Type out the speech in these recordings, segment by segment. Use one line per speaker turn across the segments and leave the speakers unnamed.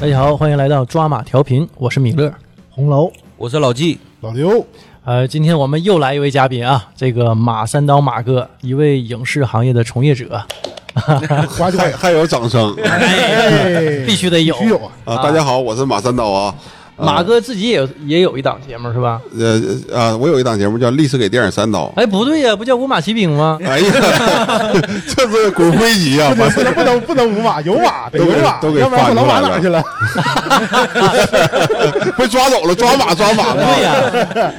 大家好，欢迎来到抓马调频，我是米勒。
红楼
我是老纪，
老刘，
呃，今天我们又来一位嘉宾啊，这个马三刀马哥，一位影视行业的从业者，
花 就
还还有掌 声
啊
哎
必须得有。
必须有啊！
啊！大家好，我是马三刀啊。
马哥自己也有也有一档节目是吧？
呃啊，我有一档节目叫《历史给电影三刀》。
哎，不对呀、不叫五马骑兵吗？
哎呀， 这是骨灰 级啊！
不能不能不能无瓦，有瓦得
都
有
给
瓦，
都给
要不然我
翻
能
出
瓦
来
哪
了
去了？
被抓走了，抓马抓 马
对
嘛？
呀、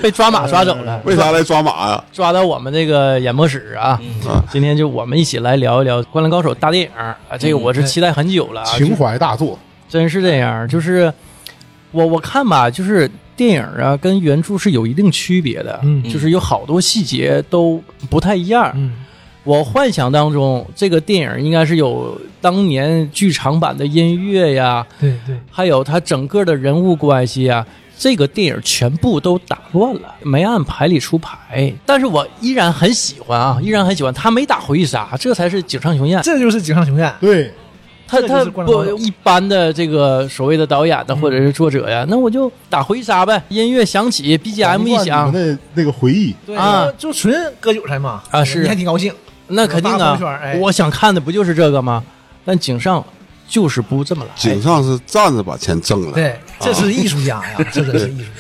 被抓马抓走了，
为啥来抓马啊呀？
抓到我们这个演播室啊。
嗯
啊
今天就我们一起来聊一聊《灌篮高手》大电影啊，这
嗯
个我
哎
是期待很久了啊，
情怀大作，
真是这样，就是我我看吧，就是电影啊跟原著是有一定区别的，
嗯
就是有好多细节都不太一样。
嗯，
我幻想当中，这个电影应该是有当年剧场版的音乐呀，
对对，
还有它整个的人物关系啊，这个电影全部都打乱了，没按牌理出牌。但是我依然很喜欢啊，依然很喜欢。他没打回忆杀，这才是井上雄彦。
这就是井上雄彦。
对，
他
这就
他
是灌
不
篮高手
一般的这个所谓的导演
嗯
的或者是作者呀，那我就打回杀呗，音乐响起，BGM 一啊
你
响，
们的那个回忆，
对
啊
就纯割韭菜嘛
啊是
你还挺高兴，
那肯定
发
啊
朋友圈哎，
我想看的不就是这个吗？但井上就是不这么来
井。上是站着把钱挣了，
对，
啊
这是艺术家 呀，这真是艺术家。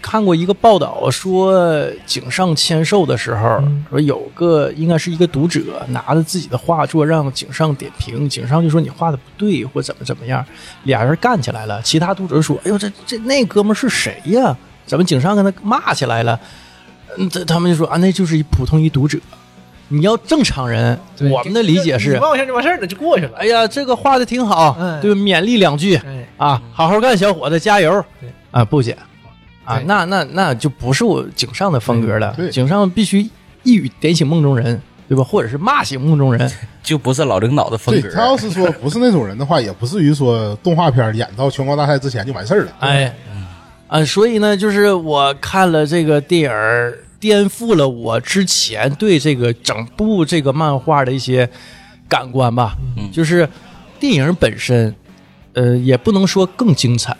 看过一个报道说，井上签售的时候，
嗯
说有个应该是一个读者拿着自己的画作让井上点评，井上就说你画的不对或怎么怎么样，俩人干起来了。其他读者说：“哎呦，这这那哥们儿是谁呀？怎么井上跟他骂起来了？”嗯，这他们就说啊，那就是一普通一读者。你要正常人，
对
我们的理解
你
是，
望一下就完事儿了，就过去了。
哎呀，这个画的挺好，
哎
对吧，勉励两句，
哎，
啊，好好干，小伙子，加油！
对
啊，不减啊，
对
那那那就不是我井上的风格了
对。对
井上必须一语点醒梦中人，对吧？或者是骂醒梦中人。
就不是老领导的风
对
格。啊
他要是说不是那种人的话，也不至于说动画片演到全国大赛之前就完事儿了。
哎，啊，所以呢，就是我看了这个电影儿，颠覆了我之前对这个整部这个漫画的一些感官吧。
嗯
就是电影本身，呃，也不能说更精彩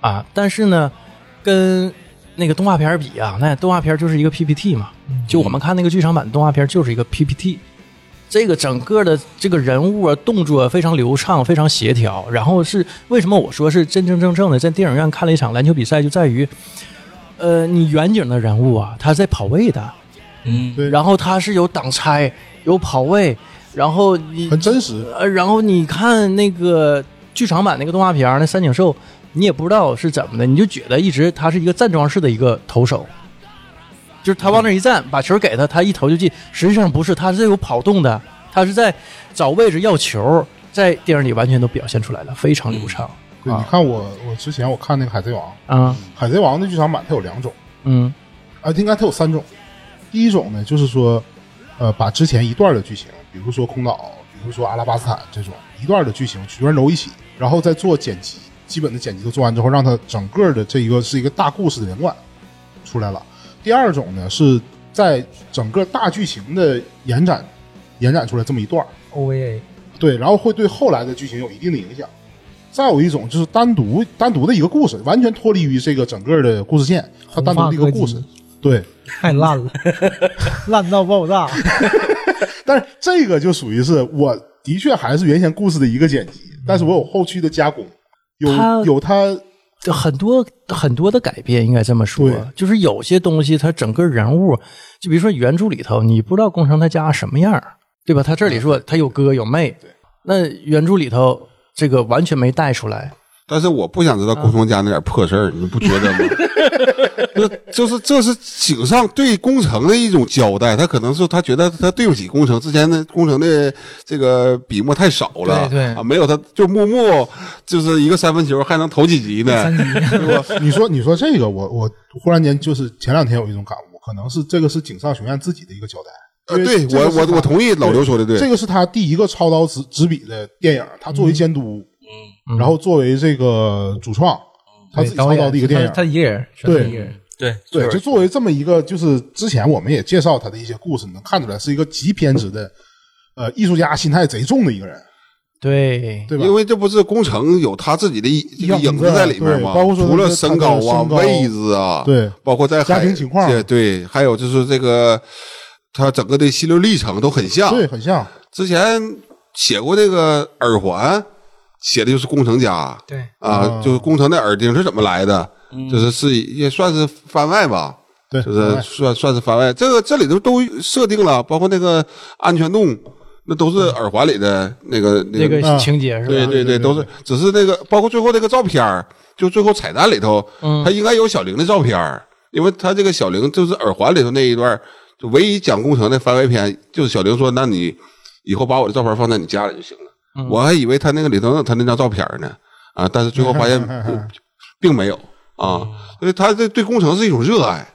啊，但是呢，跟那个动画片儿比啊，那动画片儿就是一个 PPT 嘛，就我们看那个剧场版动画片儿就是一个 PPT。这个整个的这个人物啊，动作非常流畅，非常协调。然后是为什么我说是真真正正的在电影院看了一场篮球比赛，就在于，呃，你远景的人物啊，他在跑位的，
嗯，
对
然后他是有挡拆，有跑位，然后你
很真实，
呃，然后你看那个剧场版那个动画片儿那三井寿，你也不知道是怎么的，你就觉得一直他是一个站桩式的一个投手，就是他往那儿一站，把球给他，他一投就进。实际上不是，他是有跑动的，他是在找位置要球，在电影里完全都表现出来了，非常流畅
对，你看我我之前我看那个《海贼王》，
啊，
《海贼王》的剧场版它有两种，
嗯
啊，应该它有三种。第一种呢，就是说，呃，把之前一段的剧情，比如说空岛，比如说阿拉巴斯坦这种一段的剧情全揉一起，然后再做剪辑，基本的剪辑都做完之后，让它整个的这一个是一个大故事的连贯出来了。第二种呢，是在整个大剧情的延展延展出来这么一段儿，
，OVA
对，然后会对后来的剧情有一定的影响。再有一种就是单独单独的一个故事，完全脱离于这个整个的故事线，它单独的一个故事
红发。
对，
太烂 了，烂到爆炸。
但是这个就属于是我的确还是原先故事的一个剪辑，但是我有后期的加工，有
它
有它
这很多很多的改变，应该这么说
对，
就是有些东西它整个人物，就比如说原著里头，你不知道工程他家什么样儿，对吧？他这里说他有哥有妹，那原著里头这个完全没带出来，
但是我不想知道工
嗯
程家那点破事儿，你不觉得吗？ 那就是这是井上对工程的一种交代，他可能是他觉得他对不起工程，之前的工程的这个笔墨太少了，
对对
啊，没有他就木木就是一个三分球还能投几级呢？
你说你说这个，我我忽然间就是前两天有一种感悟，可能是这个是井上雄彦自己的一个交代。
呃
因为
对
这个
我
是
我
他
我同意老刘说的对
这个是他第一个操刀执执笔的电影，他作为监督，嗯，然后作为这个主创，他自己操刀的一个电影，
他他一个人，全
对
他一个人。
对
对，就作为这么一个，就是之前我们也介绍他的一些故事，能看出来是一个极偏执的，呃，艺术家心态贼重的一个人。
对，
对吧？
因为这不是工程有他自己的这个影
影
子
子
在里面
对
吗？
包括说
除了
他的
身高啊、
身高
位置啊，，
对
包括在海
家庭情况
对对，还有就是这个他整个的心路历程都很像。
对，很像。
之前写过这个耳环，写的就是工程家
对，
啊，就是工程的耳钉是怎么来的，就是是也算是番外吧。
对，
就是算算是番外。这个这里头都设定了，包括那个安全洞，那都是耳环里的那个那
那
个，
嗯
个情节是吧？
对
对对
对对，都是
对
只是那个包括最后那个照片儿就最后彩蛋里头，
嗯
它应该有小玲的照片儿因为它这个小玲就是耳环里头那一段儿，就唯一讲工程的番外篇，就是小玲说：“那你以后把我的照片放在你家里就行了。”
嗯
我还以为他那个里头有他那张照片呢，啊，但是最后发现不 并没有啊，
嗯
所以他这对工程是一种热爱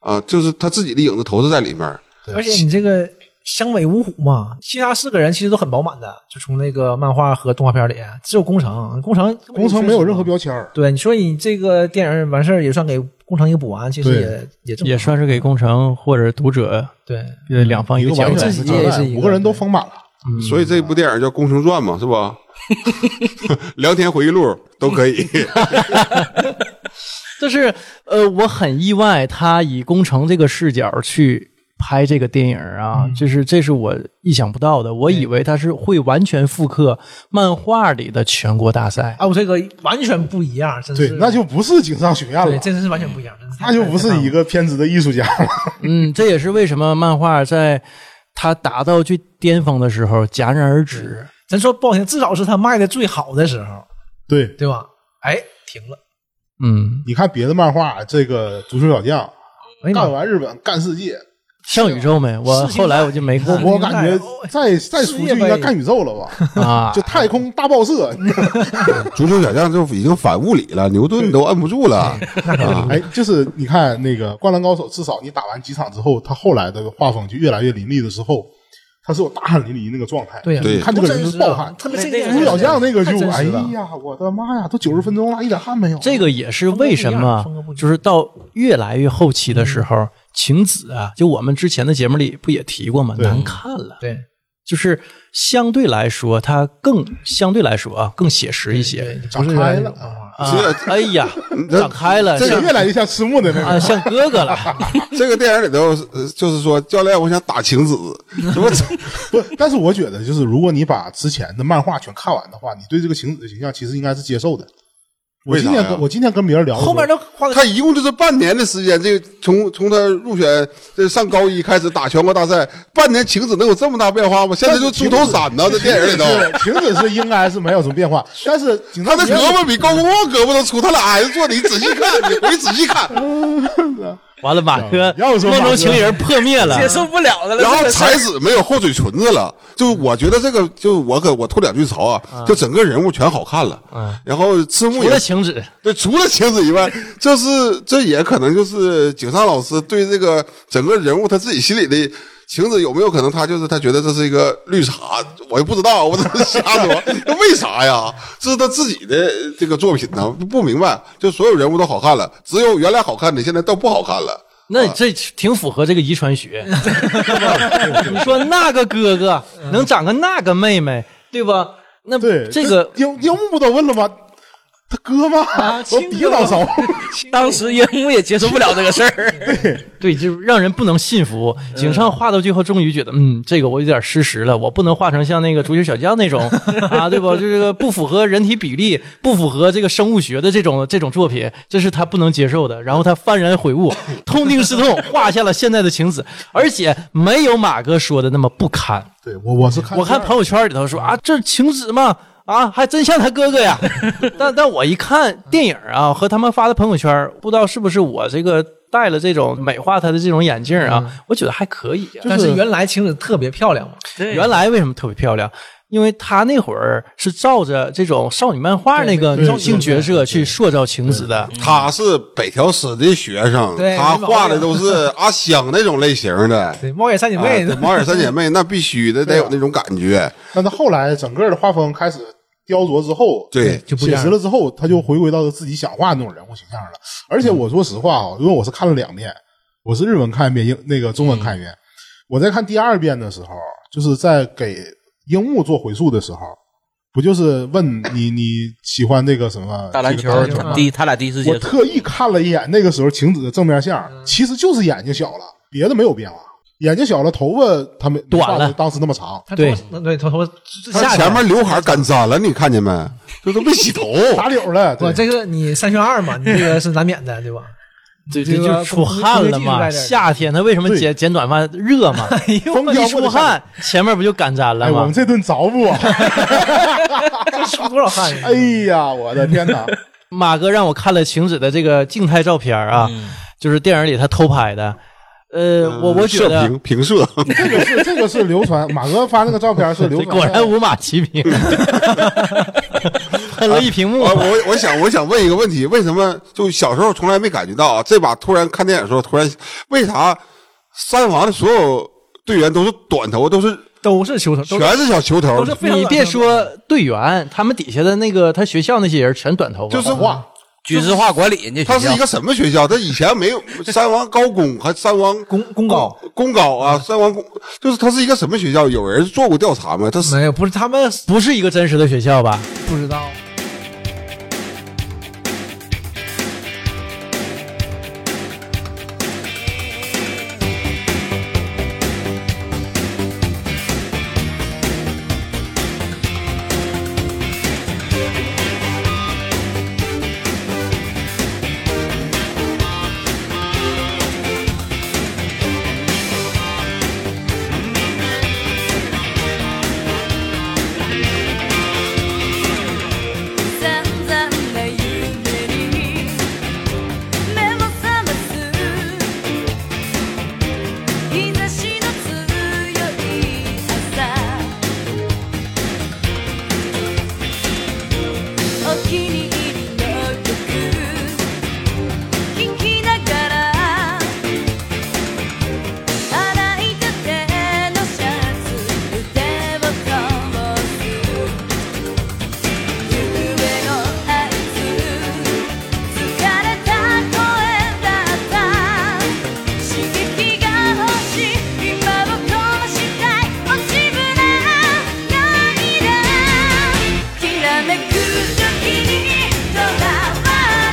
啊，就是他自己的影子投射在里面儿。
而且你这个湘北五虎嘛，其他四个人其实都很饱满的，就从那个漫画和动画片里，只有工程，工程
工程没有任何
标。
标签儿，
对，你说你这个电影完事儿也算给工程一个补完，其实
对
也也正
也
常
算是给工程或者读者
对。
呃两方一
一
个
个
交
完
代
整的
自己也
交代
是一，个
五个人都丰满了。
所以这部电影叫《工程传》嘛，是吧？ 聊天回忆录都可以。
就是呃，我很意外，他以工程这个视角去拍这个电影啊，
嗯
就是这是我意想不到的。我以为他是会完全复刻漫画里的全国大赛，
啊，我这个完全不一样，真是
对，那就不是井上学院
对，
了，
这真是完全不一样，真是太
那就不是一。个偏执的艺术家了。
嗯，这也是为什么漫画在它达到最巅峰的时候戛然而止。
咱说不好听，至少是他卖的最好的时候，
对，
对吧？哎，停了，
嗯，
你看别的漫画，这个足球小将
哎呀妈
干完日本干世
啊
界，
上宇宙没？我后来我就没看
我感觉
明白哦
再再出去应该干宇宙了吧？
啊
就。太空大爆射，
足球小将就已经反物理了，牛顿都摁不住了。啊
哎，就是你看那个《灌篮高手》，至少你打完几场之后，他后来的画风就越来越凌厉的时候，他是有大汗淋漓那个状态。
对呀
对
你看这个人就是暴汗。
特别
那
这
那
点
个
足球小将那个
太
就
真
哎
实了
呀，我的妈呀，都九十分钟了，一点汗没有。
这个也是为什么
风格不一，样嗯
就是到越来越后期的时候，晴子啊，就我们之前的节目里不也提过吗？
对
难看了，
对
就是相对来说，它更相对来说啊，更写实一些。
对，
长
不是
开
原来那
了
种漫画
啊
是，
哎呀，
这
长开了，
这个
像
嗯越来越像赤木的那
啊，
个，
像哥哥了，
这个电影里头呃就是说，教练，我想打晴子，什么
不，但是我觉得就是如果你把之前的漫画全看完的话，你对这个晴子的形象其实应该是接受的。我
为啥
今天
呀
跟我今天跟别人聊的时候，
后面都画的
他一共就是半年的时间，这个从从他入选这上高一开始打全国大赛，半年晴子能有这么大变化吗？现在就猪头散呢，这电影里头，
对晴子 是应该是没有什么变化，但是警
他
察
的
局
胳膊比高公望胳膊都粗，他俩还是做的，你仔细看，你回去仔细看，
完了，马哥
要说马
梦中
哥
情人破灭了，
接受不了的了。
然后
这个事儿
彩子没有后嘴唇子了，就我觉得这个，就我可我吐两句槽啊，就整个人物全好看了，然后赤木
除
也
了晴子，
对，除了晴子以外，这是这也可能就是井上老师对这个整个人物他自己心里的晴子有没有可能，他就是他觉得这是一个绿茶，我也不知道，我只是瞎说。那为啥呀？这是他自己的这个作品呢，不明白。就所有人物都好看了，只有原来好看的现在都不好看了。
那
啊
这挺符合这个遗传 学。你说那个哥哥能长个那个妹妹，对吧？那
对
这个
樱樱木不都问了吗？他哥吗？ 我
亲
比
哥
老熟。
当时樱木也接受不了这个事儿，
对，就让人不能信服。井上画到最后，终于觉得，嗯，这个我有点失实了，我不能画成像那个足球小将那种啊，对吧？就这个不符合人体比例，不符合这个生物学的这种这种作品，这是他不能接受的。然后他幡然悔悟，痛定思痛，画下了现在的晴子，而且没有马哥说的那么不堪。
对我我是看
我看朋友圈里头说啊，这晴子嘛，啊，还真像他哥哥呀。 但但我一看电影啊，和他们发的朋友圈，不知道是不是我这个戴了这种美化他的这种眼镜啊，
嗯
我觉得还可以、啊。
但是原来晴子特别漂亮嘛，
原来为什么特别漂亮？因为她那会儿是照着这种少女漫画那个
对对
女性角色去塑造晴子的，
他是北条史的学生，
嗯对
他画的都是阿香那种类型的。
对，猫眼三姐
啊
妹，
对猫眼三姐妹那必须的，得有那种感觉。
但他后来整个的画风开始雕琢之后，
对
就不一
写
样
实了之后，他就回归到自己想画那种人物形象了。而且我说实话啊，因为我是看了两遍，我是日文看一遍，英那个中文看一遍。啊我在看第二遍的时候，就是在给樱木做回溯的时候，啊不就是问你你喜欢这个什么
打篮球
这个
球啊
第一他俩第一次
我
接触，
特意看了一眼那个时候晴子的正面相，其实就是眼睛小了，别的没有变化，眼睛小了，头发他没
短了
没发当时那么长，
他
对
头对头头这
他
夏
前
天
面刘海儿干粘了，你看见没？这都没洗头，
打绺了。对哎
我这个你三选二嘛，你这个是难免的，对吧？
对，
这
这
个
就出汗了嘛。
工业技术在这儿
夏天他为什么剪剪短发热嘛？
风
一
飘过
出
的感
汗，前面不就干粘了
哎，我
吗
们？这顿着不啊？
这出多少汗呀？
哎呀，我的天哪！
马哥让我看了晴子的这个静态照片啊，就是电影里他偷拍的。呃，我我觉
射
得
平平射，
这个是这个是流传，马哥发那个照片是流传
果
在。
然五马齐喑， 喷了一屏幕
我。我我想我想问一个问题，为什么就小时候从来没感觉到啊？这把突然看电影的时候，突然为啥三王的所有队员都是短头，都是
都是球头，都
全是小球头
都，是非常
你别说队员，他们底下的那个他学校那些人全短头发，
就是
哇，
军事化管理人家
他
学
是一
校
个什么学校？他以前没有三王高工，还三王
功功高。
工高啊，三王工就是他是一个什么学校？有人做过调查吗？他是
没有，不是他们
哎不是一个真实的学校吧？
不知道。
散々な夢に目も覚ます日差しの強い朝お気に入りの曲聴きながら洗いたてのシャツ腕を通す「ゆうべのあいつ」「疲れた声だけだった」「刺激が欲しい」「今を壊したい」「落ちぶれないだ」「きらめく時にとらわ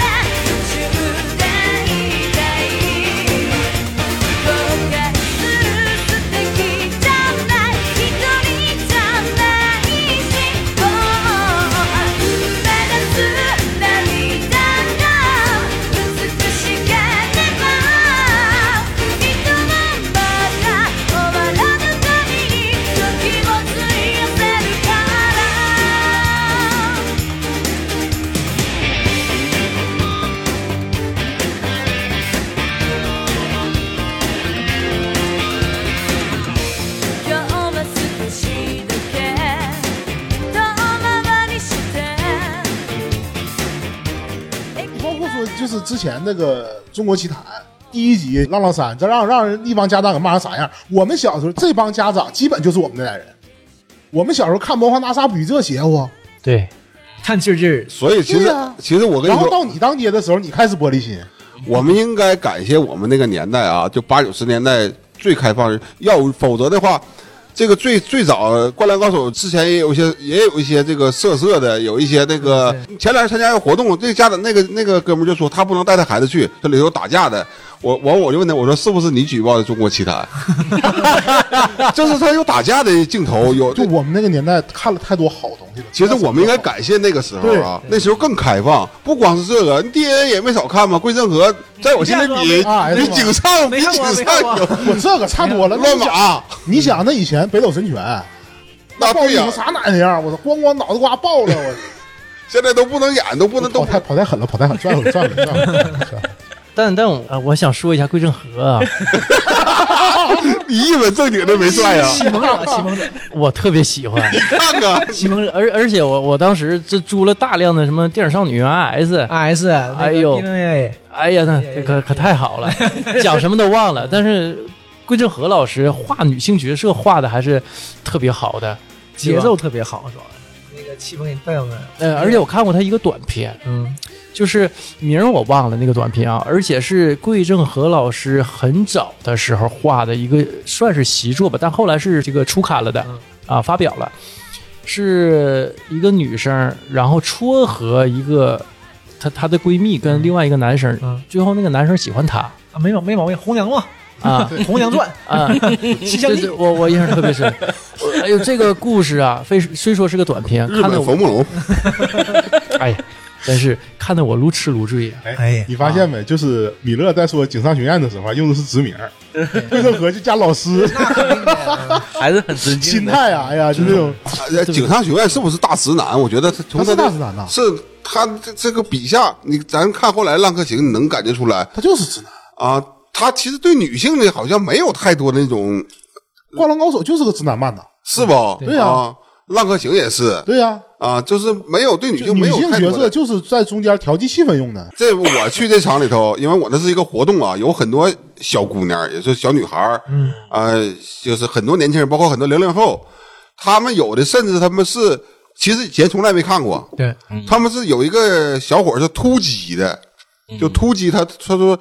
れ」「宇宙でいたい」「後悔する素敵じゃない」「一人じゃない」し「もう溢れ出す涙が美しければ」「ひとままが終わらぬたびに時を費やせるから」「今日は少しだけ遠回りして」
包括说就是之前那个《中国奇谭》第一集《浪浪山》，这让让人一帮家长给骂成啥样？我们小时候这帮家长基本就是我们那代人，我们小时候看《魔幻大厦》不比这邪乎？啊
对，
看劲儿劲儿，
所以其
对
实
啊
其实我跟
然
你
后
说，
到你当爹的时候，你开始玻璃心。
我们应该感谢我们那个年代啊，就八九十年代最开放，要否则的话，这个最最早《灌篮高手》之前也有一些，也有一些这个色色的，有一些那个前两天参加一个活动，这家长那个那个哥们就说他不能带他孩子去，这里头打架的。我完我就问他，我说是不是你举报的《中国奇谭》？ 就是他有打架的镜头，有
就我们那个年代看了太多好东西了。
其实我们应该感谢那个时候啊，那时候更开放，不光是这个，DNA 也没少看嘛。桂正和在我心里比
你
看过吗
比井上比
没看过
井上有
我这个差多了。
乱
你想，
码，
你想那以前北斗 神拳，那暴
对
力
呀
成啥奶样？我操，咣咣脑袋瓜爆了！我
现在都不能演，都不能
跑
都
太跑太狠了，跑太狠，转回来转回来转回来转回来。
但但我、啊我想说一下桂正和 啊，
你一本正经的没帅啊呀。
启蒙者，启蒙者，
我特别喜欢。
你看看，
西蒙人，而而且我我当时这租了大量的什么电影少女啊 RS，
S，
哎呦
哎，
哎呀，哎那这可可太好了， 讲什么都忘了。但是桂正和老师画女性角色画的还是特别好的，
节奏特别好，主要是那个气氛给你带到那儿。
呃，而且我看过他一个短片，
嗯，
就是名儿我忘了那个短片啊，而且是桂正和老师很早的时候画的一个，算是习作吧，但后来是这个出刊了的
嗯
啊，发表了。是一个女生，然后撮合一个她她的闺蜜跟另外一个男生，
嗯
最后那个男生喜欢她
啊，没毛没毛病，红娘嘛，
啊
《红娘传
啊！》
西厢
对
记
对，我我印象特别深。哎呦，这个故事啊，非虽说是个短片，
日
看得
本
我
冯木龙，
哎呀，真是看得我如痴如醉啊呀、
哎呀
你发现没？就是米勒在说警上学院的时候啊用的是职名儿，对正和就加老师，
还是很尊敬
心
的。
态啊，哎呀，就这种
呃警察学院是不是大直男？我觉得他从
他是
的
大直男呐
是他这这个笔下，你咱看后来《浪客行》，你能感觉出来
他就是直男。
啊，他其实对女性呢好像没有太多的那种，
灌篮高手就是个直男漫呐，
是不？
对
啊，《浪客行》也是
对呀、
啊，就是没有对女性
女
没有
性
太
角
多
色
的。
就是在中间调剂气氛用的。
这我去这场里头，因为我那是一个活动啊，有很多小姑娘，也是小女孩儿，嗯，呃，就是很多年轻人，包括很多零零后，他们有的甚至他们是其实以前从来没看过，
对，
他们是有一个小伙儿是突击的，就突击他，他说，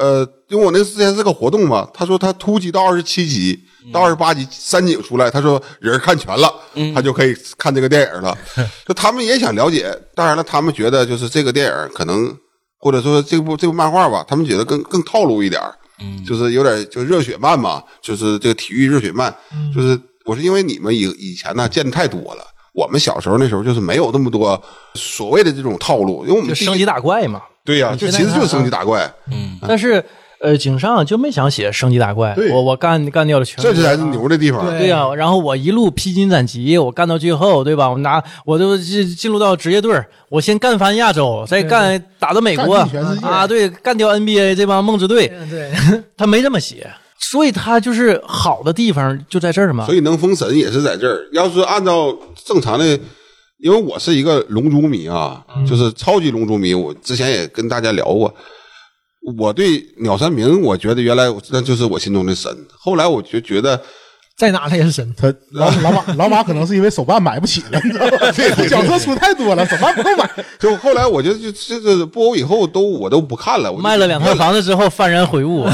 呃，因为我那之前是个活动嘛，他说他突击到二十七集到二十八集三井出来，他说人看全了，他就可以看这个电影了。就他们也想了解，当然了，他们觉得就是这个电影可能或者说这部这部漫画吧，他们觉得更更套路一点儿就是有点就热血漫嘛，就是这个体育热血漫，就是我是因为你们以以前呢见的太多了。我们小时候那时候就是没有那么多所谓的这种套路，因为我
就
们第一
升级打怪嘛。
对呀、
现
就
在
其实就是
看啊
升级打怪，
但是呃，井上就没想写升级打怪，
对
我我干干掉了全部
这才是牛的地方。
对
啊对呀、然后我一路披荆斩棘，我干到最后，对吧？我拿我都进进入到职业队儿，我先干翻亚洲，再干打到美国
干遍全世界
啊，对，干掉 NBA 这帮梦之队，
对，
他没这么写，所以他就是好的地方就在这儿嘛
所。以能封神也是在这儿。要是按照正常的，因为我是一个龙珠迷啊，
嗯
就是超级龙珠迷。我之前也跟大家聊过，我对鸟山明，我觉得原来我那就是我心中的神。后来我就觉得，
在哪他也是神，
他 老老马老马可能是因为手办买不起了，你知道 吧？角色出太多了，手办不够买。
就后来我就就这个布偶以后都我都不看了，我就
卖了两套房子之后幡然悔 悟，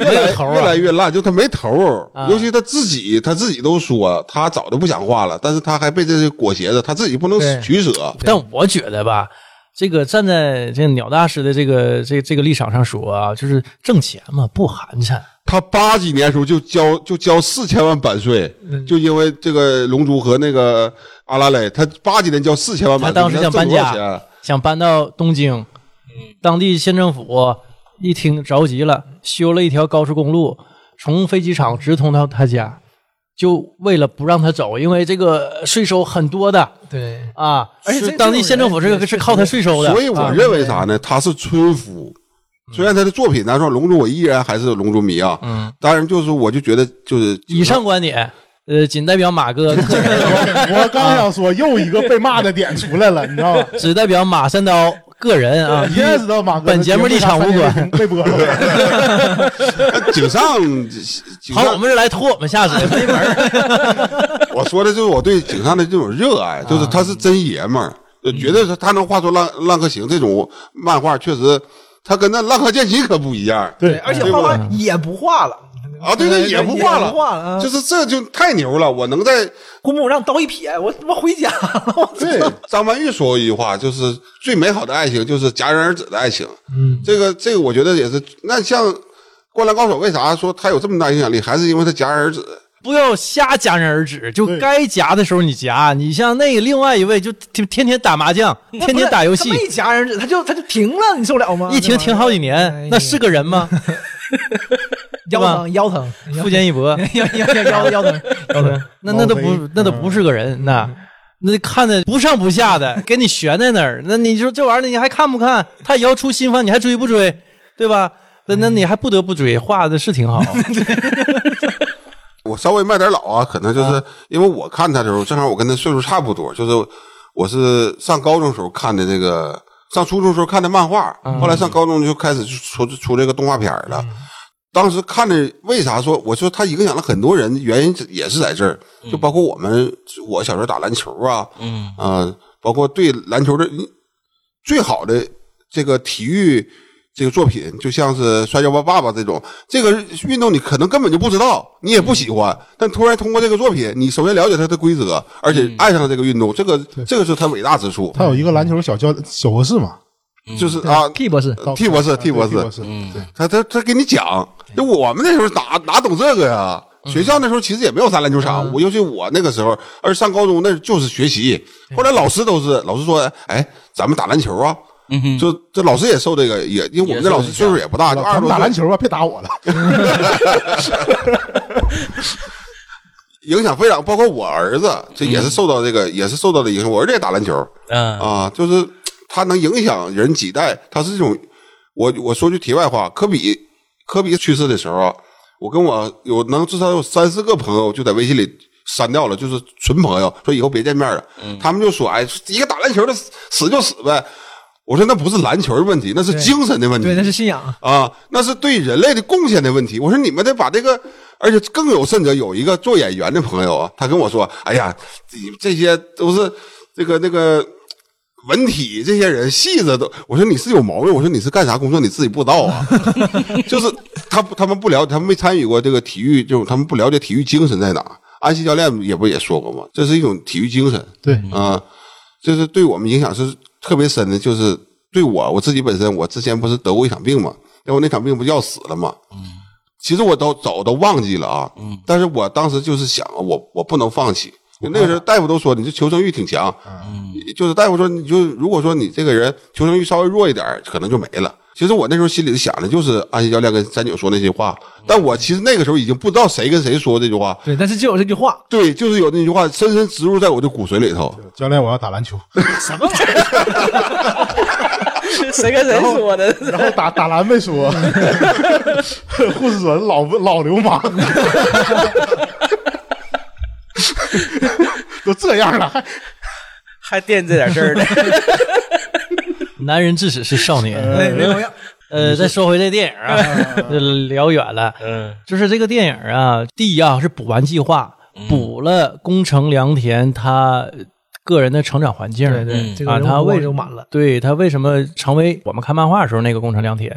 没有头
越
啊
来！越烂，就他没头儿、尤其他自己，他自己都说他早就不想画了，但是他还被这些裹挟着，他自己不能
对
取舍。
但我觉得吧，这个站在这个鸟大师的这个这这个立场上说啊，就是挣钱嘛，不寒碜。
他八几年时候就交就交四千万版税，
嗯
就因为这个《龙珠》和那个《阿拉蕾》，他八几年交四千万版
他
税，
当时想
你看
搬
挣多少钱啊
家，想搬到东京，当地县政府一听着急了，修了一条高速公路，从飞机场直通到他家，就为了不让他走，因为这个税收很多的
对，
啊，
而且这
是当地县政府这
这种
个
人
是靠他税收的，
所以我
啊嗯
认为啥呢？他是村夫，虽然他的作品咱说《龙珠》，我依然还是龙珠迷啊。嗯，当然就是我就觉得就是
以上观点，呃，仅代表马哥，
我我刚想说，又一个被骂的点出来了，你知道吧？
只代表马三刀个人啊
你。也知道马哥，
本节目立场无关，
被播 了。
井上， 井
好，我
上，
们是来拖我们下水，没门儿。
我说的就是我对井上的这种热爱，就是他是真爷们儿，
嗯
就觉得是他能画出《浪浪客行》这种漫画，确实。他跟那《浪客剑心》可不一样，
对，
而且画画也不画了
啊，对对，也不画了，嗯
画了，啊
就是这就太牛了。我能在
公母让刀一撇，我他妈回家了，我
对，
张曼玉说过一句话，就是最美好的爱情就是戛然而止的爱情。嗯，这个这个我觉得也是。那像《灌篮高手》，为啥说他有这么大影响力，还是因为他戛然而止？
不要瞎戛然而止，就
对
该夹的时候你夹。你像那个另外一位，就天天天打麻将，天天打游戏
他，没戛然而止，他就他就停了，你受了吗？
一停停好几
哎呀
年，那是个人吗？
腰疼腰疼，
富坚义 博，
腰腰腰腰腰 疼腰疼，
那那都
老
不
黑
那都不是个人，那那看的不上不下的，给你悬在那儿。那你说这玩意儿你还看不看？他也要出新番，你还追不追？对吧？那那你还不得不追，画的是挺好。
我稍微卖点老啊，可能就是因为我看他的时候，正好我跟他岁数差不多，就是我是上高中时候看的这个，上初中时候看的漫画，后来上高中就开始出出这个动画片了。当时看的为啥说我说他影响了很多人，原因也是在这儿，就包括我们我小时候打篮球啊，嗯啊、包括对篮球的最好的这个体育这个作品，就像是《摔跤吧，爸爸》这种，这个运动你可能根本就不知道，你也不喜欢，但突然通过这个作品，你首先了解它的规则，而且爱上了这个运动，这个这个是它伟大之处，
他有一个篮球小教小博士嘛
就是啊
，T 博士，
，T 博士
啊对
，T 博士
，T，博士，对，
他他他给你讲，就我们那时候哪哪懂这个呀？
嗯
学校那时候其实也没有啥篮球场，我尤其我那个时候，而上高中那就是学习。后来老师都是老师说，哎，咱们打篮球啊，
嗯
就这老师也受这个也，因为我们这老师岁数也不大，就二
咱
十
们
多
打
岁
篮，球吧，别打我了。
影响非常，包括我儿子，这也
嗯
是受到这个也是受到了影响。我儿子也打篮球，
嗯
啊，就是他能影响人几代，他是这种。我我说句题外话，科比科比去世的时候啊，我跟我有能至少有三四个朋友就在微信里删掉了，就是纯朋友，说以后别见面了。他们就说：“哎，一个打篮球的死死就死呗。”我说那不是篮球的问题，那是
对
精神的问题。
对，那是信仰。
啊，那是对人类的贡献的问题。我说你们得把这个，而且更有甚者，有一个做演员的朋友啊，他跟我说：“哎呀，这这些都是这个那个文体这些人戏子都。”我说你是有毛病，我说你是干啥工作你自己不知道啊？就是他不他们不了解，他们没参与过这个体育，就他们不了解体育精神在哪。安西教练也不也说过吗？这是一种体育精神。
对，
啊，就是对我们影响是特别深的，就是对我我自己本身，我之前不是得过一场病嘛，然后那场病不要死了嘛，嗯，其实我都早都忘记了啊，嗯，但是我当时就是想，啊我我不能放弃。那个时候大夫都说你这求生欲挺强，嗯，就是大夫说你就如果说你这个人求生欲稍微弱一点儿，可能就没了。其实我那时候心里想的就是安西教练跟三九说那些话，但我其实那个时候已经不知道谁跟谁说这句话，
对，但是就有这句话，
对，就是有那句话深深植入在我的骨髓里头。
教练，我要打篮球，
谁跟谁说的？
然后打打篮没 说，护士说老老流氓， 都这样了还
还惦记这点事儿呢？
男人至死是少年。
哎，没毛病。
呃，再说回这电影啊， 这聊远了。
嗯
就是这个电影啊，第一啊是补完计划，补了宫城良田他个人的成长环境。
对对，
嗯
这
啊
个人
他
物
为
就满了。
对他为什么成为我们看漫画的时候那个宫城良田，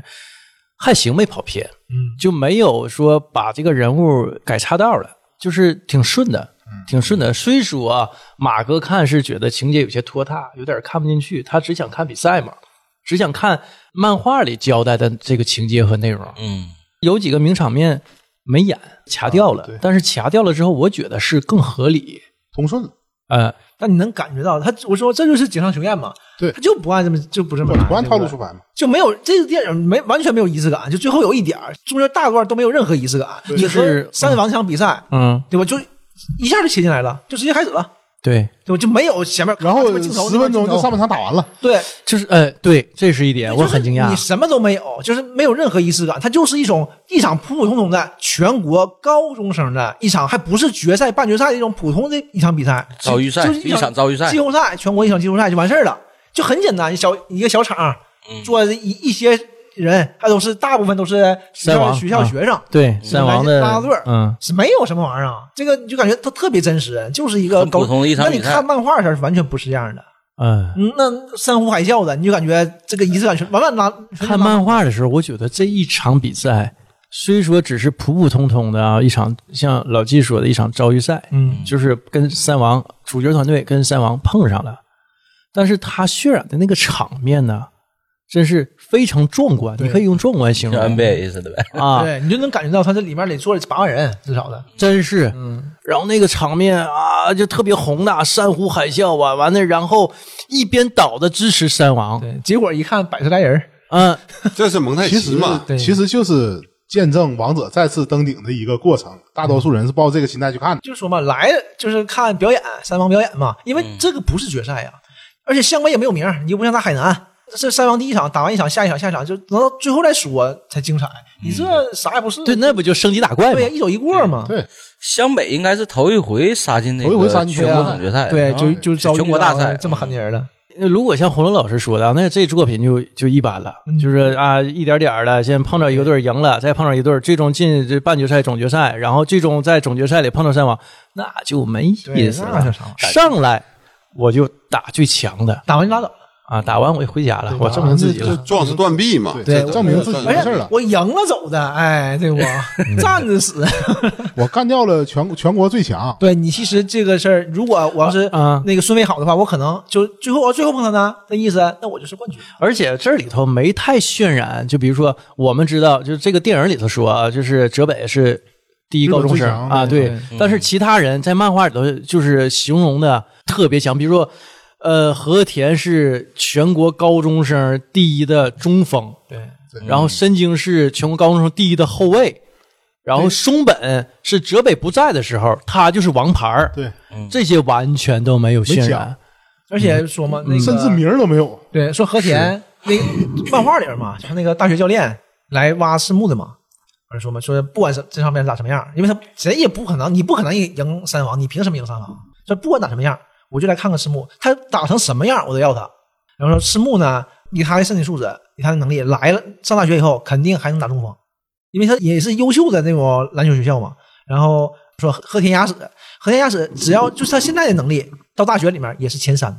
还行没跑偏，
嗯，
就没有说把这个人物改岔道了，就是挺顺的，挺顺的。虽说啊，马哥看是觉得情节有些拖沓，有点看不进去，他只想看比赛嘛，只想看漫画里交代的这个情节和内容。
嗯
有几个名场面没演，掐掉了，
啊对
但是掐掉了之后，我觉得是更合理。
通顺了，
呃，
但你能感觉到他，我说这就是井上雄彦嘛，
对
他就不按这么就不这么来
不按
对
套路
对
出牌嘛。
就没有这个电影没完全没有仪式感，就最后有一点儿，中间大段都没有任何仪式感。你
就
和
是
三王那场比赛，
嗯，
对吧？就一下就切进来了，就直接开始了，
对，
对吧？就没有前面啊
然后
这个镜头
十分钟
那个镜头
就上半场打完了，
对，
就是呃，对，这是一点，我很惊
就是
讶
你。什么都没有，就是没有任何仪式感，它就是一种一场普普通通的全国高中生的一场，还不是决赛、半决赛的一种普通的一场比赛，
遭遇赛
就是
一场遭遇赛
季后赛，全国一场季后赛就完事儿了，就很简单，小一个小厂
嗯
坐着一一些人，还都是大部分都是学
三
校
王
学校
啊
学生，
对，三王的
拉拉队儿
嗯，
是没有什么玩意儿啊，这个你就感觉它特别真实，就是一个
很普通的一场
那你
比赛
看漫画的时候是完全不是这样的。
嗯，
嗯，那山呼海啸的，你就感觉这个仪式感全完完拉。
看漫画的时候，我觉得这一场比赛虽说只是普普通通的啊，一场像老纪说的一场遭遇赛，
嗯，
就是跟三王主角团队跟三王碰上了，但是他渲染的那个场面呢，真是非常壮观，你可以用壮观形
像
容
NBA 似的呗。
啊，
对你就能感觉到他这里面得坐了八万人至少的，
真是，嗯，然后那个场面啊，就特别宏大，山呼海啸啊，完了，然后一边倒的支持山王，
对，结果一看百十来人儿，
嗯，
这是蒙太
其
奇
实
嘛？
对
其实就是见证王者再次登顶的一个过程。大多数人是抱这个心态去看的。
就说嘛，来就是看表演，三王表演嘛，因
嗯
为这个不是决赛呀，而且湘北也没有名儿，你又不像打海南，这三王第一场打完一场，下一场下一场就能到最后再说才精彩，
嗯
你这啥也不是，
对，那不就升级打怪吗
对呀，？一走一过嘛，
对，
湘北应该是头一回杀进那
头一回杀
个
进
全国总决赛，
对，
然后
就就遭遇
全国大赛
到这么狠的人了，
呃如果像红楼老师说的啊，那这作品就就一般了，就是啊，一点点儿的，先碰着一个队儿赢了，再碰着一个队儿，最终进这半决赛、总决赛，然后最终在总决赛里碰到山王，那就没意
对
思
那
了
叫啥玩意。
上来我就打最强的
打完就拉倒了，
啊，打完我就回家了，
对
我证
嗯
明自己
就
了
就。
壮士断臂嘛，
对
这
证明自己
而
嗯没事
且
了。嗯
我赢了走的，哎，对不？ 站着死。
我干掉了全国全国最强，
对你其实这个事儿，如果我要是
啊
那个顺位好的话，我可能就最后我要最后碰到他，那意思那我就是冠军。
而且这里头没太渲染，就比如说我们知道，就是这个电影里头说啊，就是浙北是第一高中
日本最
生
强
啊，
对
对，但是其他人在漫画里头就是形容的特别强，比如说。呃，和田是全国高中生第一的中锋，
对，
然后
嗯
深津是全国高中生第一的后卫，然后松本是浙北不在的时候，他就是王牌儿
对，
这些完全都没有渲
没
染
讲，
而且
嗯
说嘛，那个
甚至名儿都没有。
对说和田那个漫画里边嘛，就是那个大学教练来挖赤木的嘛。而说嘛，说不管是这上面打什么样，因为他谁也不可能，你不可能赢三王，你凭什么赢三王？说不管打什么样，我就来看看赤木，他打成什么样我都要他。然后说赤木呢，以他的身体素质，以他的能力，来了上大学以后肯定还能打中锋，因为他也是优秀的那种篮球学校嘛。然后说和和田雅史，和田雅史只要就是他现在的能力，到大学里面也是前三的，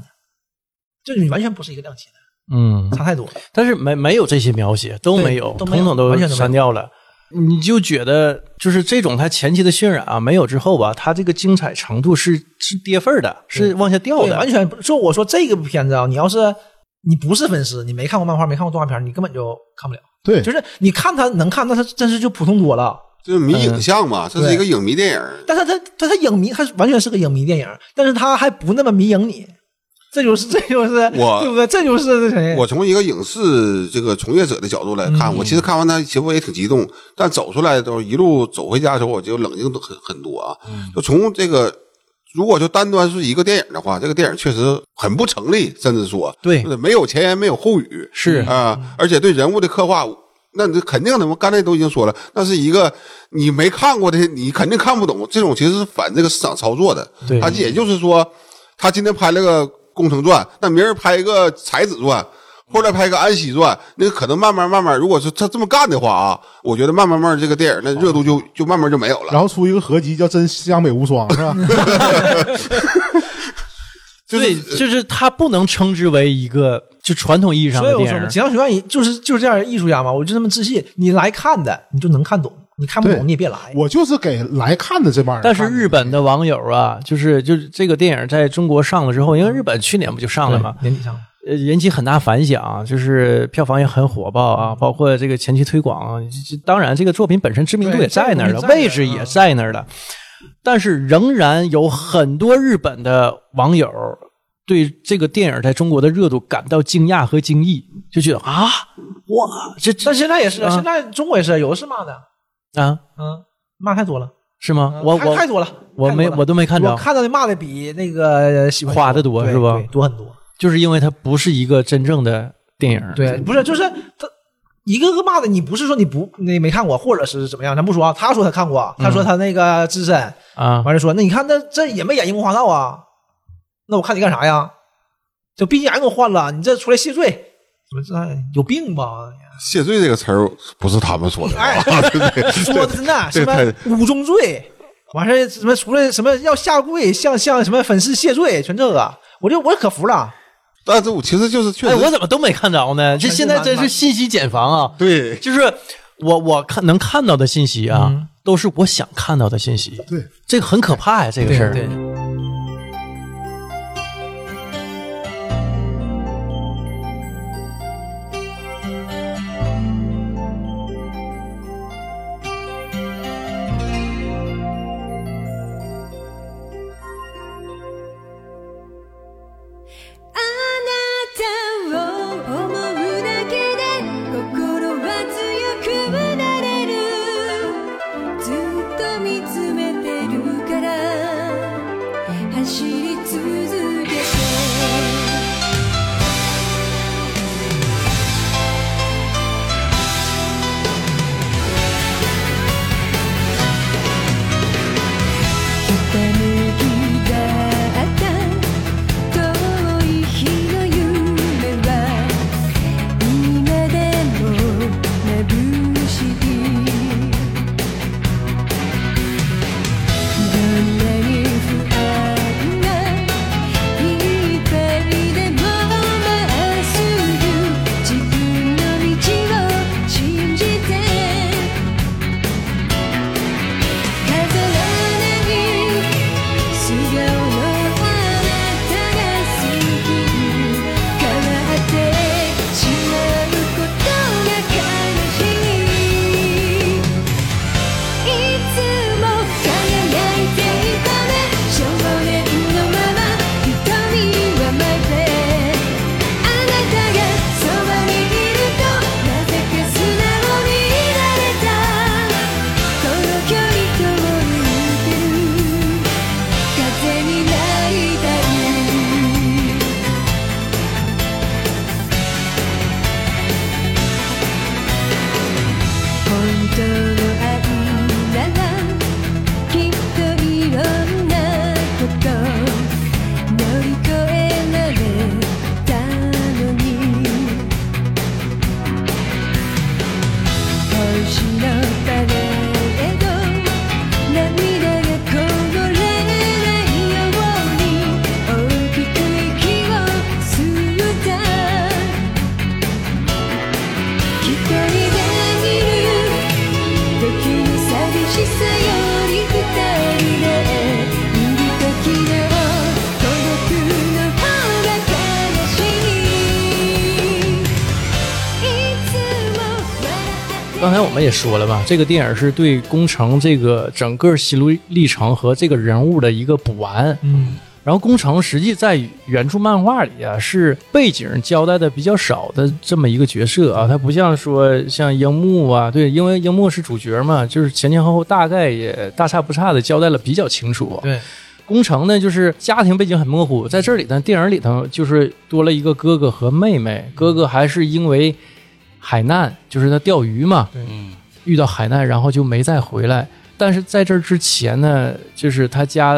就你完全不是一个量级的，
嗯，
差太多了。
但是没没有这些描写，都
对
没有，
都没有
统统都
完全都没有
删掉了。你就觉得就是这种它前期的渲染啊，没有之后吧，它这个精彩程度是是跌份儿的，是往下掉
对，
的
完。全不说。我说这个片子啊，你要是你不是粉丝，你没看过漫画，没看过动画片，你根本就看不了。
对
就，是你看他能看，但是真是就普通多了。
这迷影像嘛，这是一个影迷电影。
但是他他他影迷，他完全是个影迷电影，但是他还不那么迷影你。这就是这就是
我
对不对？这就是这
哎
谁？
我从一个影视这个从业者的角度来
嗯
看，我其实看完它，其实我也挺激动。但走出来都一路走回家的时候，我就冷静得很很多啊。
嗯
就从这个，如果就单端是一个电影的话，这个电影确实很不成立，甚至说
对
就是没有前言，没有后语，
是嗯
啊、而且对人物的刻画。那你肯定的，我刚才都已经说了，那是一个你没看过的，你肯定看不懂。这种其实是反这个市场操作的，
对
它也就是说，他今天拍了个《工程传》，那明儿拍一个《才子传》，后来拍一个《安息传》，那可能慢慢慢慢，如果是他这么干的话啊，我觉得慢慢慢慢这个电影那热度就就慢慢就没有了。
然后出一个合集叫《真湘北无双》，是 吧？
对，就是它不能称之为一个就传统意义上
所以
的
我
电
说嘛，
影。
锦上学院就是就是这样的艺术家嘛，我就这么自信。你来看的，你就能看懂；你看不
对
懂，你也别来。
我就是给来看的这帮人看
但是
的。
日本的网友啊，就是就是这个电影在中国上了之后，因为日本去年不就上了吗？
年底上了，
呃，引起很大反响，就是票房也很火爆啊，包括这个前期推广啊。这这当然，这个作品本身知名度
对
也在那儿了，
这个东西在那儿
位置也在那儿了，但是仍然有很多日本的网友对这个电影在中国的热度感到惊讶和惊异，就觉得啊，哇，这这
但现在也是，
啊
现在中国也是，有的是骂的，
啊，
嗯，骂太多了，
是吗？我
太
我
太多了，
我
太多
没
了
我都没看
我
着，
看到的骂的比那个喜欢
花的多
对
是吧
对多很多。
就是因为它不是一个真正的电影，
对，不是，就是他一个个骂的，你不是说你不你没看过，或者是怎么样，咱不说啊。他说他看过，
嗯
他说他那个资深，
啊，
完了说那你看那这也没演《樱木花道》啊，那我看你干啥呀？就 BGM 给我换了，你这出来谢罪，怎么这有病吧？
谢罪这个词儿不是他们说的啊， 对不对？
说的真的
这
什
个
么五宗罪，完事儿什么除了什么要下跪向向什么粉丝谢罪，全这个，我就我可服了。
啊
但是我其实就是确
哎，
实，
我怎么都没看着呢？这现在真是信息茧房啊！
对
就是我我看能看到的信息啊，
嗯
都是我想看到的信息。
对，
这个很可怕呀、这个事儿。
对对
あなたを思うだけで心は強くなれるずっと見つめてるから走り続けてひたむきだった「遠い日の夢は今でも眩しい」「どんなに不安な日
刚才我们也说了嘛，这个电影是对宫城这个整个心路历程和这个人物的一个补完。
嗯，
然后宫城实际在原著漫画里啊，是背景交代的比较少的这么一个角色啊，他不像说像樱木啊，对，因为樱木是主角嘛，就是前前后后大概也大差不差的交代了比较清楚。
对，
宫城呢，就是家庭背景很模糊，在这里呢，电影里头就是多了一个哥哥和妹妹，哥哥还是因为海难，就是他钓鱼嘛，
嗯，
遇到海难，然后就没再回来。但是在这之前呢，就是他家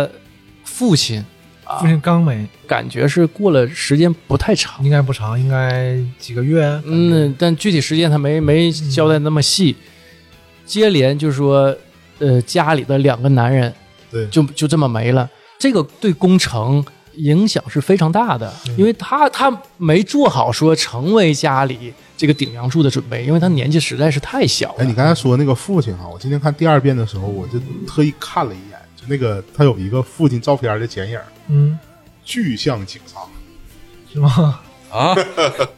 父亲
父亲刚没，
感觉是过了时间不太长，
应该不长，应该几个月。
嗯，但具体时间他没没交代那么细。接连就说，呃，家里的两个男人
对，
就就这么没了，这个对工程影响是非常大的，因为他他没做好说成为家里这个顶梁柱的准备，因为他年纪实在是太小了
哎，你。刚才说那个父亲啊哈、我今天看第二遍的时候，我就特意看了一眼，就那个他有一个父亲照片的剪影，
嗯，
巨像警察。
是吗？
啊，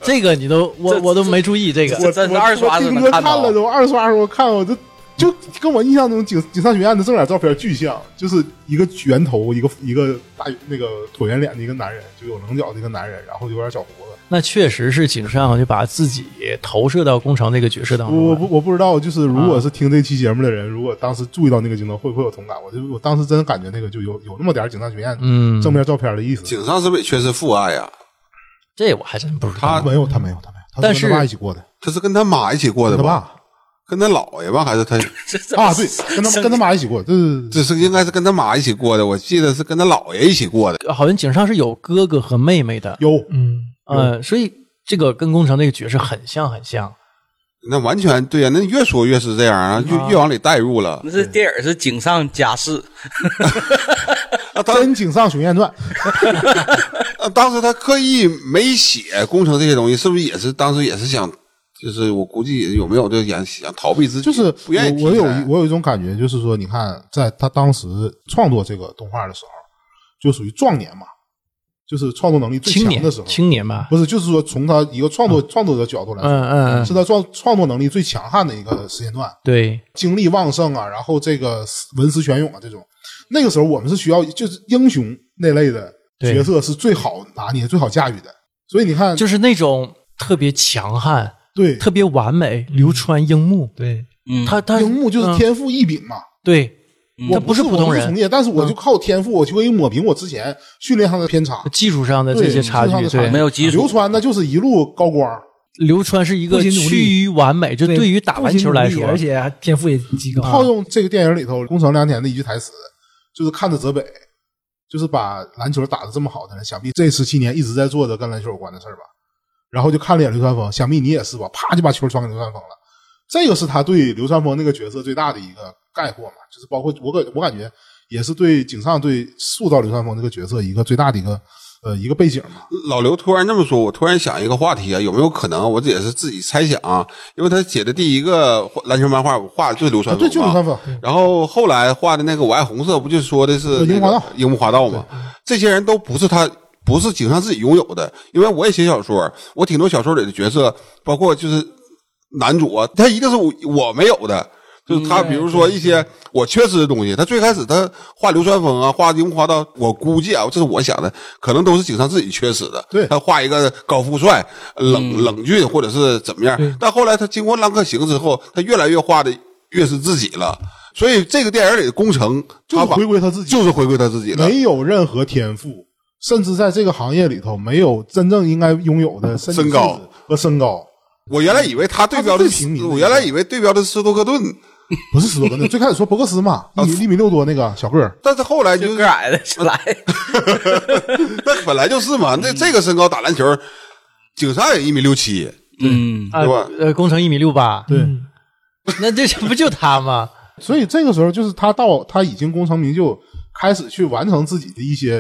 这个你都我
这
我都没注意这个，
这这
我
是二刷
我
子
听
能
哥
看到
了都，二刷时候看我就就跟我印象中警警察学院的正脸照片巨像，就是一个圆头，一个一个大那个椭圆脸的一个男人，就有棱角的一个男人，然后有点小胡子。
那确实是井上就把自己投射到工程这个角色当
我
嗯
中
我
了。
不我不知道，就是如果是听这期节目的人，如果当时注意到那个镜头，会不会有同感？我就我当时真感觉那个就有有那么点儿警察学院
嗯，
正面照片的意思。
井上是不是也缺失父爱呀？
这我还真不知道。
啊
他没有，他没有，他没有，他
但
跟
是
他爸一起过的，
他是跟他妈一起过的
他
吧？
爸
跟他姥爷吧，还是他？
这这
啊，对，跟他跟他妈一起过，对对对对，
这是应该是跟他妈一起过的，我记得是跟他姥爷一起过的。
好像井上是有哥哥和妹妹的，
有
嗯，
呃，所以这个跟工程这个角色很像很像。
那完全对呀、那越说越是这样啊，越越往里带入了
那。是电影是井上家世，
啊，当
真井上雄彦传，
啊当时他刻意没写工程这些东西，是不是也是当时也是想，就是我估计有没有就想想逃避自己，
就是
不愿意
我我
提
有
起来
一我有一种感觉，就是说，你看，在他当时创作这个动画的时候，就属于壮年嘛，就是创作能力最
青
强
年
的时候，
青年吧，
不是，就是说从他一个创作创作者角度来
嗯
说，
嗯
是
嗯，
他创创作能力最强悍的一个时间段。
对，
精力旺盛啊，然后这个文思泉涌啊，这种那个时候我们是需要就是英雄那类的角色是最好拿捏、最好驾驭的。所以你看，
就是那种特别强悍、
嗯对
特别完美，流川樱木，
对，
嗯，
他他
樱木就是天赋异禀嘛，
对，
嗯
他
我
不
是
是普通
我不是
人嗯
从，业，但是我就靠天赋，我就可以抹平我之前训练上的偏差。
技术上的
对
这些差
技
距，
术上的差距
没
对，
有基础
流川那就是一路高光，
流川是一个
不仅努力
趋于完美，就对于打
不
篮
仅
球
努
来
力
说，啊
而且还天赋也啊极高。
套用这个电影里头宫城良田的一句台词，就是看着泽北，就是把篮球打得这么好的人，想必这十七年一直在做着跟篮球有关的事儿吧。然后就看了一眼流川枫，想必你也是吧？啪就把球传给流川枫了。这个是他对流川枫那个角色最大的一个概括嘛，就是包括我感我感觉也是对井上对塑造流川枫这个角色一个最大的一个呃一个背景嘛。
老刘突然这么说，我突然想一个话题啊，有没有可能？我这也是自己猜想啊，因为他写的第一个篮球漫画我画的就是流
啊
川，
对，
枫
就流
嘛
川枫，
然后后来画的那个《我爱红色》，不就说的是
对樱木花道
樱木花道吗？这些人都不是他，不是井上自己拥有的，因为我也写小说，我挺多小说里的角色，包括就是男主啊，他一定是我我没有的，就是他比如说一些我缺失的东西。他最开始他画流川枫啊，画樱木花
嗯
道，我估计啊，这是我想的，可能都是井上自己缺失的。
对嗯
他画一个高富帅、冷冷峻或者是怎么样，但后来他经过《浪客行》之后，他越来越画的越是自己了。所以这个电影里的工程，
就是
他把
回归他自己，
就是回归他自己了。
没有任何天赋，甚至在这个行业里头没有真正应该拥有的身体
身高
素质和身高，
我原来以为他对标的
他是最平民的
我原来以为对标的是斯托克顿，
不是斯多格那最开始说博克斯嘛，一米一米六多那个小个儿，
但是后 来
就
就
个矮的来，
那本来就是嘛，那这个身高打篮球，井上也一米六七，
嗯，
啊
对吧，
呃，工程一米六八，嗯
对，
那这这不就他 吗？
所以这个时候就是他到他已经功成名就，开始去完成自己的一些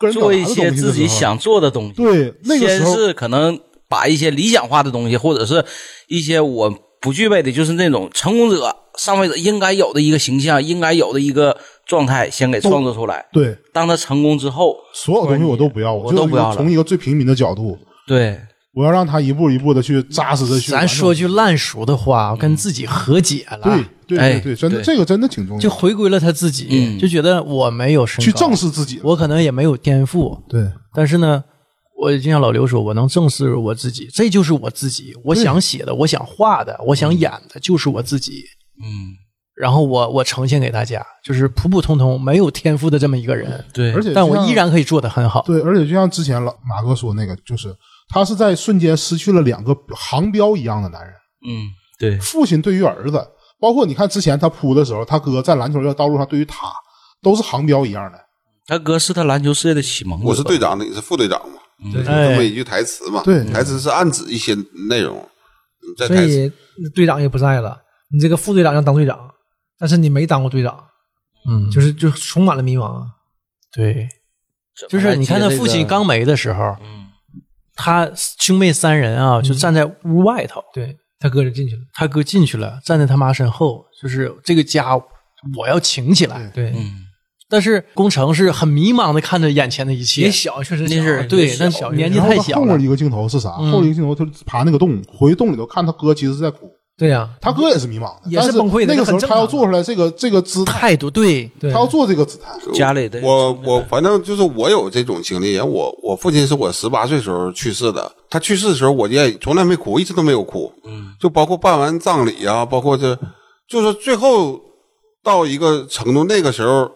个人表
做
达
一
的东西
些
的时
自己
候
想做的东西。
对那个时
先
候
是可能把一些理想化的东西，或者是一些我不具备的，就是那种成功者、上位者应该有的一个形象，应该有的一个状态，先给创作出来。
对
当他成功之后，
所有东西我都不要，
我
就
都不要了
从一个最平民的角度，
对，
我要让他一步一步的去扎实的去完成。
咱说句烂熟的话，跟自己和解了
嗯对，对
哎
对对，真的
对
这个真的挺重要，
就回归了他自己，
嗯
就觉得我没有身高
去正视自己。
我可能也没有天赋，
对
但是呢，我就像老刘说，我能正视我自己，这就是我自己，我想写的，我想画的，我
嗯
想演的，就是我自己。
嗯，
然后我我呈现给大家，就是普普通通没有天赋的这么一个人，
对，
而且
但
像
我依然可以做得很好。
对，而且就像之前老马哥说那个，就是他是在瞬间失去了两个航标一样的男人。
嗯，对，
父亲对于儿子，包括你看之前他扑的时候，他哥在篮球的道路上对于他都是航标一样的。
他哥是他篮球事业的启蒙，
我是队，长，你是副队长嘛，
对
就这么
哎
一句台词嘛。
对
台词是暗指一些内容，嗯在
所
台词
以队长也不在了，你这个副队长要当队长，但是你没当过队长，
嗯，
就是就充满了迷茫。啊
对，就是你看他父亲刚，没的时候，
嗯，
他兄妹三人啊，就站在屋外头，
对嗯他哥就进去了，
他哥进去了，站在他妈身后，就是这个家我要请起来。
对，
嗯，
但是工程是很迷茫的看着眼前的一切
也，小，确实
那
小
是
也
对
小
那
也小
年纪
然后
太
他
小
后
了
面一个镜头是啥？
嗯
后面一个镜头就是爬那个洞，回洞里头看他哥其实是在哭，
对啊呀，
他哥也是迷茫的，
也
但
是
是
崩溃的
那个时候
这很正
他
常
要做出来这个这个姿态，
态度对，
对
他要做这个姿态。
家里的
我我反正就是我有这种经历，我我父亲是我十八岁时候去世的，他去世的时候我也从来没哭，一直都没有哭，嗯，就包括办完葬礼啊，包括这，就是最后到一个程度，那个时候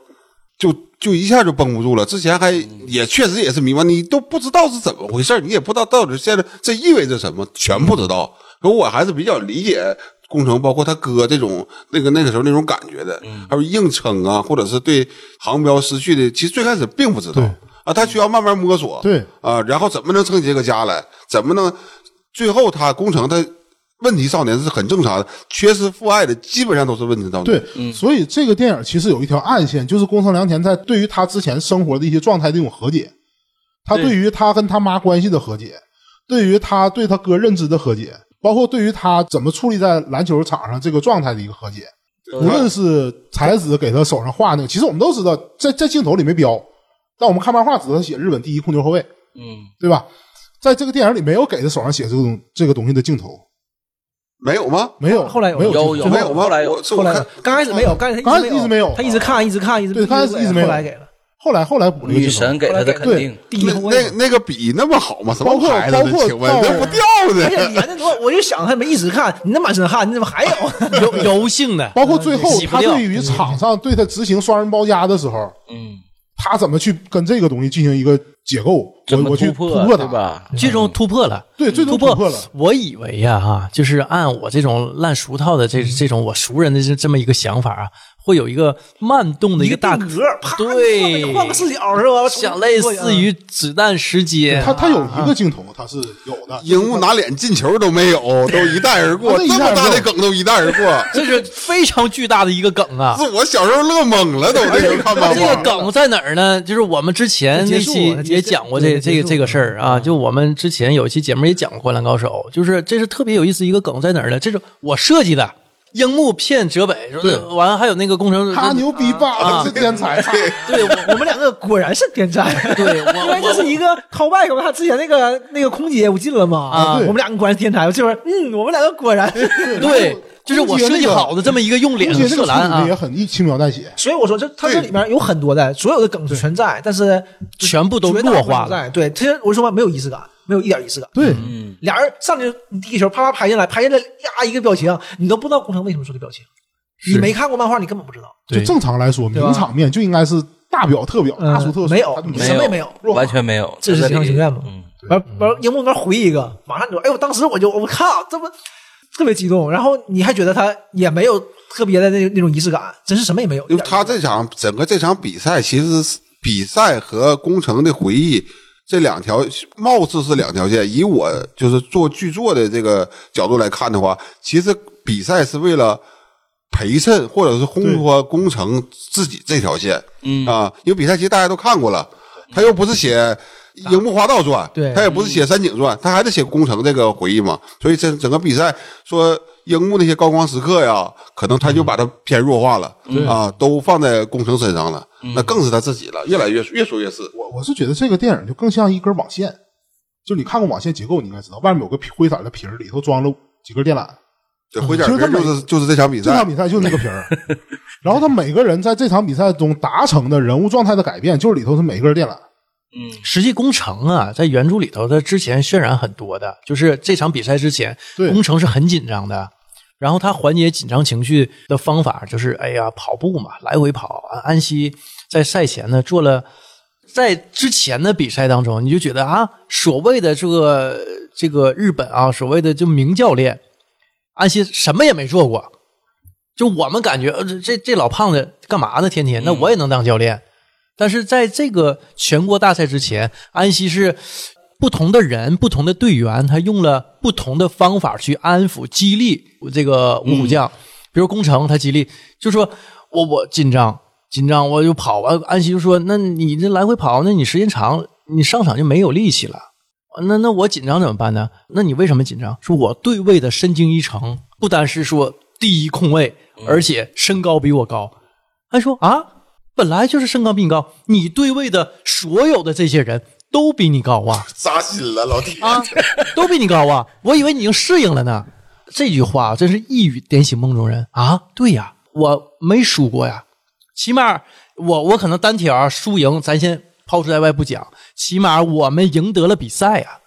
就就一下就绷不住了。之前还
嗯
也确实也是迷茫，你都不知道是怎么回事，你也不知道到底现在这意味着什么，全不知道。可我还是比较理解工程，包括他哥这种那个那个时候那种感觉的，
嗯
还有硬撑啊，或者是对航标失去的，其实最开始并不知道
对
啊，他需要慢慢摸索，
对
啊，然后怎么能撑起这个家来，怎么能最后他工程他。问题少年是很正常的，缺失父爱的基本上都是问题少年。
对，
嗯
所以这个电影其实有一条暗线，就是宫城良田在对于他之前生活的一些状态的一种和解，他对于他跟他妈关系的和解，对于他对他哥认知的和解，包括对于他怎么处理在篮球场上这个状态的一个和解。无论是才子给他手上画那个，其实我们都知道，在在镜头里没标，但我们看漫画只知道写日本第一控球后卫，
嗯，
对吧？在这个电影里没有给他手上写这个东这个东西的镜头，
没有吗？
没有，
后来有
没有镜头
有
没
后
有吗？
后来有
我是我
后来
看
刚开始没有，刚开始
啊刚开始
一
一直没有
他一直看，一直看，一直
对刚开始一直没有
后来给了，
后来后来补了一个
女
镜头
神给他的肯定，
第一
那
红
那那个笔那么好吗？什么
包括
牌子
包
的？
括
请问
到
那不掉
而且
的？
你还那多，我就想他没一直看，你那满身汗，你怎么还有？
柔柔性的，
包括最后
嗯洗不
他
掉
对于场上对他执行双人包夹的时候，
嗯，
他怎么去跟这个东西进行一个解构？
怎
我
么
我去
突
突
破
破它，
对吧？
最终突破了。
对，最终
突
突破了。
我以为呀、哈、就是按我这种烂熟套的这这种我熟人的这这么一个想法啊，会有一个慢动的一个大
定格，啪，
对，
换个视角是吧？
像类似于子弹时间，
他他有一个镜头，他是有的，
荧幕拿脸进球都没有，都一啊带而过，
啊那一
这
带
么
而过
大的梗都一带而过，
这是非常巨大的一个梗啊。
是我小时候乐懵了都。那时候看漫
这个
画，
梗在哪儿呢？就是我们之前那
结束
期
了结
也讲过这
对
这
结
个
束嗯
这个事儿啊，就我们之前有一期节目也讲过《灌篮高手》，就是这是特别有意思一个梗在哪儿呢？这是我设计的，樱木骗泽北，
对
说完了还有那个工程，
他牛逼吧？他是天才，
对 我
我们两个果然是天才，
对我
因为这是一个 callback 嘛，他之前那个那个空姐不进了吗？
啊
我们两个果然是天才，我这边嗯，我们两个果 然是。
对，就是我设计好的这么一个用
而
脸
且这
射
个
篮
处理
啊
也，很一轻描淡写。
所以我说，这它这里面有很多的所有的梗全在，但是
全部都
绝大
弱
部分
化
都
了。
在。对，其实我说嘛，没有仪式感，没有一点仪式感。
对，
俩人上去第一球，啪啪拍进来，拍进来呀一个表情，你都不知道工程为什么说这表情，你没看过漫画，你根本不知道。
就正常来说，
对吧
名场面就应该是大表特表、大书特书，
嗯没有
他就
什么也没有
完全没有，
这是情
情
场情愿嘛
嗯，
完完，樱木那边回一个，马上你说，哎呦，当时我就我靠，这不特别激动，然后你还觉得他也没有特别的那那种仪式感，真是什么也没有。
因为他这场整个这场比赛，其实是比赛和工程的回忆这两条，貌似是两条线。以我就是做剧作的这个角度来看的话，其实比赛是为了陪衬或者是烘托工程自己这条线。嗯啊，因为比赛其实大家都看过了，他又不是写。樱木花道传，
嗯对
他也不是写山井传，他还得写工程这个回忆嘛。所以这整个比赛说樱木那些高光时刻呀，可能他
嗯
就把它偏弱化了、啊，都放在工程身上了，
嗯
那更是他自己了，越来越越说越是。
我我是觉得这个电影就更像一根网线，就你看过网线结构，你应该知道，外面有个皮灰色的皮儿，里头装了几根电缆。
这回点
其实他
儿
每
嗯就是就是这场比
这场
赛，
比赛就是那个皮儿，然后他每个人在这场比赛中达成的人物状态的改变，就是里头是每个人电缆。
实际工程啊，在原著里头，它之前渲染很多的，就是这场比赛之前，
对
工程是很紧张的。然后他缓解紧张情绪的方法就是，哎呀，跑步嘛，来回跑。安安西在赛前呢做了，在之前的比赛当中，你就觉得啊，所谓的这个这个日本啊，所谓的就名教练，安西什么也没做过，就我们感觉呃这这这老胖子干嘛呢？天天那我也能当教练，但是在这个全国大赛之前，安西是不同的人、不同的队员，他用了不同的方法去安抚、激励这个五虎将。比如工程，他激励就说：“我我紧张，紧张，我就跑啊。”安西就说：“那你这来回跑，那你时间长，你上场就没有力气了。那那我紧张怎么办呢？那你为什么紧张？是我对位的深津一成，不单是说第一控卫，而且身高比我高。还说啊，本来就是身高比你高，你对位的所有的这些人都比你高啊，
扎心了，老铁。
啊，都比你高啊！我以为你已经适应了呢。这句话啊真是一语点醒梦中人啊！对呀，我没输过呀，起码我我可能单挑啊输赢，咱先抛出在外不讲，起码我们赢得了比赛呀、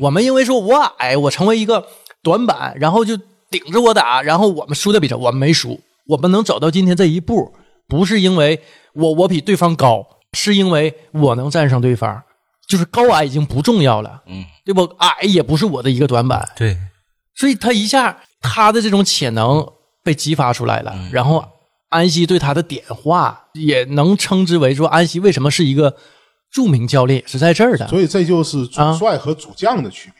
我们因为说我矮，我成为一个短板，然后就顶着我打，然后我们输的比赛，我们没输，我们能走到今天这一步，不是因为我我比对方高，是因为我能战胜对方，就是高矮已经不重要了，
嗯，
对不？矮也不是我的一个短板，
对，
所以他一下他的这种潜能被激发出来了，然后安西对他的点化也能称之为说安西为什么是一个著名教练，也是在这儿的，
所以这就是主
啊
帅和主将的区别。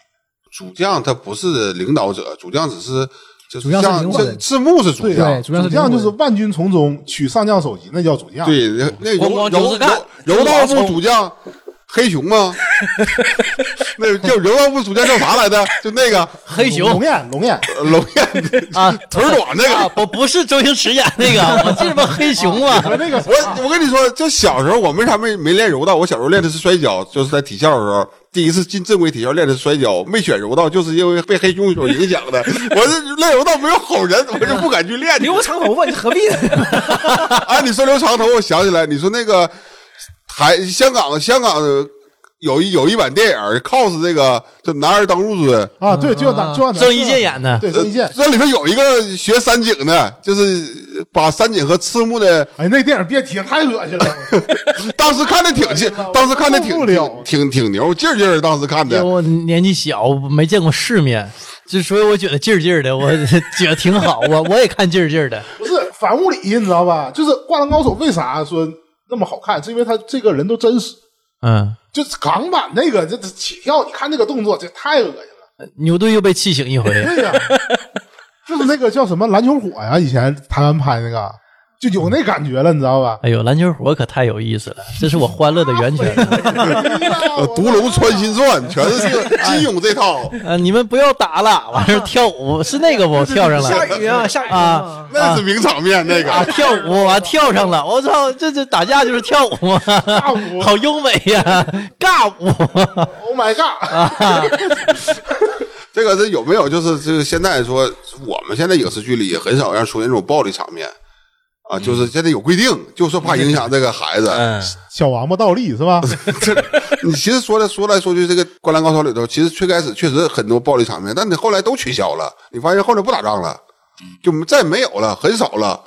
主将他不是领导者，主将只是就是
主将是
像
领导
这
者
字幕是主
对啊
将，
主将是
将就
领
是
导
万军从中取上将首级，那叫主将。，
对，那那
咣咣
柔
啊就是
柔
干
柔柔道部主将黑熊 吗？那叫柔道部主将叫啥来着？就那个
黑熊
龙眼，龙眼，
呃龙眼
啊，
腿儿短那
啊
个。，
不不是周星驰演那个，我记得不黑熊
和
吗？
那个
啊
我我跟你说，就小时候我为啥没没练柔道？我小时候练的是摔跤，就是在体校的时候，第一次进正规体校练的是摔跤，没选柔道，就是因为被黑熊所影响的。 我这练柔道没有好人，我就不敢去练。
留个长头发，你何必呢？
啊，你说留长头，我想起来，你说那个台香港香港有一有一版电影儿 cos 这个就男儿当入樽，
啊，对，就按就按
郑伊健演的
对，郑伊健。
这里头有一个学三井的，就是把三井和赤木的，
哎，那电影别提了，太恶心了。
当时看的挺气，当时看的挺
受不了
挺挺挺牛，劲儿劲儿，当时看
因为
的。
我年纪小，没见过世面，就所以我觉得劲儿劲儿的，我 觉得挺好，我我也看劲儿劲儿的。
不是反物理，你知道吧？就是《灌篮高手》为啥说那么好看？是因为他这个人都真实，
嗯，
就是港版那个这这起跳，你看那个动作，这太恶心了。
牛顿又被气醒一回，
对呀、就是那个叫什么篮球火呀、以前台湾拍那个，就有那感觉了，你知道吧？
哎呦，篮球活可太有意思了，这是我欢乐的源泉。
哎
呃，独龙穿心算，全是
哎
金庸这套。
啊，你们不要打了，完事儿跳舞是那个不？跳 上
下
了
雨啊，下雨
啊！
那是名场面，那
啊，
个
跳舞完跳上了，我操，这这打架就是跳舞啊，
舞
好优美呀，尬舞。
Oh my god！
啊
这个这有没有就是这个现在说我们现在影视剧里也很少让出现这种暴力场面啊，就是现在有规定，就说怕影响这个 孩子。
嗯，
小王八倒立是吧？
你其实说来说来说去，这个《灌篮高手》里头，其实最开始确实很多暴力场面，但你后来都取消了，你发现后来不打仗了，就再没有了，很少了。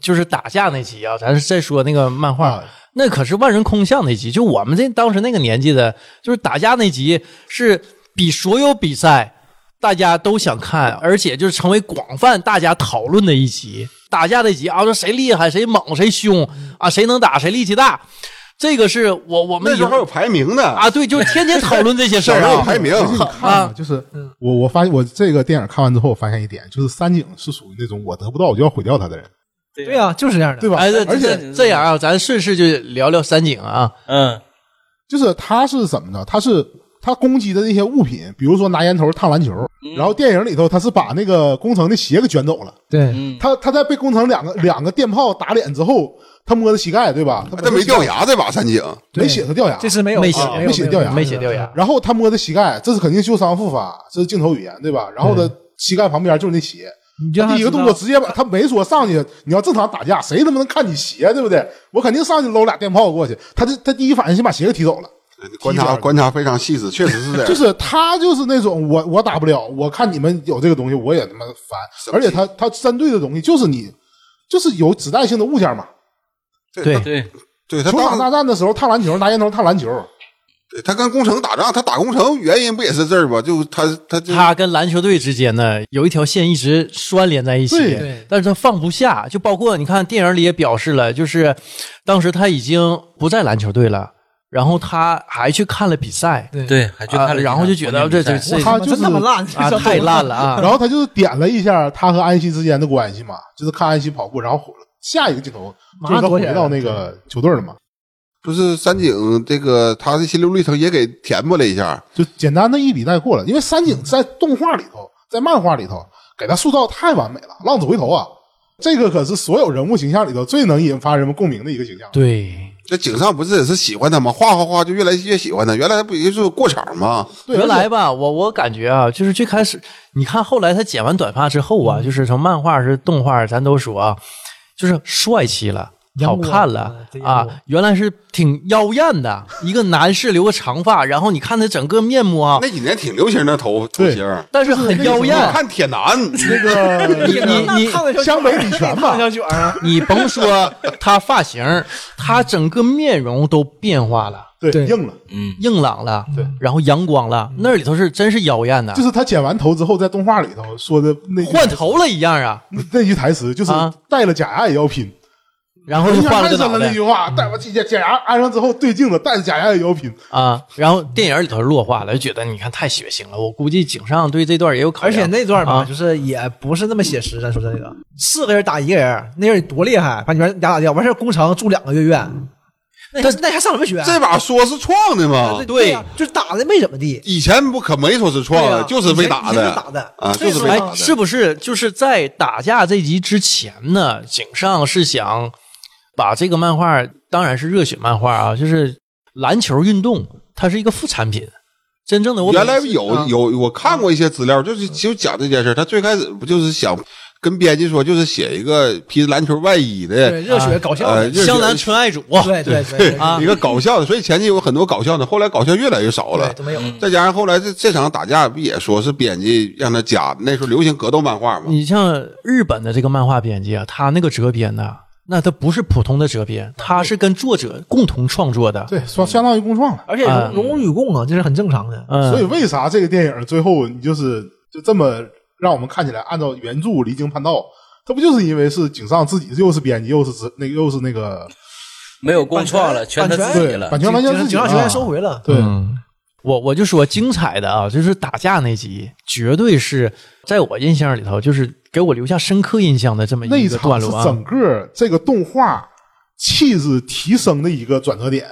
就是打架那集啊，咱是再说那个漫画，
啊
那可是万人空巷那集。就我们这当时那个年纪的，就是打架那集是比所有比赛大家都想看，而且就是成为广泛大家讨论的一集。打架那集啊，说谁厉害，谁猛，谁凶啊，谁能打，谁力气大，这个是我我们
那时候还有排名呢，
啊，对，就是 天天讨论这些事
小
儿
时候有
啊。
排名，
就是你看啊，就是我我发现我这个电影看完之后，我发现一点，就是三井是属于那种我得不到我就要毁掉他的人，
对啊，就是这样的，
对 吧？
哎，这
而且
这这样啊，咱顺势就聊聊三井啊，
嗯，
就是他是怎么着？他是他攻击的那些物品，比如说拿烟头烫篮球，
嗯
然后电影里头他是把那个工程的鞋给卷走了。
对，
他他在被工程两个两个电炮打脸之后，他摸的膝盖，对吧？
他
他
没掉
牙，
牙这把三井，
没血他掉牙。
这次没有
没
啊
写
有
没写掉牙
没写掉牙。
然后他摸的膝盖，这是肯定旧伤复发，这是镜头语言，对吧？然后他膝盖旁边就是那鞋，
你就让他
第一个
知道
动作直接把他没说上去，你要正常打架，谁他妈能看你鞋，对不对？我肯定上去搂俩电炮过去，他这他第一反应先把鞋给踢走了。
哎观
踢出
察
来
观察非常细致，确实是这
就
样。
是他就是那种我我打不了，我看你们有这个东西我也他妈烦，而且他他针对的东西就是你，就是有指代性的物件嘛。
对
他
对，
对他
球场大
当
战的时候烫篮球，拿烟头烫篮球，
对他跟工程打仗，他打工程原因不也是这儿吗？就他他就
他跟篮球队之间呢，有一条线一直拴连在一起，
对
对
但是他放不下。就包括你看电影里也表示了，就是当时他已经不在篮球队了，然后他还去看了比赛，
对
对，还去看
啊
了几场
然后就觉得
关键
这
比赛
这这
他就是
真他妈烂，
啊
这
太烂了啊！
然后他就是点了一下他和安西之间的关系嘛，就是看安西跑步，然后下一个镜头就是他回到那个球队了嘛，
就是三井这个他的心路历程也给填补了一下。
就简单的一笔带过了。因为三井在动画里头，在漫画里头给他塑造太完美了，浪子回头啊，这个可是所有人物形象里头最能引发人们共鸣的一个形象。
对，
这井上不是也是喜欢他吗？画画画就越来越喜欢他。原来他不也就是过场吗？
对
原
而且
来吧，我我感觉啊，就是最开始，你看后来他剪完短发之后啊，就是从漫画是动画，咱都说啊，就是帅气了。
阳
好
光
看
啊
了
这阳
啊
光！
原来是挺妖艳的，一个男士留个长发，然后你看他整个面目啊，
那几年挺流行那头头
对
型儿，
但是很妖艳。
看铁男，
那个
你你你
你
湘北李泉吧
小卷儿，啊
你甭说他发型，他整个面容都变化了，
对
对
硬了，
硬朗了，
对，
然后阳光了，那里头是真是妖艳的
就，是他剪完头之后，在动画里头说的那
换头了一样啊，
那句台词，就是
啊
戴了假牙也要拼。
然后就
印象
换了
太
个
深
脑
了那
袋
句话，戴完假假牙安上之后对镜子，戴着假牙也要拼。
啊，然后电影里头弱化了，就觉得你看太血腥了，我估计井上对这段也有考
而
量，
且那段吧，
啊
就是也不是那么写实。咱说这个，四个人打一个人，那人多厉害，把你们俩打掉，完事儿工程住两个月院，那还那还上什么学？啊
这把说是创的吗？
对呀，就是打的没怎么地，
以前不可没说是创
对
的，
啊
就是被打
以前
的，
就是打的
啊，
所
就
以
是
说
被打
哎，
的。
是不是就是在打架这集之前呢？井上是想把这个漫画，当然是热血漫画啊，就是篮球运动，它是一个副产品。真正的我
原来
啊
有有我看过一些资料，就是就讲这件事儿。他最开始不就是想跟编辑说，就是写一个披篮球外衣
哎对，
的，
热血搞笑
呃
的，
热血
湘南纯爱组，
对对
对
对
啊
一个搞笑的。所以前期有很多搞笑的，后来搞笑越来越少
对
了。嗯
都没有。
再加上后来这这场打架不也说是编辑让他加，那时候流行格斗漫画嘛，
你像日本的这个漫画编辑啊，他那个折编呢，那他不是普通的折编，他是跟作者共同创作的。
对，相相当于共创了。
而且
啊
荣荣辱与共啊，这是很正常的。
嗯，
所以为啥这个电影最后你就是就这么让我们看起来按照原著离经叛道？他不就是因为是井上自己又是编辑又是执那个又是那个
没有共创了，全他
版
自己
对
了
版。权完全
警
自己啊
警察
了
学院收回了，
对，
嗯，我我就说精彩的啊，就是打架那集，绝对是在我印象里头，就是给我留下深刻印象的这么
那
一
一
个
场
段
是
落啊。
整个这个动画气质提升的一个转折点。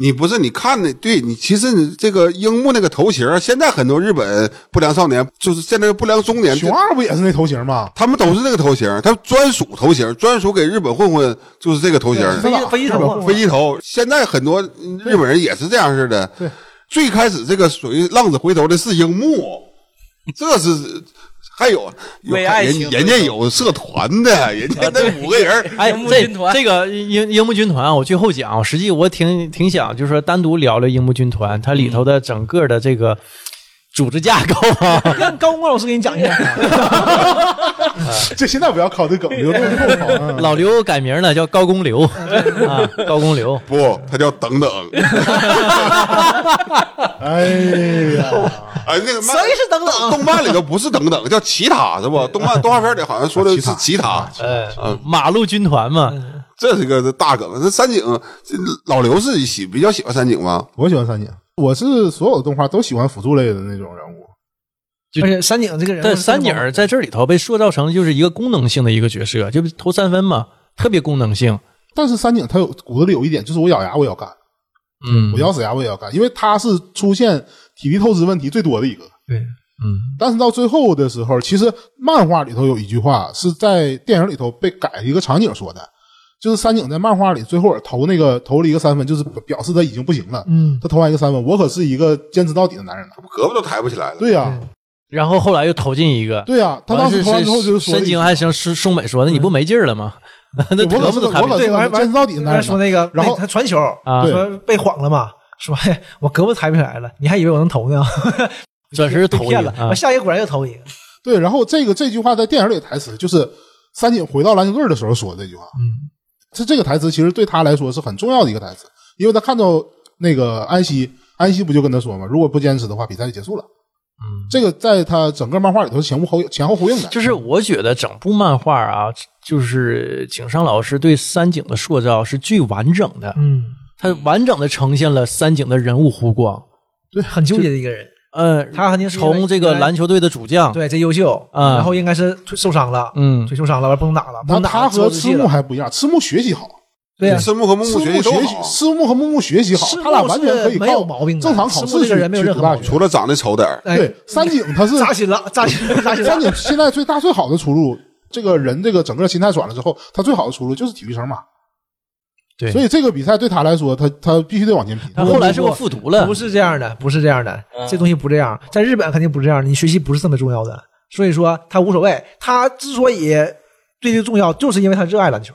你不是你看的，对你其实你这个樱木那个头型，现在很多日本不良少年就是现在不良中年，
熊二不也是那头型吗？
他们都是这个头型，他专属头型，专属给日本混混就是这个头型，
对
飞机头
啊
嘛
飞机头。现在很多日本人也是这样似的。
对，
最开始这个属于浪子回头的是樱木，这是还有有
为爱
人
情
人家有社团的，人家那五个人。
哎
樱，木
这
军团
这个樱樱木军团啊，我最后讲啊，实际我挺挺想，就是说单独聊聊樱木军团，它里头
嗯
的整个的这个组织架构 啊，
让高光老师给你讲一下，
这现在不要考这梗，留着以后考。嗯
老刘改名了，叫高公刘啊，高公刘。
不，他叫等 等。
哎呀，
哎，那个漫
谁是等等
动漫里头不是等等，叫其他是吧？动漫动画片里好像说
啊
的是其他。
呃，马路军团
嗯
嘛，
这是个大梗。这三井，这老刘是喜比较喜欢三井吗？
我喜欢三井，我是所有的动画都喜欢辅助类的那种人物。
就
而且山井这个人，
但三井儿在这里头被塑造成就是一个功能性的一个角色，就投三分嘛，特别功能性。
但是三井他有骨子里有一点，就是我咬牙我也要干，
嗯，
我咬死牙我也要干，因为他是出现体力透支问题最多的一个。
对，
嗯
但是到最后的时候，其实漫画里头有一句话是在电影里头被改了一个场景说的，就是三井在漫画里最后投那个投了一个三分，就是表示他已经不行了。
嗯，
他投完一个三分，我可是一个坚持到底的男人呢。
胳膊都抬不起来了。
对呀、
然后后来又投进一个，
对呀、他当时投完之后就是说了
深
一句，
井还行，松松美说：“那你不没劲儿了吗？” 那
我
得
可
不
是
得
我
卡比
可是
对我还
坚持到底的男
刚才
人
说
呢。
那个，
然后
那他传球
啊
说被晃了嘛，说哎 我胳膊抬不起来了，你还以为我能投呢？
转身
被
投一
骗
个
了，
啊
我下一个果然又投一个，
对，然后这个这句话在电影里的台词就是三井回到篮球队的时候说的这句话。
嗯，
这这个台词其实对他来说是很重要的一个台词，因为他看到那个安西，安西不就跟他说嘛，如果不坚持的话，比赛就结束了。嗯，这个在他整个漫画里头是前后后前后呼应的，
就是我觉得整部漫画啊，就是井上老师对三井的塑造是最完整的，
嗯，
他完整的呈现了三井的人物弧光。
对，很纠结的一个人，
呃，
他肯定是因为
从这个篮球队的主将，
对，贼优秀，
啊
然后应该是腿受伤了，
嗯
腿受伤了，完不能打了，不
他
能打
他
了，
和
自暴自弃
赤木
了
还不一样，赤木学习好，
对啊呀，
赤木和木木
赤
学习
木
都
学习，
好，啊
赤木和木木学习好
赤，木
他俩完全可以
是
靠
没有毛病的
正常考
赤
试
木这个
去
人没有
去
任
读
何
大
毛病
学
除。了长得丑点儿，
哎
对，三井他是
扎心了，扎心了，扎心
三
了。
井哎现在最大最好的出路，这个人这个整个心态转了之后，他最好的出路就是体育生嘛。
对
所以这个比赛对他来说，他他必须得往前拼。
他后来是我复读了
不，是这样的，不是这样的，这东西不这样，在日本肯定不是这样的，你学习不是这么重要的，所以说他无所谓。他之所以对这个重要，就是因为他热爱篮球，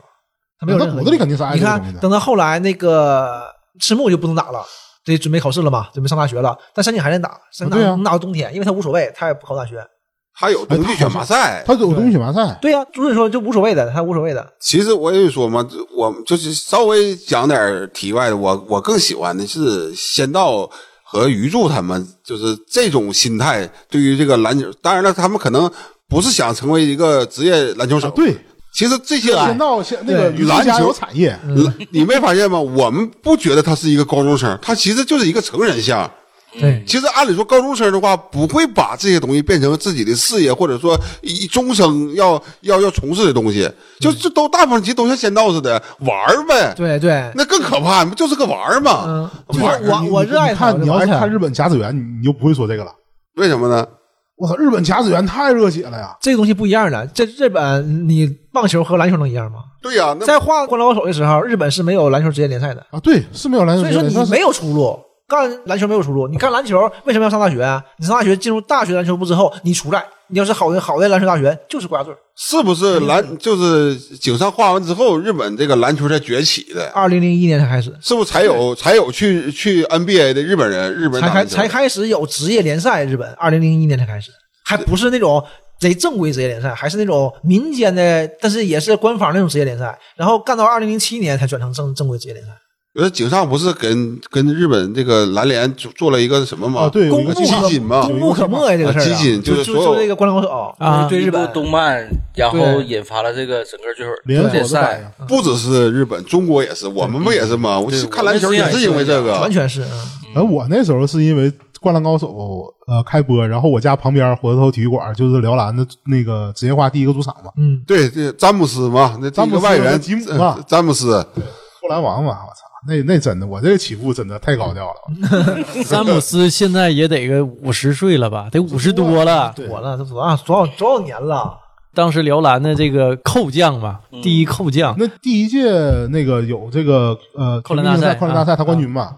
他没有
那
任何
骨子里
意义
肯定是爱
你
这个东西
看
的，
等到后来那个赤木就不能打了。得准备考试了嘛，准备上大学了，但山井还能打，山井
对啊
能打到冬天，因为他无所谓，他也不考大学。
还有冬季选拔赛。
哎他有东西选拔赛，啊
对呀、啊所以说就无所谓的，他无所谓的。
其实我也说嘛，我就是稍微讲点儿题外的，我我更喜欢的是仙道和鱼柱他们，就是这种心态对于这个篮球。当然了，他们可能不是想成为一个职业篮球手，
啊对，
其实这些
先到先那个
对
娱乐
篮
家
球
有产业，
嗯
你没发现吗？我们不觉得他是一个高中生，他其实就是一个成人像。
对，
其实按理说，高中生的话不会把这些东西变成自己的事业，或者说一终生要要要从事的东西。就这都大部分其实都像仙道似的玩儿呗。
对对，
那更可怕，你不就是个玩儿吗
嗯？，就是
玩儿
我
你
我
你
热爱他，
看你要
我
是
热爱
看
他
日本甲子园，你你就不会说这个了。
为什么呢？
我操，日本甲子园太热血了呀！
这个东西不一样的。这日本你棒球和篮球能一样吗？
对呀、那
在画《灌篮高手》的时候，日本是没有篮球职业联赛的，
啊，对，是没有篮球
所以
队，
说
但
你
是
没有出路。干篮球没有出路，你干篮球为什么要上大学啊？你上大学进入大学篮球部之后，你出来，你要是好的好的篮球大学就是国家队。
是不是篮就是井上画完之后，日本这个篮球才崛起的？
二零零一年才开始，
是不是才有才有去去 NBA 的日本人？日本人
才
打
开
篮球
才开始有职业联赛，日本二零零一年才开始，还不是那种贼正规职业联赛，还是那种民间的，但是也是官方那种职业联赛。然后干到二零零七年才转成正正规职业联赛，
我说井上不是跟跟日本这个篮联做做了一个什么吗？
啊，对，有
功
一个
不
基
基
可
金嘛，
功不可没呀，这个事儿啊、
啊集锦
就
就是所有
就这个《灌篮高手》
啊
对
一
日
部
本
动漫，然后
对
引发了这个整个就是
连锁
联
的反
赛。
应。
不只是日本，中国也是，我们不也是吗？我
对
看篮球也是因为这个
完，全是啊，
哎，我那时候是因为《灌篮高手》呃开播，然后我家旁边火车头体育馆就是辽篮的那个职业化第一个主场嘛，
嗯，
对对，詹姆斯嘛，那
詹姆斯
第一个外援
吉姆嘛
呃詹姆斯，
扣篮王嘛，我操，那那真的，我这个起步真的太高调了。
嗯 詹姆斯现在也得个五十岁了吧，得五十多了。
对
火了，这多少多少多少年了？
当时辽篮的这个扣将嘛，第一扣将，
那第一届那个有这个呃
扣篮大赛
全明星扣篮大赛
啊
他冠军嘛，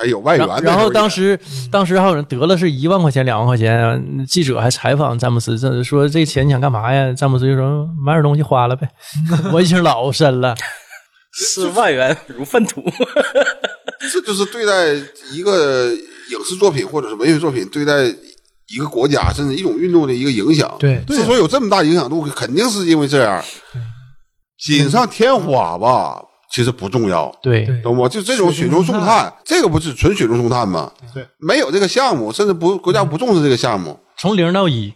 哎，有外援
然
那时候也。
然后当时，当时还有人得了是一万块钱、两万块钱，记者还采访詹姆斯，这说这钱你想干嘛呀？詹姆斯就说买点东西花了呗， 我已经老深了。
视外援如粪土，
这就是对待一个影视作品或者是文学作品对待一个国家甚至一种运动的一个影响。
对
之所以有这么大影响度，肯定是因为这样。锦上添花吧，其实不重要，
对
对
懂吗？就这种雪中送炭，这个不是纯雪中送炭吗？
对，
没有这个项目，甚至不国家不重视这个项目。
从零到一，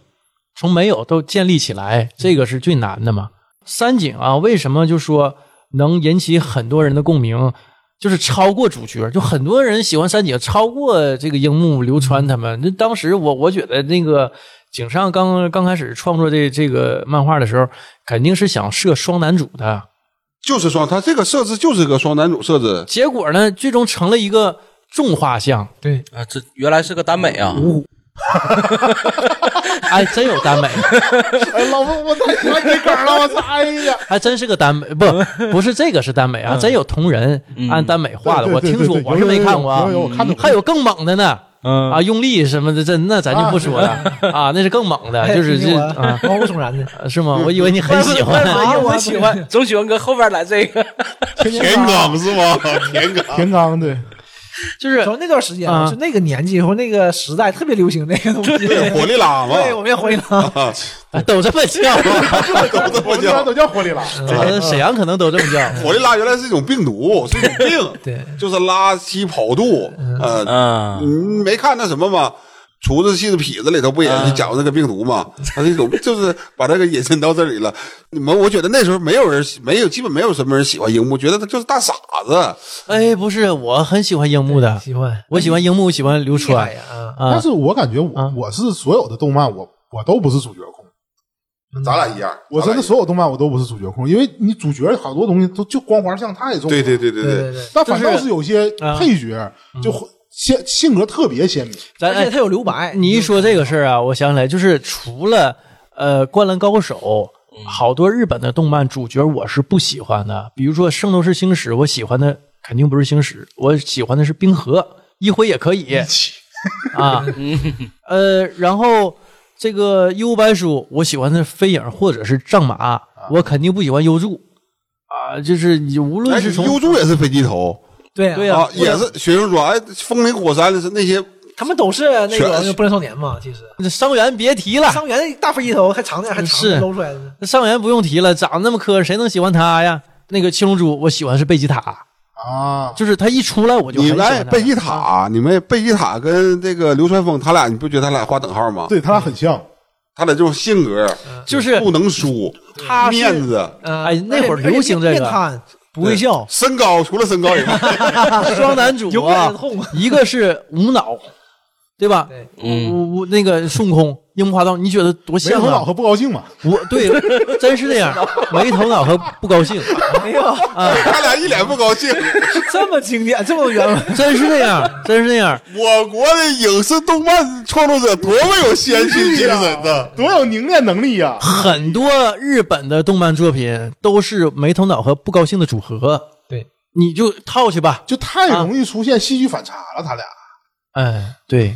从没有都建立起来，这个是最难的嘛。三井啊，为什么就说能引起很多人的共鸣？就是超过主角，就很多人喜欢三井，超过这个樱木、流川他们。那当时我我觉得那个井上刚刚开始创作这这个漫画的时候，肯定是想设双男主的。
就是双，他这个设置就是个双男主设置，
结果呢，最终成了一个重画像，
对，
啊，这原来是个耽美啊，
哎，真有耽美，
哎，老婆，我太喜欢这梗了，我操！哎呀，
还真是个耽美，不不是这个是耽美啊，真有同人按耽美画的，我
嗯对
听
对
说
对
我
有
是没
有
看过啊
有，有有我看到过
还有更猛的呢。
嗯
啊，用力什么的，这那咱就不说了啊，那是更猛
哎
的，就是
这
这啊，
毛骨悚 然的，
是 吗？我以为你很喜欢，
啊我喜欢，
总喜欢搁后边来这个，
田刚是吧？ 田刚，
田刚对，
就是
从那段时间
啊
啊，就那个年纪和那个时代特别流行那个东西，
对火力拉嘛，
对，我们也回了，
啊都这么 叫啊，
都这
我
么
们家
叫
都。叫火力拉，
啊沈阳可能都这么叫。
火力拉原来是一种病毒，是一种病，
对，
就是拉稀跑肚。呃，
嗯
你，没看那什么吗？厨子戏的痞子里头不也
嗯
是讲这个病毒吗？它是一种，就是把这个引申到这里了。你们，我觉得那时候没有人，没有，基本没有什么人喜欢樱木，觉得他就是大傻子。
哎，不是，我很喜欢樱木的，
喜欢，
我喜欢樱木，喜欢流川
厉害呀啊
啊
但。是我感觉我
啊
我是所有的动漫，我我都不是主角控，嗯
咱俩一样，
我真的所有动漫我都不是主角控，因为你主角好多东西都就光环像太重了。
对对对对
对对对，
但反倒
就是
是有些
啊
配角就鲜性格特别鲜明，
咱
而
哎
且，他有留白，
你一说这个事儿啊，我想起来，就是除了呃《灌篮高手》，好多日本的动漫主角我是不喜欢的。比如说《圣斗士星矢》，我喜欢的肯定不是星矢，我喜欢的是冰河，一辉也可以啊。呃，然后这个优白书，我喜欢的是飞影或者是战马，我肯定不喜欢优助啊。就是你无
哎，
论是从
优助也是飞机头
对
对
呀，
呀
啊，也是学生装。哎，风林火山是那些
他们都是那个
全
那波澜少年嘛，其实
伤员别提了，
伤员大飞机头还长点，还
啊是
长搂出来的，
上元不用提了，长得那么磕碜，谁能喜欢他呀？那个七龙珠，我喜欢是贝吉塔，
啊，
就是他一出来我就很嗯
你
喜
们哎
欢他
贝吉塔，你们贝吉塔跟这个流川枫，他俩你不觉得他俩划等号吗？
对他俩很像。
他俩这种性格
就是
不能输，
他是
面子、
嗯
哎那会儿流行这个
面瘫不会笑，
身高，除了身高以 外，
双男主
啊永远
啊
的痛，
一个是无脑，对吧？
对
嗯
无无那个孙悟空、樱木花道，你觉得多
没
像
头脑
啊？
和不高兴嘛，
我对，真是这样，没头脑和不高兴，
哎呦，
他俩一脸不高兴。
这么经典，这么圆 满，
真是这样，真是这样。
我国的影视动漫创作者多么有先驱精神呐！
多有凝练能力呀！
很多日本的动漫作品都是没头脑和不高兴的组合，
对，
你就套去吧。
就太容易出现戏剧反差了，他俩。
哎，对，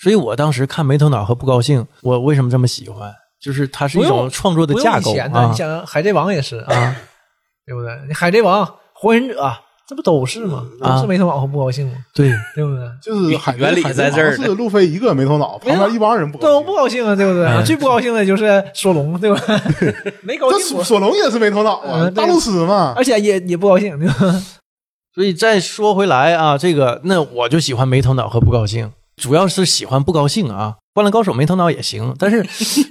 所以我当时看《没头脑》和《不高兴》，我为什么这么喜欢？就是它是一
不
种
用
创作的
不用
架
以
构
前的，
啊
你。想《海贼王》也是啊，对不对？你《海贼王》《火影忍者》这不都是吗？
啊
都是没头脑和不高兴吗？
对，
对不对？
就是海
原理在这儿呢
是路飞一个没头脑，旁边一帮人不高
都不
兴。
高兴啊，对不对？
哎
最不高兴的就是索隆，对吧？没高
这
兴
索
过，
索隆也是没头脑啊，
嗯
大路痴嘛。
而且也也不高兴，对吧？
所以再说回来啊，这个那我就喜欢《没头脑》和《不高兴》，主要是喜欢《不高兴》啊，《灌篮高手》没头脑也行，但 是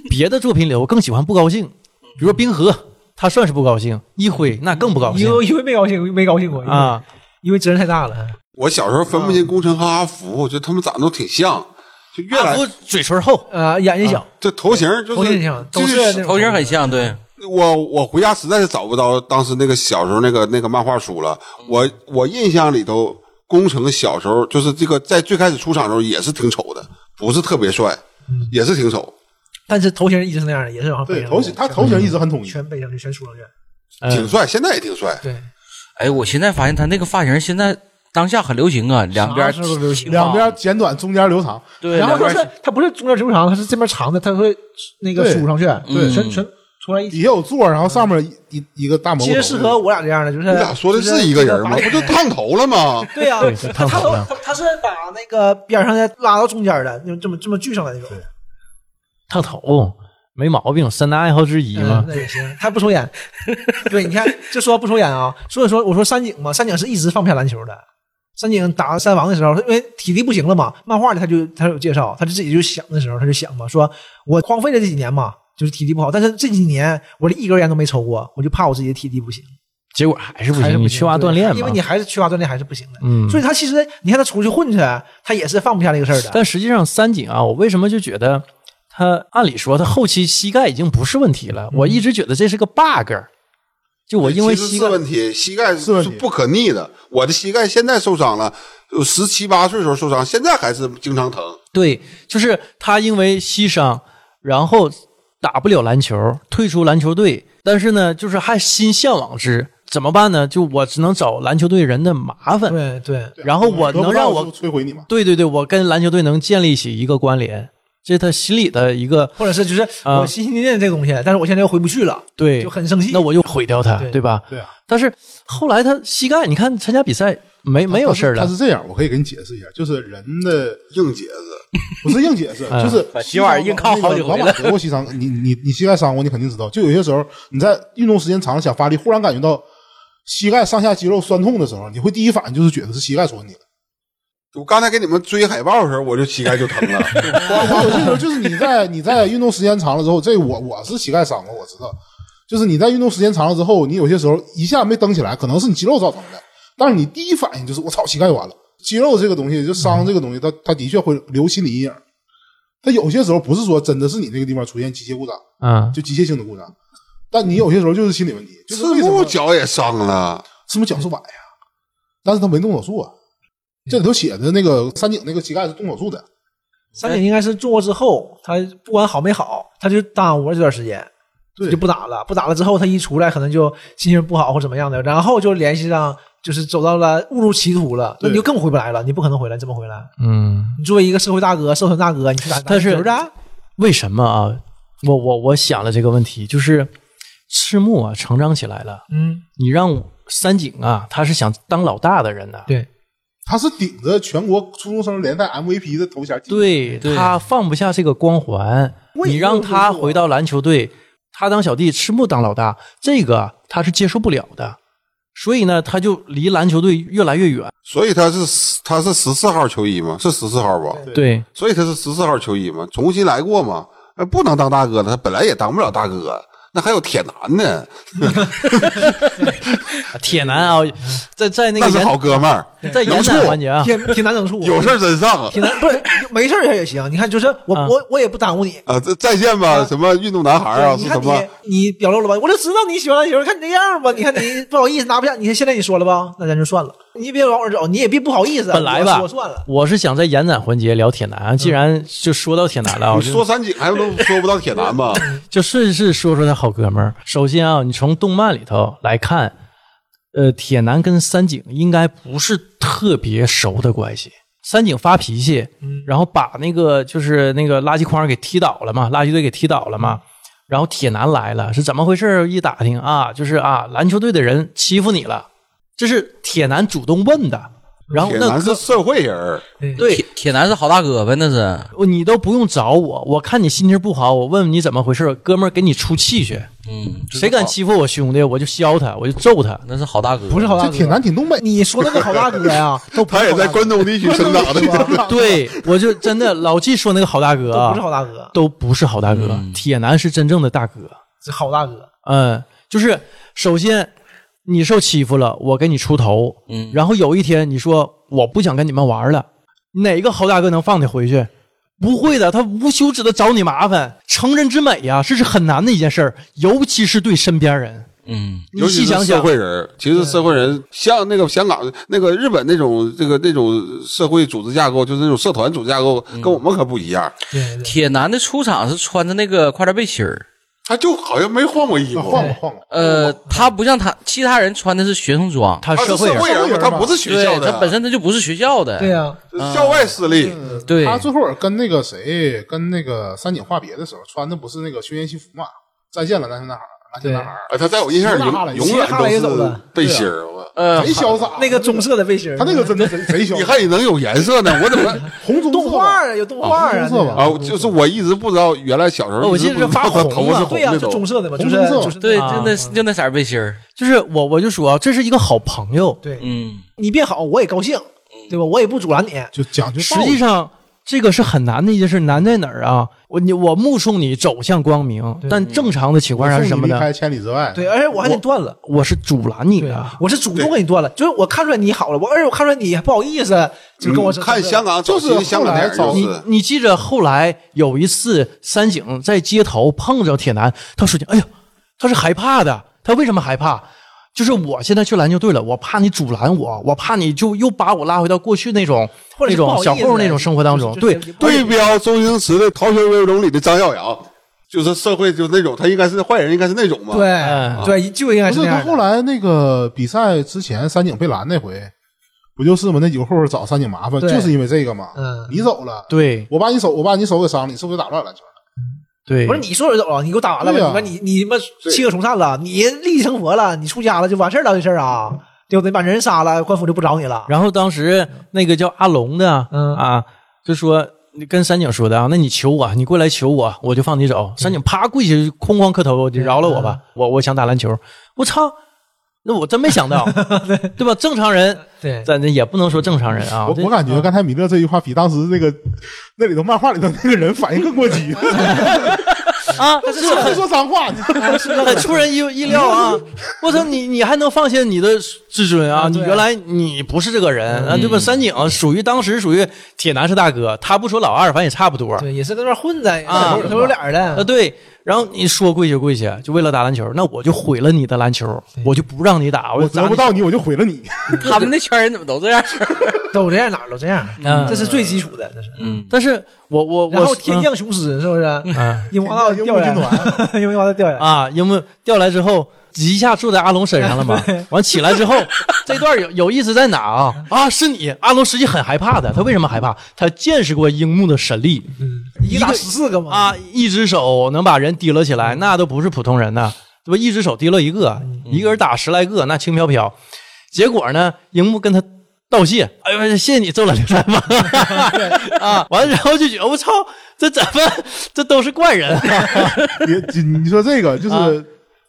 别的作品里我更喜欢《不高兴》，比如说冰河，他算是不高兴；一辉那更不高兴
因为因为没高兴，没高兴过，
啊。
因为责任太大了。
我小时候分不
嗯
清宫城和阿福，我觉得他们长得都挺像，就越
大
来
福嘴唇厚，
呃，眼睛小，
这头型就
头
是
型像，
就
都是那种
头型很像，对，
我我回家实在是找不到当时那个小时候那个那个漫画书了。
嗯
我我印象里头，宫城小时候就是这个在最开始出场的时候也是挺丑的，不是特别帅，
嗯
也是挺丑。
但是头型一直是那样的，也是往上背
对，
上
头型他头型一直很统一。
哎全背上去，全梳上去。
挺帅，现在也挺帅。
嗯对，
哎，我现在发现他那个发型现在当下很流行啊，两边
啥时候都流行
两边剪短，中间留长，
对，
然后
两
他
边
是他不是中间留长，他是这边长的，他会那个
对
梳上去，
对
全全出来一起。
底下有座，然后上面一一一个大蘑菇
其
头。
实适合我俩这样的，就是
你俩说的
就是
一个人吗？
这
不
个
就烫头 了吗？
对呀、
对是
他他
烫
都
头的
他他是把那个边上的拉到中间的，那种这么这么锯上来那种。
烫头，没毛病，三大爱好之一嘛
嗯。那也行，他不抽烟。 对，你看，就说不抽烟啊。所以说，我说山井嘛，山井是一直放不下篮球的。山井打山王的时候，因为体力不行了嘛，漫画里他就他有介绍，他就自己就想的时候，他就想嘛，说我荒废了这几年嘛，就是体力不好，但是这几年我这一根烟都没抽过，我就怕我自己的体力不行，
结果还是不
还是
行，
不
你
行
缺乏
对
锻炼嘛。
因为你还是缺乏锻炼，还是不行的。
嗯
所以他其实你看他出去混去，他也是放不下这个事儿的。
但实际上，三井啊，我为什么就觉得他按理说他后期膝盖已经不是问题了？我一直觉得这是个 bug，就我因为
其实
膝
是
盖，
问题，膝盖
是问
是
题
不可逆的。我的膝盖现在受伤了，十七八岁时候受伤，现在还是经常疼。
对，就是他因为膝伤，然后打不了篮球，退出篮球队，但是呢，就是还心向往之，怎么办呢？就我只能找篮球队人的麻 烦，
对对，
然后我
得不
能让
到
我
就摧毁你嘛？
对对对，我跟篮球队能建立起一个关联，这是他心里的一个
或者是就是
啊
我心心念念这个东西，但是我现在又回不去了，
对，
就很生气。
那我就毁掉他，
对
对吧？
对啊，
但是后来他膝盖，你看参加比赛没没有事儿
他是。他
了，
是这样，我可以给你解释一下，就是人的
硬解子，
不是硬解释，
嗯
就是
把洗碗硬靠好几回了
老马得过膝伤，你你你膝盖伤过，你肯定知道。就有些时候你在运动时间长了想发力，忽然感觉到膝盖上下肌肉酸痛的时候，你会第一反应就是觉得是膝盖出问题了。
我刚才给你们追海报的时候，我就膝盖就疼了。
有些时候就是你在你在运动时间长了之后，这我我是膝盖伤过，我知道。就是你在运动时间长了之后，你有些时候一下没蹬起来，可能是你肌肉造成的，但是你第一反应就是我操，膝盖完了。肌肉这个东西，就伤这个东西，它它的确会留心理阴影。它有些时候不是说真的是你那个地方出现机械故障，
嗯，
就机械性的故障。但你有些时候就是心理问题，就是
赤
为什
木
么
脚也伤了，
赤木脚是崴呀，但是他没动手术啊。这里头写的那个三井那个膝盖是动手术的，
三
哎
井应该是做之后，他不管好没好，他就耽误了这段时间，
对
就不打了。不打了之后，他一出来可能就心情不好或怎么样的，然后就联系上，就是走到了误入歧途了，那
对
你就更回不来了，你不可能回来，你怎么回来？
嗯，
你作为一个社会大哥、社团大哥，你去打
但是
打球去啊？
为什么啊？我我我想了这个问题，就是赤木啊成长起来了，
嗯，
你让三井啊，他是想当老大的人呢，
对，
他是顶着全国初中生联赛 MVP 的头衔。，
对
对
他放不下这个光环，
我也
你让他
没有说
回到篮球队，他当小弟，赤木当老大，这个他是接受不了的，所以呢，他就离篮球队越来越远。
所以他是他是十四号球衣嘛，是十四号吧？
对，
所以他是十四号球衣嘛，重新来过嘛，呃不能当大哥了，他本来也当不了大哥，那还有铁男呢，
铁男啊，在在那
那
个
是
严
好哥 们儿，
在
有
延
处
展环节啊，
挺挺难整处，
有事儿真上
挺难，不是没事儿也行。你看，就是我、
啊
我我也不耽误你。
啊！这在线吧，什么运动男孩啊，是
你看
什
你
么？
你表露了吧？我就知道你喜欢篮球，看你这样吧，你看你 不好意思拿不下，你看现在你说了吧，那咱就算了，你别往我这走，你也别不好意思。
本来吧
我说算了，，嗯
我是想在延展环节聊铁男，既然就说到铁男了，我
你
就
说三井还都说不到铁男吗？
就顺势说说他好哥们儿。首先啊，你从动漫里头来看，呃，铁男跟三井应该不是特别熟的关系。三井发脾气，
嗯
然后把那个就是那个垃圾筐给踢倒了嘛，垃圾堆给踢倒了
嗯
嘛。然后铁男来了，是怎么回事儿？一打听啊，就是啊，篮球队的人欺负你了，这是铁男主动问的。然后
铁
那
男是社会人儿，
对
铁铁男是好大哥呗，那是。
你都不用找我，我看你心情不好，我问问你怎么回事儿，哥们儿给你出气去。
嗯，
谁敢欺负我兄弟，我就削他，我就揍他。
那是好大哥，
不是好大
这
哥，
挺难挺东北。
啊你说那个好大哥 呀，都不
他
是
也
好大
在
哥，
关东地区生长的。
对，我就真的老纪说那个好大哥
都
啊
不是，好大哥，
都不是好大哥，铁男是真正的大哥。
是好大哥。
嗯，就是首先你受欺负了，我给你出头，
嗯
然后有一天你说我不想跟你们玩了，哪个好大哥能放你回去？不会的，他无休止的找你麻烦。成人之美呀、这是很难的一件事儿，尤其是对身边人。
嗯，
你
尤
细
其
想
是
想
社，会人儿，其实社会人像那个香港、那个日本那种这个那种社会组织架构，就是那种社团组织架构，跟我们可不一样。
对对，
铁男的出场是穿着那个快点背心儿，
他就好像没换过衣服，
换吧换吧，
呃，他不像他其他人穿的是学生装，
他
他
社
是
会人，
会人嘛，他不是学
对
校的，
他本身嗯他就不是学校的，
对啊呀，
是校外势力。
对
他最后跟那个谁，跟那个三井话别的时候，穿的不是那个休闲西服嘛？再见了，篮球男孩儿，篮球男孩儿，
啊，他在我印象里
骑哈雷
永永
骑哈雷
远
走
都是
的
背心儿。我
呃，
贼潇洒。
那个棕色的背心儿，
他那个真的贼贼潇
你
洒，
看你能有颜色呢？我怎么
红棕色
动画啊，有动画啊，
红色吧
啊？就是我一直不知道，原来小时候
哦我
一直
记得是
不知道
发
他
红
头
啊
发是
那个
红
对呀，
的
就
都。
棕色的嘛，就
红
是
棕色
就是
对，
啊
就那就那色儿背心儿，
就是我我就说啊，这是一个好朋友。
对，
嗯，
你变好我也高兴，对吧？我也不阻拦你，
就讲究道
实
理。
际上这个是很难的一件事，难在哪儿啊？我你我目送你走向光明，
嗯
但正常的情况下
送
是
你
什么
离
呢？
开千里之外，
对，啊而且我还得断了。
我是阻拦你
对
的，
啊
我是主动给你断了，就是我看出来你好了，我而且我看出来你还不好意思，就跟我
嗯
说
看香港早期
就是
的香港
后来
电影就
早
是
你你记着，后来有一次三井在街头碰着铁男，他说：“哎呀，他是害怕的，他为什么害怕？就是我现在去篮球队了，我怕你阻拦我，我怕你就又把我拉回到过去那种
或
那
者是不好
种
意
小
思
混混那种生活当中。
就是
对
就是
对标周星驰的《逃学威龙》里的张耀扬，就是社会就那种，他应该是坏人，应该是那种嘛。，
哎
对对，就应该
不
是
是
那
他
样的。
后来那个比赛之前，三井被拦那回，不就是吗？那几个混混找三井麻烦，
对
就是因为这个嘛。
嗯
你走了，
对
我把你手，我把你手给伤了，你是不是打乱篮球了？
对，
不是你说走就走了，你给我打完了吧？
对啊
你把你你他妈弃恶从善了，你立地成佛了，你出家了就完事儿了，这事儿啊，对不对？把人杀了，官府就不找你了。
然后当时那个叫阿龙的，
嗯
啊，就说你跟三井说的啊，那你求我，你过来求我，我就放你走。三井啪跪下，哐哐磕头，你饶了我吧，我我想打篮球。我操，那我真没想到，对吧？正常人，
对
咱这也不能说正常人啊，
我
这
我感觉刚才米勒这句话比当时那个那里头漫画里头那个人反应更过激，
啊，
是会说脏话。
很 出人意意料啊！我操，你你还能放下你的自尊啊？
啊
你
对啊
原来你不是这个人啊，对吧？三井属于当时属于铁男是大哥，他不说老二，反正也差不多。
对，也是在那边混的，
啊
头有脸儿
啊，
的。
对，然后你说跪下跪下，就为了打篮球，那我就毁了你的篮球，我就不让你打，
我
就砸
得不
你。
到你，我就毁了你。
他们那圈人怎么都这样？
都这样，哪儿都这样，
嗯
这是最基础的，这是。
嗯，
但是我我
然后
我
天降雄狮是不是？
啊
樱花道
天降
掉下
樱木军
来，樱花道掉下来，
啊，因为掉来之后。一下坐在阿龙身上了嘛？完起来之后，这段有有意思在哪啊？啊，是你，阿龙实际很害怕的。他为什么害怕？他见识过樱木的神力，
一打十四个嘛。
啊，一只手能把人提了起
嗯
来，那都不是普通人呐，对吧？一只手提了一个，一个人打十来个，那轻飘飘。结果呢，樱木跟他道谢，哎呦，谢谢你揍了刘三丰 啊！完了，然后就觉得我操，这怎么这都是怪人啊？
你你你说这个就是、
啊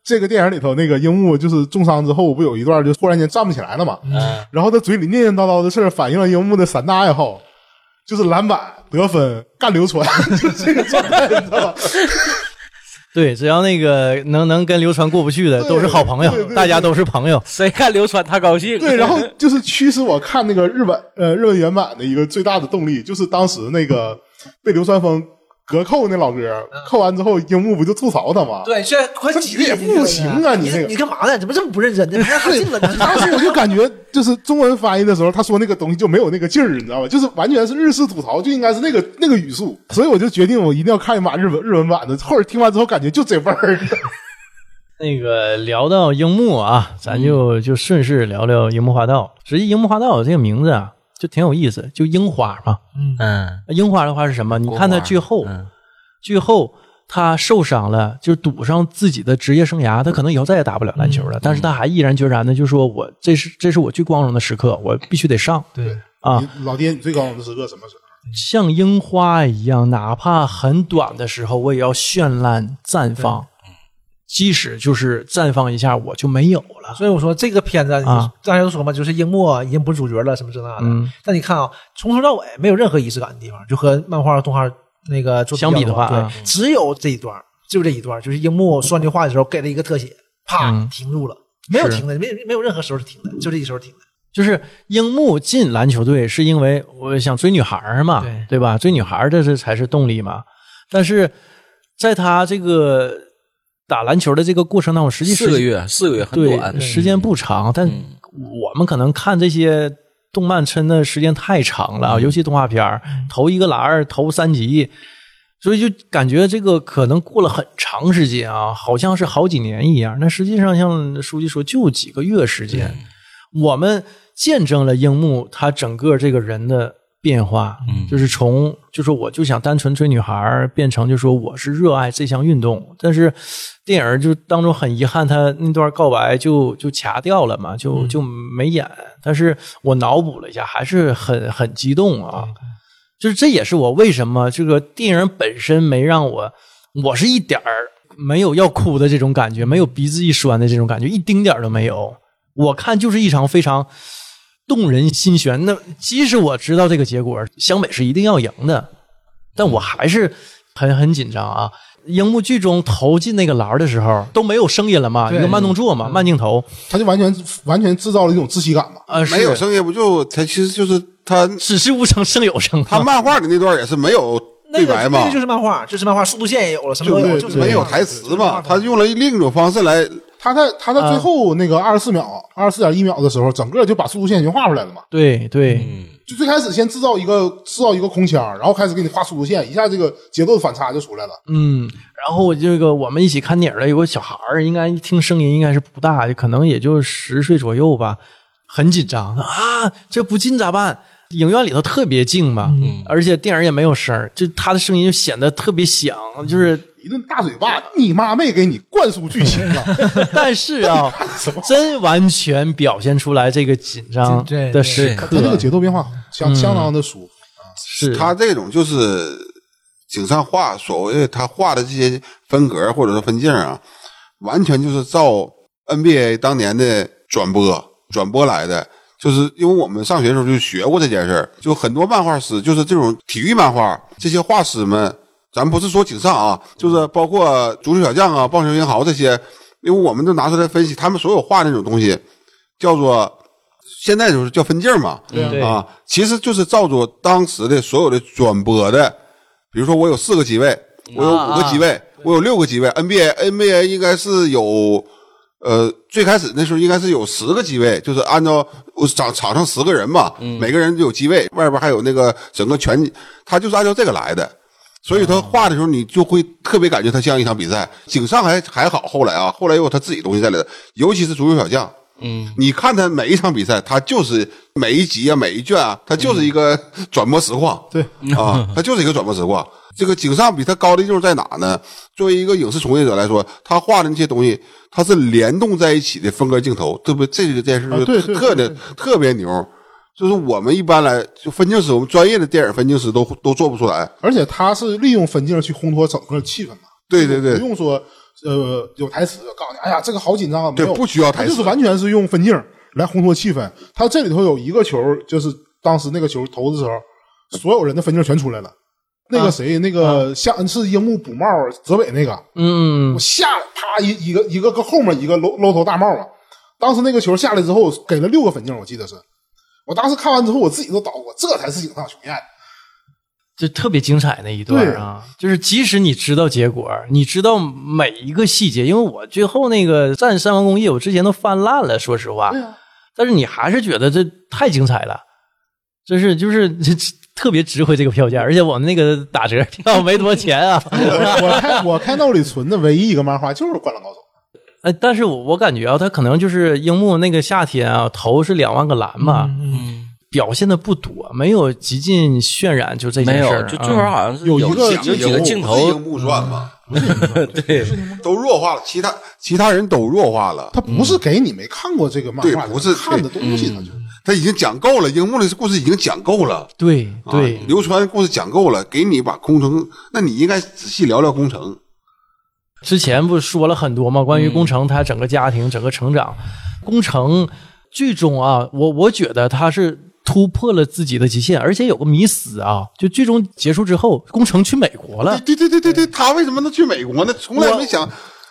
这个电影里头那个樱木就是重伤之后，不有一段就突然间站不起来了嘛？
嗯
然后他嘴里念念叨叨的事儿反映了樱木的三大爱好，就是篮板、得分、干流传， 就是这个状态，你知道吧？
对，只要那个能能跟流川过不去的，
对
都是好朋
对
友，
对
大家都是朋友。
谁看流川他高兴。
对，然 后就是驱使我看那个日本呃日文原版的一个最大的动力，就是当时那个被流川枫隔扣那老哥，扣完之后樱木不就吐槽他吗？
对，现在快
这
挤
你也
进去了
不行啊
你
你这个
你干嘛呢？怎么这么不认真呢？还快进了，你
当时我就感觉，就是中文翻译的时候，他说那个东西就没有那个劲儿，你知道吧？就是完全是日式吐槽，就应该是那个那个语速。所以我就决定，我一定要看一把日本日文版的。后来听完之后，感觉就这味儿。
那个聊到樱木啊，咱就就顺势聊聊樱木花道。实际樱木花道这个名字啊，就挺有意思，就樱花嘛。
嗯，
樱花的话是什么？你看他剧后，
嗯
剧后他受伤了，就赌上自己的职业生涯，他可能以后再也打不了篮球了。但是他还毅然决然的就说：“我这是这是我最光荣的时刻，我必须得上。”
对
啊，
你老爹，你最高荣的时刻什么时候？
像樱花一样，哪怕很短的时候，我也要绚烂绽放。即使就是绽放一下，我就没有了。
所以我说这个片子啊，
啊
大家都说嘛，就是樱木啊已经不是主角了，什么这那的。
嗯
但你看啊，从头到尾没有任何仪式感的地方，就和漫画、动画那个作品
相比的话
对，
啊
只有这一段，就这一段，就是樱木说完这话的时候给了一个特写，啪、
嗯
停住了，没有
是
停的，没有没有任何时候是停的，就这一时候停的。
就是樱木进篮球队是因为我想追女孩儿嘛，
对
吧？追女孩儿这是才是动力嘛。但是在他这个打篮球的这个过程当中，实际
四个月，四个月很
对
短。嗯
时间不长，但我们可能看这些动漫真的时间太长了，尤其动画片儿，投一个篮儿投三集，所以就感觉这个可能过了很长时间啊，好像是好几年一样。但实际上，像书记说，就几个月时间，
嗯
我们见证了樱木他整个这个人的。变化，
嗯
就是从就说我就想单纯追女孩儿，变成就说我是热爱这项运动，但是电影儿就当中很遗憾，他那段告白就就掐掉了嘛，就就没演。但是我脑补了一下，还是很很激动啊。就是这也是我为什么这个电影本身没让我，我是一点儿没有要哭的这种感觉，没有鼻子一酸的这种感觉，一丁点儿都没有。我看就是一场非常动人心弦。那即使我知道这个结果，湘北是一定要赢的，但我还是很很紧张啊。樱木剧中投进那个篮儿的时候都没有声音了嘛，一
对
个慢动作嘛，慢镜头，
他就完全完全制造了一种窒息感嘛。
呃，
没有
是，
声音不就他其实就是他
只是无声胜有声啊嘛。
他漫画里那段也是没有
那
对
个
白
那
嘛
个就，是漫画，就是漫画，速度线也有了，什么
对
都有，
对
就是
没有
漫画
台词
就是漫画，
嘛他用了另一种方式来。
他在他在
嗯
最后那个二十四秒、二十四点一秒的时候，整个就把速度线已经画出来了嘛。
对对，
就最开始先制造一个制造一个空腔，然后开始给你画速度线，一下这个节奏的反差就出来了。
嗯，然后这个我们一起看电影的有个小孩儿，应该一听声音应该是不大，可能也就十岁左右吧，很紧张啊，这不进咋办？影院里头特别静嘛，而且电影也没有声儿，就他的声音就显得特别响， 就是
一顿大嘴巴，你妈没给你灌输剧情啊 了，
但是 啊，
什么？
真完全表现出来这个紧张
对对
的时刻
他，这个节奏变化相
嗯
相当的舒服。
是
他这种就是井上画所谓的他画的这些分格或者说分镜啊，完全就是照 NBA 当年的转播转播来的。就是因为我们上学的时候就学过这件事儿，就很多漫画师，就是这种体育漫画，这些画师们，咱不是说井上啊，就是包括足球小将啊、棒球英豪这些，因为我们都拿出来分析，他们所有画那种东西，叫做现在就是叫分镜嘛，
对
嗯
啊，其实就是照着当时的所有的转播的，比如说我有四个机位，我有五个机位，我有六个机位，NBA NBA 应该是有。呃，最开始那时候应该是有十个机位，就是按照我场场上十个人嘛，每个人有机位，外边还有那个整个全，他就是按照这个来的。所以他画的时候，你就会特别感觉他像一场比赛。井上还还好，后来啊，后来有他自己东西在里头，尤其是足球小将，嗯，你看他每一场比赛，他就是每一集啊，每一卷啊，他就是一个转播实况，
对
啊，他就是一个转播实况。这个井上比他高的地方在哪呢？作为一个影视从业者来说，他画的那些东西，他是联动在一起的分割镜头，对不对？这个电视
啊对对
特
对
别特别牛。就是我们一般来就分镜师，我们专业的电影分镜师都都做不出来。
而且他是利用分镜去烘托整个气氛嘛，
对对
不
对，
用说呃有台词告诉你，哎呀这个好紧张啊，没有
对不需要台
他
词
就是完全是用分镜来烘托气氛。他这里头有一个球，就是当时那个球投的时候，所有人的分镜全出来了。那
啊
个谁，那个夏是樱木补帽泽北那个，
嗯
我，下来，啪一一个一个搁后面一个搂搂头大帽啊！当时那个球下来之后，给了六个分镜，我记得是。我当时看完之后，我自己都捣鼓，这才是井上雄彦。
就特别精彩那一段啊，就是即使你知道结果，你知道每一个细节，因为我最后那个《战三王工业》，我之前都翻烂了，说实话，
对啊
但是你还是觉得这太精彩了，真是就是这特别值回这个票价，而且我们那个打折 票没多钱啊，
我我开我开闹里存的唯一一个漫画就是《灌篮高手》，
哎，但是我我感觉啊，他可能就是樱木那个夏天啊，投是两万个篮嘛，
嗯
嗯表现的不多，没有极尽渲染，就这
没
件事
有
儿，
就
啊
最后好像是
有一个
几有几个镜
不是
头
樱，木传嘛，都弱化了，其他其他人都弱化了。
他不是给你没看过这个漫
嗯对嗯
画的，
不是
看的东西，他就
他已经讲够了，樱木的故事已经讲够了。
对对
啊，流川故事讲够了，给你把工程，那你应该仔细聊聊工程。
之前不是说了很多
嗯
吗？关于工程他整个家庭、整个成长，工程剧中啊，我我觉得他是突破了自己的极限，而且有个迷思啊，就剧中结束之后，工程去美国了，
对对对对对，他为什么能去美国呢？从来没想，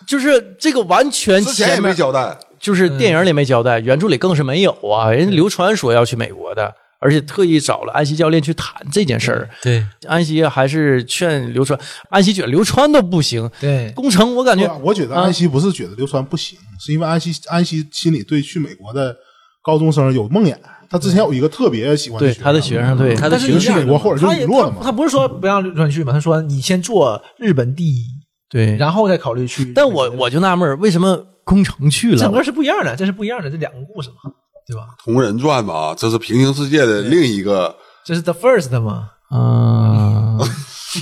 就是这个完全
之前也
前
没
面
交代。嗯
就是电影里没交代，原著里更是没有啊。人家流川说要去美国的，而且特意找了安西教练去谈这件事儿。
嗯
对，
安西还是劝流川，安西觉得流川都不行，
对，
工程我感觉
对吧我
啊
觉得安西不是觉得流川不行，是因为安西安西心里对去美国的高中生有梦魇。他之前有一个特别喜欢
对他的
学
学生对
他的
但是
生，
形
去
象
美国后来就
他
陨
也
落了嘛
他。他不是说不让流川去嘛，他说你先做日本第一，
对
然后再考虑去。
但我我就纳闷儿，为什么工程去了？
整个是不一样的，这是不一样的，这两个故事嘛，对吧？
同人传吧，这是平行世界的另一个，
这是 the first 嘛，
嗯，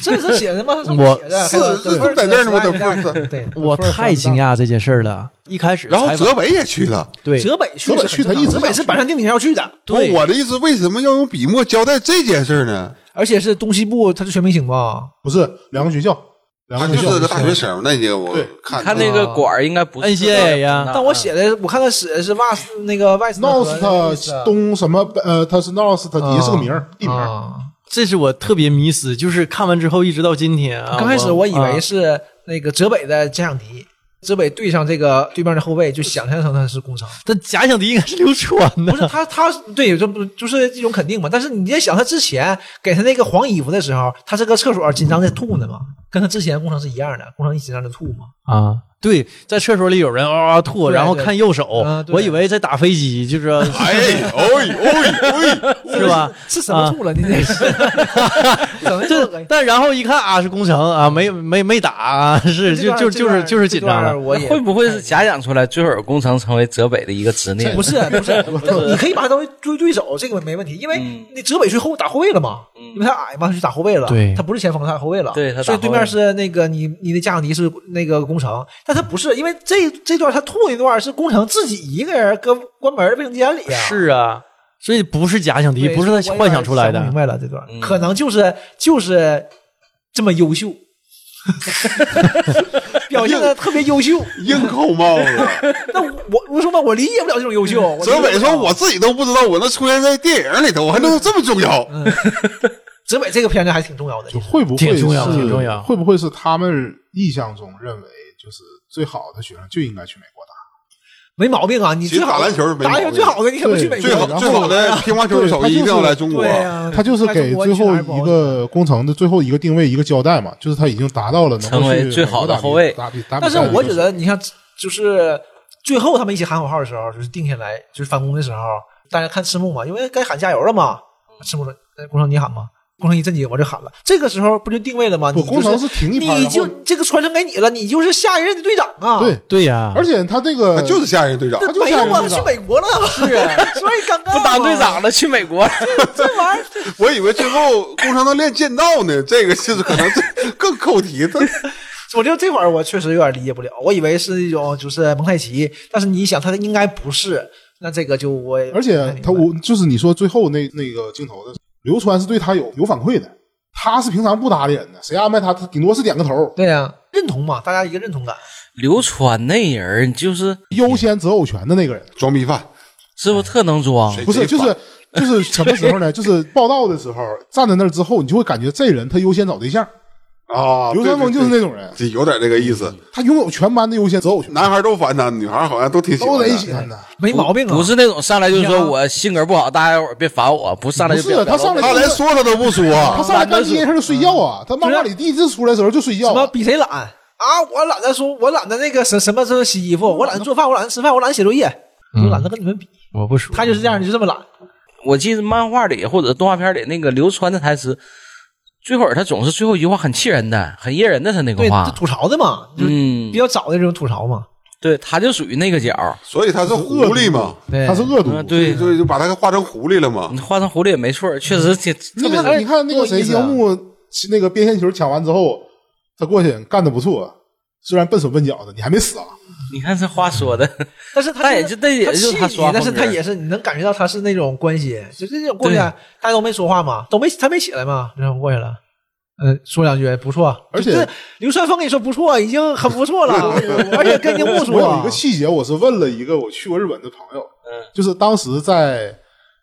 这是写 的吗？这
我
写的
是是是在这儿吗
The
The
first，对，
我太惊讶这件事儿了。一开始采
然
访，
后泽北也去了。
对
浙北去
浙北
是
去
很
他
正
一直
常的浙北
想
是
去
板上钉钉要去的，
对
我的意思，为什么要用笔墨交代这件事呢？
而且是东西部，他是全明星吧？
不是两个学校，两
他
个
就
学校
是个大学生，那些我
对
看
看那个管儿应该不是
NCAA 呀
但我写的，我看他写的是 Vas 那个 Vas
North 东什么呃，他是 North，他也是个名儿地名儿。
啊。
这是我特别迷死，就是看完之后一直到今天啊。
刚开始我以为
啊
是那个浙北的假想敌，浙北对上这个对面的后卫，就想象成他是工程。
但假想敌应该是流川
不是
的，
他，他对，这不就是一种肯定嘛？但是你在想他之前给他那个黄衣服的时候，他是搁厕所紧张的吐呢嘛？跟他之前工程是一样的，工程一直在那吐嘛。
啊， 对，在厕所里有人嗷嗷吐，
对
然后
对
看右手
啊，对
我以为在打飞机，就是 说
哎，哦呦哦呦，哦
是吧？
是什么吐了？你 这是怎么吐
这
了？
但然后一看啊，是工程啊，没没没打啊，是
这
就
段
就
这
就
段
是就是紧张
这
了
段。我也
会不会是假想出来，最后工程成为浙北的一个执念
不？是不是，你可以把他当为追对手，这个没问题，因为那泽北最后打后卫了嘛，因为他矮嘛，他去打后卫了，
对
他不是前锋，他打后卫了，
对他打
所以对
后卫
面是那个你你的加上迪是那个工程，但他不是，因为这这段他吐那段是工程自己一个人搁关门卫生间里啊，
是啊，所以不是假想敌，
对，
不是他
我
幻想出来
想不
的
明。白了这段，可能就是就是这么优秀。表现的特别优秀，
硬扣帽子。
那我我说嘛，我理解不了这种优秀。我理解
泽北
不
说：“
了
我自己都不知道我能出现在电影里头，我还能这么重要？
嗯
泽北这个片子还挺重要的，
就会不会
挺重要
是
挺重要
会不会是他们印象中认为就是最好的学生就应该去美国打？
没毛病啊！你
其实
最好
打篮球是没
打篮
毛
球
病
最好的，你怎么去美国？
最好
然后
最好的乒乓球手
对啊
艺一定要来中国
对。呀，
他就是
在
给
中国
最
去哪
后
儿不好
一个工程的最后一个定位一个交代嘛，就是他已经达到了能够
成为
去
最好的
美国打比
后卫
打比打比
但是
赛的
我
这
觉
个
得，你看，就是最后他们一起喊口号的时候，就是定下来，就是反攻的时候，大家看字幕嘛，因为该喊加油了嘛。字幕说：“呃工程你喊吗？”工程一震惊，我就喊了。这个时候不就定位了吗？
不
你就
工程是停一拍
你
然后
就这个传承给你了，你就是下一任的队长啊！
对，，
对呀，
而且他这个
他就是下一任队长，
那
就
没
下一
有
任
啊，
队长啊
去美国了，是，所以尴尬。
不当队长，了，去美国了，
这玩意儿
我以为最后工程能练剑道呢，这个就是可能更扣题。他
我就这会儿我确实有点理解不了，我以为是那种就是蒙太奇，但是你想他应该不是，那这个就我也
而且他我就是你说最后那那个镜头的刘川是对他有有反馈的，他是平常不打脸的，谁安排他，他顶多是点个头，
对呀、认同嘛，大家一个认同感，
刘川那人就是
优先择偶权的那个人，
装逼犯，
是不是特能装？
谁
不是就是 就是什么时候呢？就是报道的时候站在那儿之后，你就会感觉这人他优先找对象，
啊，
刘
对
川峰就是那，嗯种人
对，对这有点这个意思。
他拥有全班的优先择偶权，
男孩都烦他，女孩好像都挺喜
都得
欢他。
喜欢他。
没毛病啊。
不是那种上来就
你
说
像
我性格不好，大家伙儿别烦我，不是上来就
不是啊
表
他上来
他连说他都不说，啊
他上来干这件事就睡觉
嗯
啊！他漫画里第一次出来的时候就睡觉
什么
啊，
比谁懒啊？我懒得说，我懒得那个什什么这洗衣服，我懒得做饭，我懒得吃饭，我懒得写作业，我懒得跟你们比。
我不说，
嗯他就是这样，就这么懒。
我记得漫画里或者动画片里那个刘川的台词，最后他总是最后一句话很气人的，很噎人的，他那个
对，
话
就，吐槽的嘛，就是
嗯
比，较早的这种吐槽嘛。
对，他就属于那个角儿，
所以他是狐狸嘛，
对，
他是恶毒
嗯，。对，嗯
所以就把他画成狐狸了嘛。
画成狐狸也没错儿，确实挺特
你
别
看，你看那个谁，
多有意思啊
樱木那个边线球抢完之后，他过去干的不错，虽然笨手笨脚的，你还没死啊？
你看这话说的，
但是他
但
就
也就但也
他
就
气
他
你
刷
但是
风
他
格
也是你能感觉到他是那种关心，就是这种过去啊，大家都没说话嘛，都没他没起来嘛，然后过去了，嗯，说两句不错，
而且
就是刘川峰也说不错，已经很不错了，而且跟樱木
我有
说啊
一个 细节，我是问了一个我去过日本的朋友，
嗯，
就是当时在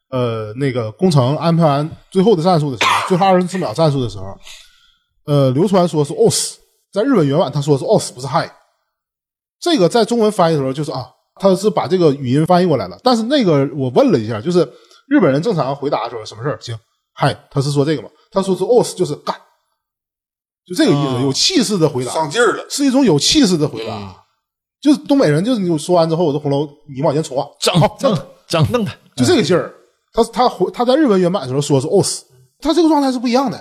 呃那个工程安排完最后的战术的时候，最后二十四秒战术的时候，呃，流川说是 os，在日本原版他说是 os 不是 hi，这个在中文翻译的时候就是啊，他是把这个语音翻译过来了，但是那个我问了一下，就是日本人正常回答的时候什么事儿行 hi，他是说这个嘛，他说是 os 就是干，就这个意
啊
思，有气势的回答，
上劲儿了，
是一种有气势的回答。
嗯
就是东北人，就是你说完之后，我这红楼你往前戳，
整
啊好
整
嗯
整
弄他，
就这个劲儿。他他回他在日文原版的时候说是 os，他这个状态是不一样的。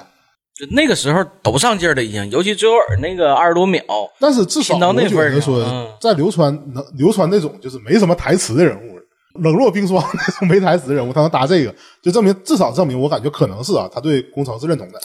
就 那个时候都上劲儿了已经，尤其最后那个二十多秒，
但是至少
拼到
我
那
觉
份儿
得
上
说
嗯，
在流川能流川那种就是没什么台词的人物，冷若冰霜那种没台词的人物，他能打这个，就证明至少证明我感觉可能是啊，他对工程是认同的。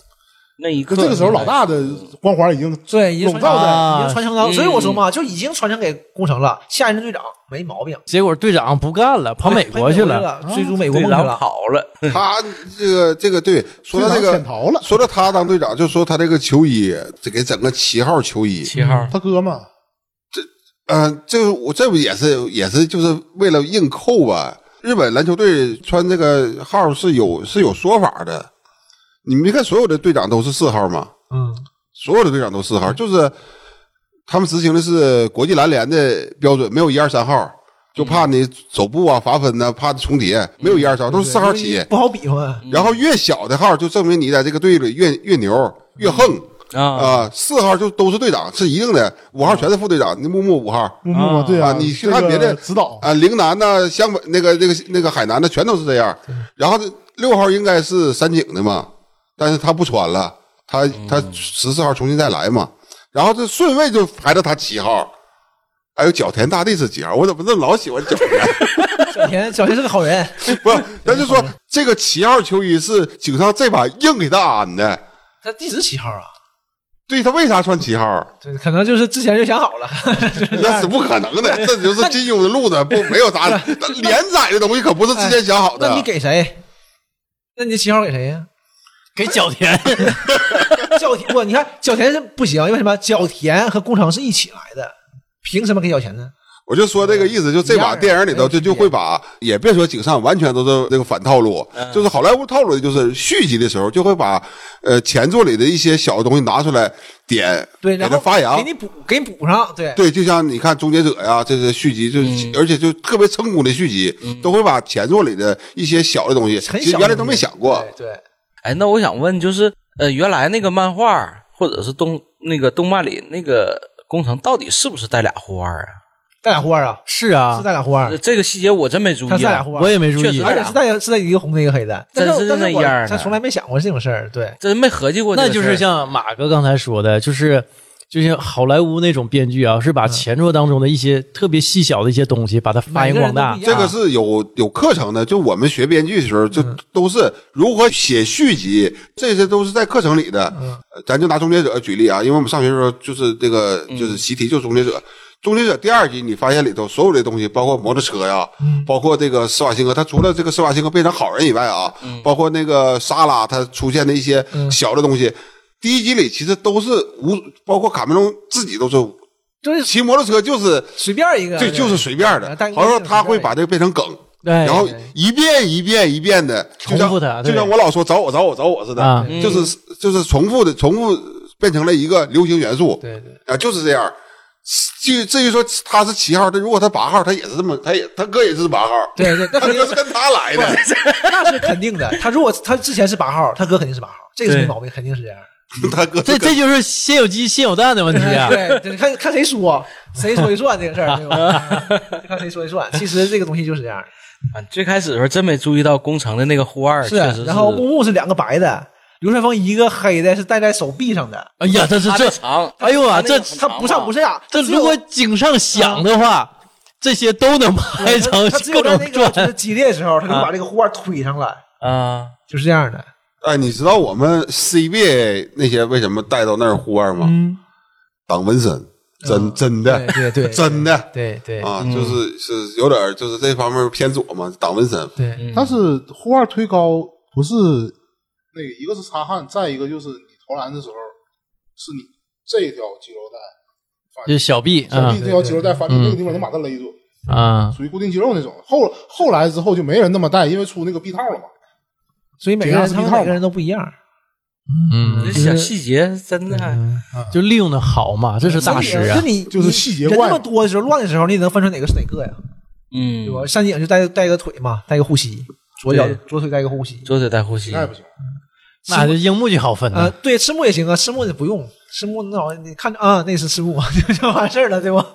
那一刻
就这个时候，老大的光环已经
对，已经
笼
传
罩
承
在
啊
已经传承到，所以我说嘛，就已经传承给工程了，下一任队长没毛病，
结果队长不干了，跑美国去了。啊
了，啊追逐美哎国
队
梦去
长
了。
跑了，
他这个这个对，说到这
队长
个
潜逃了
说到他当队长，就说他这个球衣，这给整个七号球衣，
七号
他哥嘛，
嗯、这个我这不也是也是就是为了硬扣吧？日本篮球队穿这个号是有是有说法的，你没看所有的队长都是四号吗？
嗯，
所有的队长都四号，就是他们执行的是国际篮联的标准，没有一二三号，就怕你走步啊、罚分呐、怕重叠，没有一二三，都是四号起。
嗯
嗯
不好比划，
然后越小的号就证明你在这个队里越越牛、越横，
啊
啊，四号就都是队长是一定的，五号全是副队长，你木木五号
木木嘛，对
啊你去
这
看
个
别的
指导，
啊，陵南呐、湘北那个那个那个海南的全都是这样。然后这六号应该是三井的嘛，但是他不穿了，他他十四号重新再来嘛。然后这顺位就排到他七号，还有角田大地是几号？我怎么这么老喜欢角田？
小田，小田是个好人，
不是，咱就说这个七号球衣是井上这把硬给他安的。
他一直七号啊，
对他为啥穿七号？
对，可能就是之前就想好了，
那是不可能的，这就是金庸的路子，不没有啥连载的东西，可不是之前想好的。
哎那你给谁？那你这七号给谁呀、
给角田，
角田不，你看角田是不行，因为什么？角田和工程是一起来的，凭什么给角田呢？
我就说这个意思，就这
嗯
把电影里头就就会把，也别说井上完全都是这个反套路，
嗯
就是好莱坞套路的，就是续集的时候就会把呃前作里的一些小的东西拿出来点，
对，
给
然
它
后
发扬
给。你补，给你补上，对，
对，就像你看《终结者》呀，这是续集，就是、
嗯
而且就特别成功的续集，都会把前作里的一些小的东西，
很
其实
小，
原来都没想过。
对，对
哎，那我想问，就是呃，原来那个漫画或者是动那个动漫里那个工程，到底是不是带俩花儿啊？
带俩花啊，
是啊
是，带俩花
呃，这个细节我真没注意、
他
啊。
是带俩花，
我也没注
确
意
实。
而且是带是带一个红的一个黑的，但
真
是
是
但
那
是我
样儿的
他从来没想过这种事儿，对，
真没合计过这
那
个事儿。
就是像马哥刚才说的，就是就像好莱坞那种编剧啊，是把前作当中的一些特别细小的一些东西，把它发扬光大
每个人都不一。样
这个是有有课程的，就我们学编剧的时候，就
嗯
都是如何写续集，这些都是在课程里的。
嗯
呃咱就拿《终结者》举例啊，因为我们上学的时候就是这个
嗯
就是习题就是《终结者》。终结者第二集，你发现里头所有的东西，包括摩托车呀，
嗯
包括这个施瓦辛格，他除了这个施瓦辛格变成好人以外啊，
嗯
包括那个莎拉，他出现的一些小的东西，第一集里其实都是无，包括卡梅隆自己都是
就是
骑摩托车就是
随便一个，
这就是随便的
啊但，应该
好像
就是
他
随便
会把这个变成梗，
对
然后一遍一遍一遍的就像
重复它对
就像我老说找我找我找我似的
啊，
就是就是重复的重复变成了一个流行元素，
对对，
啊，就是这样。至至于说他是七号，但如果他八号，他也是这么，他也他哥也是八号，
对对那
他
肯定
哥是跟他来的，
那是肯定的。他如果他之前是八号，他哥肯定是八号，这个是没
对
毛病，肯定是这样。
他哥
这这就是先有鸡先有蛋的问题啊！
对，对看看谁说，谁说一算这个事儿，对吧？看谁说一算。其实这个东西就是这样，
啊最开始的时候真没注意到工程的那个花儿，确实是。
然后木木是两个白的，流川枫一个黑的，是戴在手臂上的。
哎呀，这这
它
这
的，长，
哎呦啊，这
他不上不下，
这
只
如
有
果井上想的话，这些都能拍成
他只有
各
在
种
那个就是
转。
激烈的时候，他就把这个花推上来，
啊，
就是这样的。
哎，你知道我们 CBA 那些为什么带到那儿呼儿吗？
嗯，啊
挡纹身，真真的，
对对 对
真的，
对对嗯
啊，就是是有点儿就是这方面偏左嘛，挡纹身。
嗯
对，
但是护腕推高不是那个，一个是擦汗，再一个就是你投篮的时候，是你这条肌肉带，
就小臂
小
啊
臂这条肌肉带反正那个地方能把它勒住，
啊，
属于固定肌肉那种。后后来之后就没人那么带，因为出那个臂套了嘛。
所以每个人
这样是
他
一
们
套嘛
每个人都不一样。
嗯，
这小细节真的
就利用的好嘛，这是大师
那
啊！
你
就是细节
人
怪
那么多的时候，乱的时候，你能分出哪个是哪个呀？
嗯
对，吧？山井就带带个腿嘛，带个护膝，左脚
对
左腿带个护膝。
左腿带护膝
那，也不
嗯
行，
那这樱木就好分
呃
了，，
对，赤木也行啊，赤木就不用，赤木那好像你看着啊，那是赤木 就就完事儿了，对吧？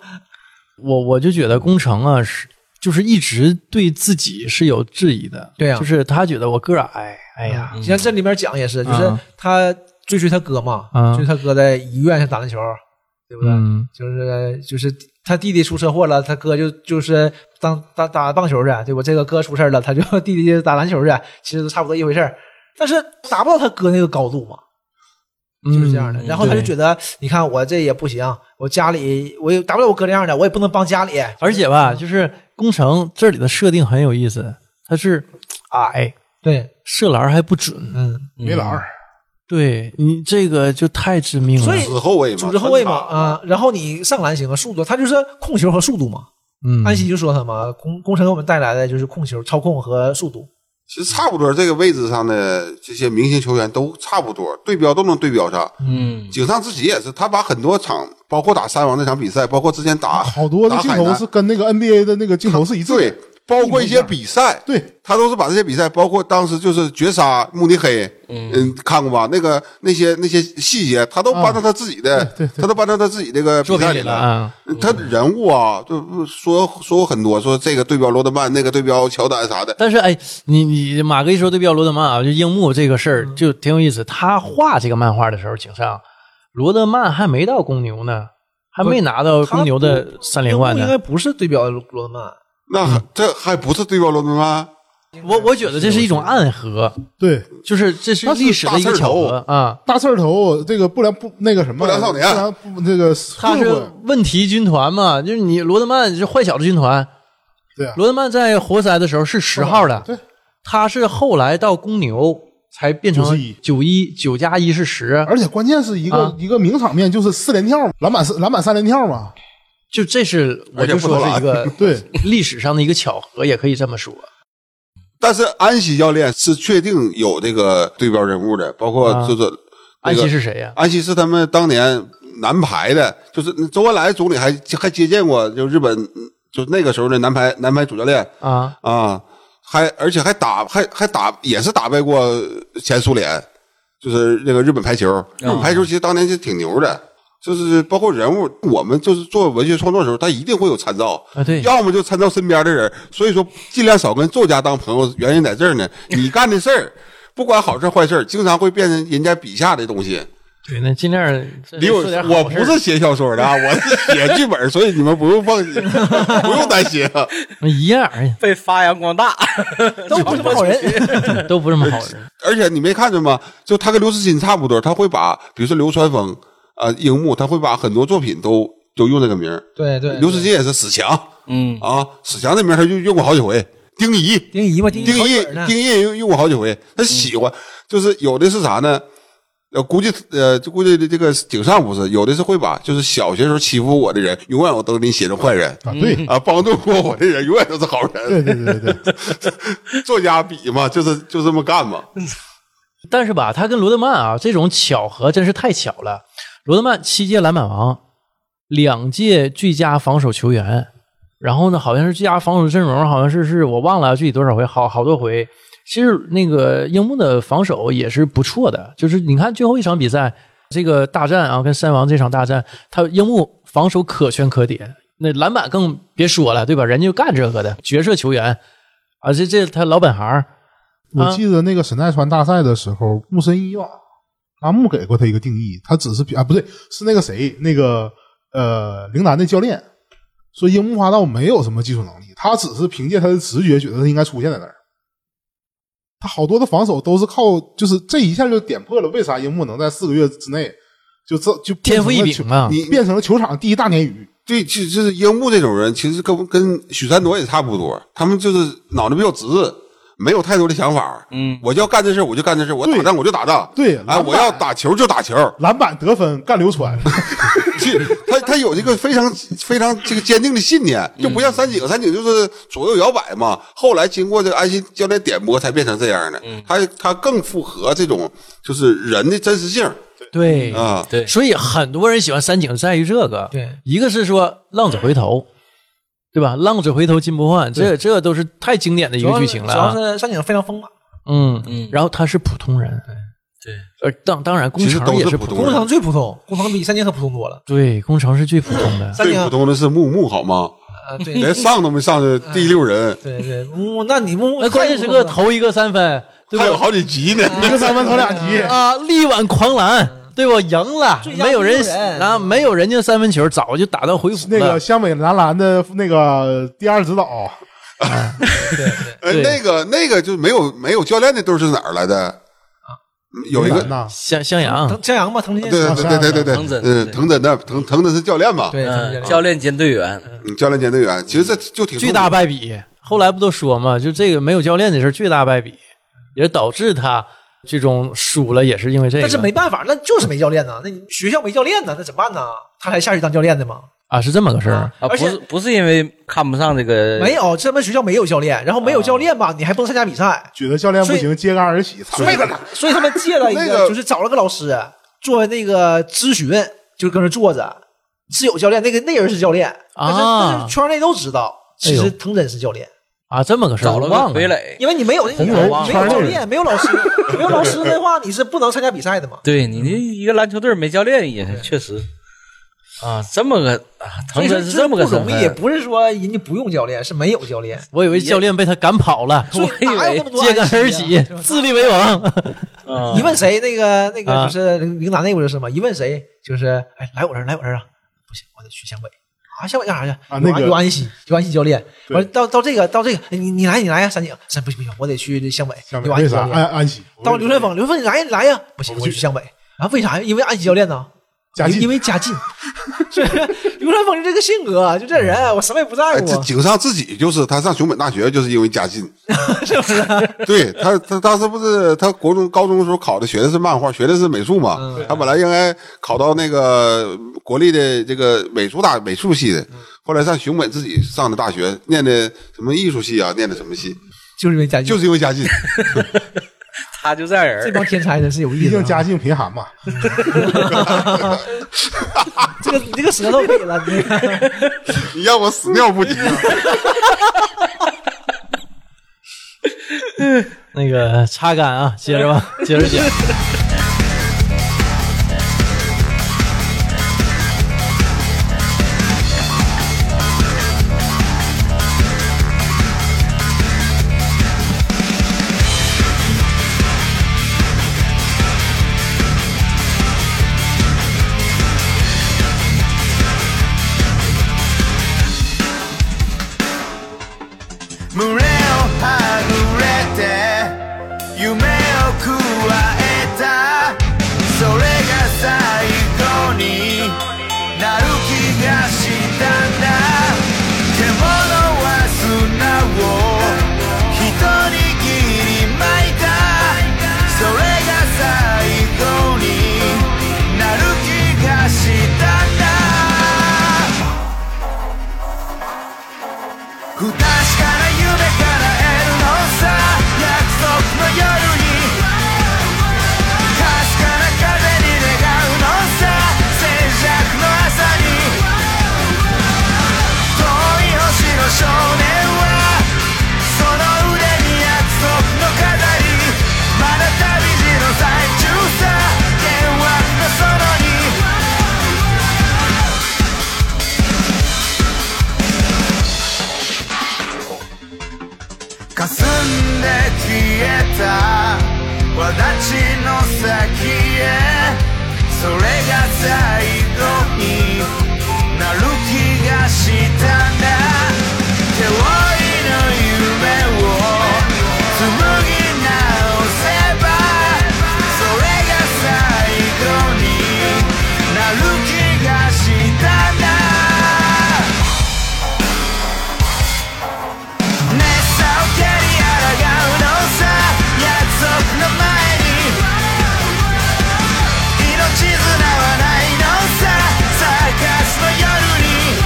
我我就觉得宫城啊是就是一直对自己是有质疑的，
对啊
就是他觉得我个儿矮，哎呀，
你像这里面讲也是，就是
啊
他追随他哥嘛，
啊
追他哥在医院上打篮球，对不对？
嗯
就是就是他弟弟出车祸了，他哥就就是当打打棒球去，对吧？这个哥出事儿了，他就弟弟就打篮球去，其实都差不多一回事儿，但是达不到他哥那个高度嘛。就是这样
嗯
的。然后他就觉得，你看我这也不行，我家里我也达不到我哥这样的，我也不能帮家里。
而且
嗯
吧，就是宫城这里的设定很有意思，他是矮，
对，
射篮还不准，
嗯，
没篮儿。
对你这个就太致命了。
所以
之后卫嘛，
组织后卫嘛，
传嗯
啊，然后你上篮行啊，速度，他就是控球和速度嘛。
嗯，
安西就说他嘛，工工程给我们带来的就是控球、操控和速度。
其实差不多这个位置上的呃这些明星球员都差不多，对标都能对标上。
嗯，
井上自己也是，他把很多场，包括打三王那场比赛，包括之前打
啊
好多的
打
镜
海
头
南
是跟那个 NBA 的那个镜头是一致的。
对，包括一些比赛，
对
他都是把这些比赛，包括当时就是绝杀慕尼黑，嗯，看过吧？那个那些那些细节，他都搬到他自己的，
哦对对对嗯
他都搬到他自己这个比
作品
赛
里
里
了啊。
他人物啊，就不说说过很多，说这个对标罗德曼，那个对标乔丹啥的，
但是哎，你你马哥一说对标罗德曼啊，就樱木这个事儿就挺有意思。他画这个漫画的时候，井上罗德曼还没到公牛呢，还没拿到公牛的三连冠
樱木应
呢。
该不是对标罗德曼，
那还
嗯
这还不是对标罗德曼？
我我觉得这是一种暗合，
对，
就是这是历史的一个巧合啊。
大刺儿头这个不良不那个什么
不良少年
不良不这个
他
混
是
混
问题军团嘛，就是你罗德曼是坏小子军团。
对啊
罗德曼在活塞的时候是十号的，
对，
他是后来到公牛才变成
91
九一九加一是十，
而且关键是一个、
啊
一个名场面，就是四连跳嘛，篮板四篮板三连跳嘛，
就这是我
而且
就
不
说
投
是一
篮
个
对
历史上的一个巧合，也可以这么说。
但是安西教练是确定有这个对标人物的，包括
啊
就是、
安西是谁呀、
安西是他们当年男排的，就是周恩来总理还还接见过，就日本就那个时候的男排男排主教练
啊？
啊，还而且还打还还打也是打败过前苏联，就是那个日本排球，日本排球其实当年是挺牛的。就是包括人物，我们就是做文学创作的时候，他一定会有参照
啊对
要么就参照身边的人。所以说，尽量少跟作家当朋友，原因在这儿呢。 你干的事儿，不管好事儿坏事儿，经常会变成人家笔下的东西。
对，那尽量这
离我
说点好
我
事儿
不是写小说的啊，我是写剧本，所以你们不用 放心，不用担心啊。
一样，哎
被发扬光大，
都不是好人。
呀都不是什么好人。
而且你没看见吗？就他跟刘慈欣差不多，他会把比如说流川枫啊、樱木，他会把很多作品都都用这个名儿。
对对，
刘慈欣也是史强
嗯，
啊，史强这名儿他就用过好几回。丁仪，
丁仪嘛，丁
丁
仪
仪
好啊本呢，
丁仪也用用过好几回，他喜欢，就是有的是啥呢？呃，估计呃，就估计这个井上不是，有的是会把就是小学时候欺负我的人，永远我都给你写成坏人。
啊，对、
嗯
嗯
啊，帮助过我的人永远都是好人。
对对 对
啊
对对，
作家比嘛，就是就这么干嘛。
但是吧，他跟罗德曼啊这种巧合真是太巧了。罗德曼七届篮板王，两届最佳防守球员，然后呢，好像是最佳防守阵容，好像是是我忘了具体多少回，好好多回。其实那个樱木的防守也是不错的，就是你看最后一场比赛这个大战啊，跟山王这场大战，他樱木防守可圈可点，那篮板更别说了，对吧？人家就干这个的角色球员啊，这这他老本行儿
我记得那个神奈川大赛的时候，木神一望阿木给过他一个定义，他只是比啊不对，是那个谁那个呃陵南的教练说樱木花道没有什么技术能力，他只是凭借他的直觉觉得他应该出现在那儿。他好多的防守都是靠，就是这一下就点破了为啥樱木能在四个月之内就这就变
天
成
赋
了
异
球
禀嘛。
你
变成了球场第一大鲶鱼。
对，就就是樱木这种人，其实跟跟许三多也差不多，他们就是脑袋比较直，没有太多的想法。
嗯，
我就要干这事儿我就干这事儿我
对
打仗我就打仗。
对
哎，
篮板
我要打球就打球。
篮板得分干流传，
这他他有这个非常非常这个坚定的信念，就不像三井，三井就是左右摇摆嘛。后来经过这个安心教练点拨，才变成这样的。他他更符合这种就是人的真实性
对
啊。
对，
所以很多人喜欢三井在于这个，
对
一个是说浪子回头，对吧？浪子回头金不换，这这都是太经典的一
主
个
要
剧
是
情了、
主要
啊。
是山井非常丰满，
嗯
嗯
然后他是普通人，
对，
呃，当当然工
其实
程
都
也
是
是
普
普
通
通
工
人，
程最普通，工程比山井可普通多了。
对，工程是最普通的。
山
最
井
普通的是木木好吗？
呃， 对
连上都没上的第六人，
对对，木那你木
那关键时刻投一个三分，对
还有
吧？
好几集呢。
一个三分投俩 级。
啊，力挽狂澜，对吧？赢了，
最佳
没有人
进球人
啊，没有人家三分球早就打到回府
那
了
个。湘北男篮的那个第二指导，
呃，
对
那个那个就没有没有教练的都是哪儿来的？有一个
男，呐，
襄襄阳
藤江阳嘛，藤
对
田
对对对对对，
藤真
呃
对
藤真的藤藤真是教练吧？
对藤
嗯
田
教练兼队员，
嗯，教练兼队员，其实这就挺
巨大败笔。后来不都说嘛，就这个没有教练的事儿巨大败笔，也导致他最终输了，也是因为这个。
但是没办法，那就是没教练呐，那你学校没教练呐，那怎么办呢？他才下去当教练的嘛。
啊，是这么个事儿。
啊，不
而且
是不是因为看不上这个，
没有，这边学校没有教练，然后没有教练吧，你还不能参加比赛，
觉得教练不
所
行，揭竿而起，操
所以所以他们借了一
那个
个，就是找了个老师做那个咨询，就搁那坐着，是有教练，那个那人是教练，但是
啊
但是圈内都知道，其
哎
实
呦
藤真是教练，
啊，这么个事儿，
找了
忘
个
了。
傀儡。
因为你没有那个
红
没
楼
有
圈内
教
人
练，没有老师，没有老师的话，你是不能参加比赛的嘛。
对你这一个篮球队没教练也确实
啊，
这么个啊
所
藤
以说
真是这么个
不
身
容易，也
份，
不是说人家不用教练，是没有教练。
我以为教练被他赶跑了，
所以哪有那么多
揭竿而
安琪
起
啊？，
自立为王。
啊
一问谁，那个那
啊
个就是陵南那不就是吗？一问谁，就是哎，来我这儿，来我这儿啊！不行，我得去湘北啊！湘北干啥去？
啊那个
有安西，有安西教练。
对
完了到到这个到这个，哎你你来你来呀，三井，三不行不行，我得去这湘北，
像
有安
为
西
啥哎
教
安
练。
安息？
到刘顺峰，刘顺峰你来你来呀，不行，
我
我
去
去湘北啊？为啥呀？因为安西教练呢？
加进
因为家境， 所以刘传峰就这个性格，就这人，我什么也不在
哎，
乎啊
这，井上自己就是他上熊本大学就是因为家境，是不是？ 对他，他当时不是他国中、高中的时候考的学的是漫画，学的是美术嘛。他本来应该考到那个国立的这个美术大美术系的，后来上熊本自己上的大学，念的什么艺术系啊，念的什么系，
就是因为家境。
就是因为家境。
他就这样
这
人儿，
帮天才真是有意
毕
思啊。
竟家境贫寒嘛，
这个你这个舌头可以了，你这个
你让我死尿不及啊！
那个擦干啊，接着吧，接着讲。
胸をはぐれて夢を加えたそれが最後になる気がしたんだ獣は砂を一握り巻いたそれが最後になる気がしたんだ不確かな夢から得るのさ約束の夜に確かな風に願うのさ静寂の朝に遠い星の少年はその腕に約束の飾りまだ旅路の最中さ電話のそに霞んで消えた轍の先へそれが最後になる気がしたんだ手負いの夢を紡ぎ直せばそれが最後になる気がしたんだ熱さを蹴り抗うのさ約束の前に命綱はないのさサーカスの夜に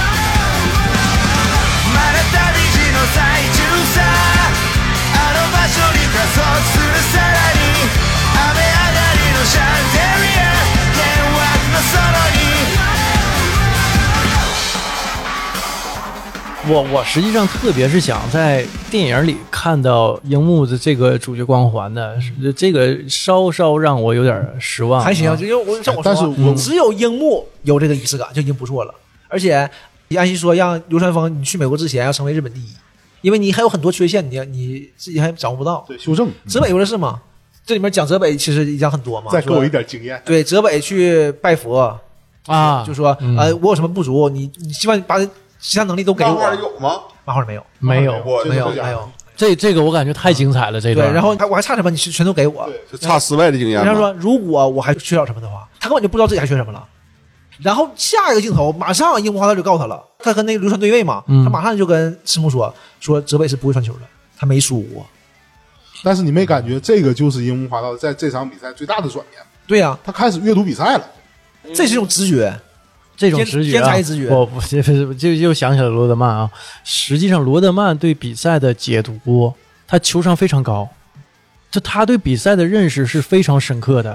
まだ旅路の最中さあの場所に加速するさらに雨上がりのシャンデリア幻惑の空に
我我实际上特别是想在电影里看到樱木的这个主角光环的，是这个稍稍让我有点失望。
还行，就因为我像我说
但
啊，
是我
只有樱木有这个仪式感就已经不错了。而且安西说让流川枫你去美国之前要成为日本第一，因为你还有很多缺陷，你你自己还掌握不到。
对，修正。
泽北不就是嘛？这里面讲泽北其实也讲很多嘛。
再给我
说
一点经验，
对泽北去拜佛，
啊，
就说
嗯
呃我有什么不足，你你希望把其他能力都给
漫
我。
画有吗？
漫画里没有，
没有
我
没有，
这个
没有。
这这个我感觉太精彩了，这
对，
段。
然后还我还差什么？你全全都给我。
就 差失败的经验
人家
吗？
说，如果我还缺少什么的话，他根本就不知道自己还缺什么了。然后下一个镜头，马上樱木花道就告诉他了，他跟那个流川对位嘛，
嗯
他马上就跟赤木说，说泽北是不会传球的，他没输过。
但是你没感觉这个就是樱木花道在这场比赛最大的转变吗？
对呀、
他开始阅读比赛了，
这是一种直觉，
这种直觉、啊，
天才直觉
我 不就就又想起了罗德曼啊。实际上，罗德曼对比赛的解读，他球商非常高，就他对比赛的认识是非常深刻 的。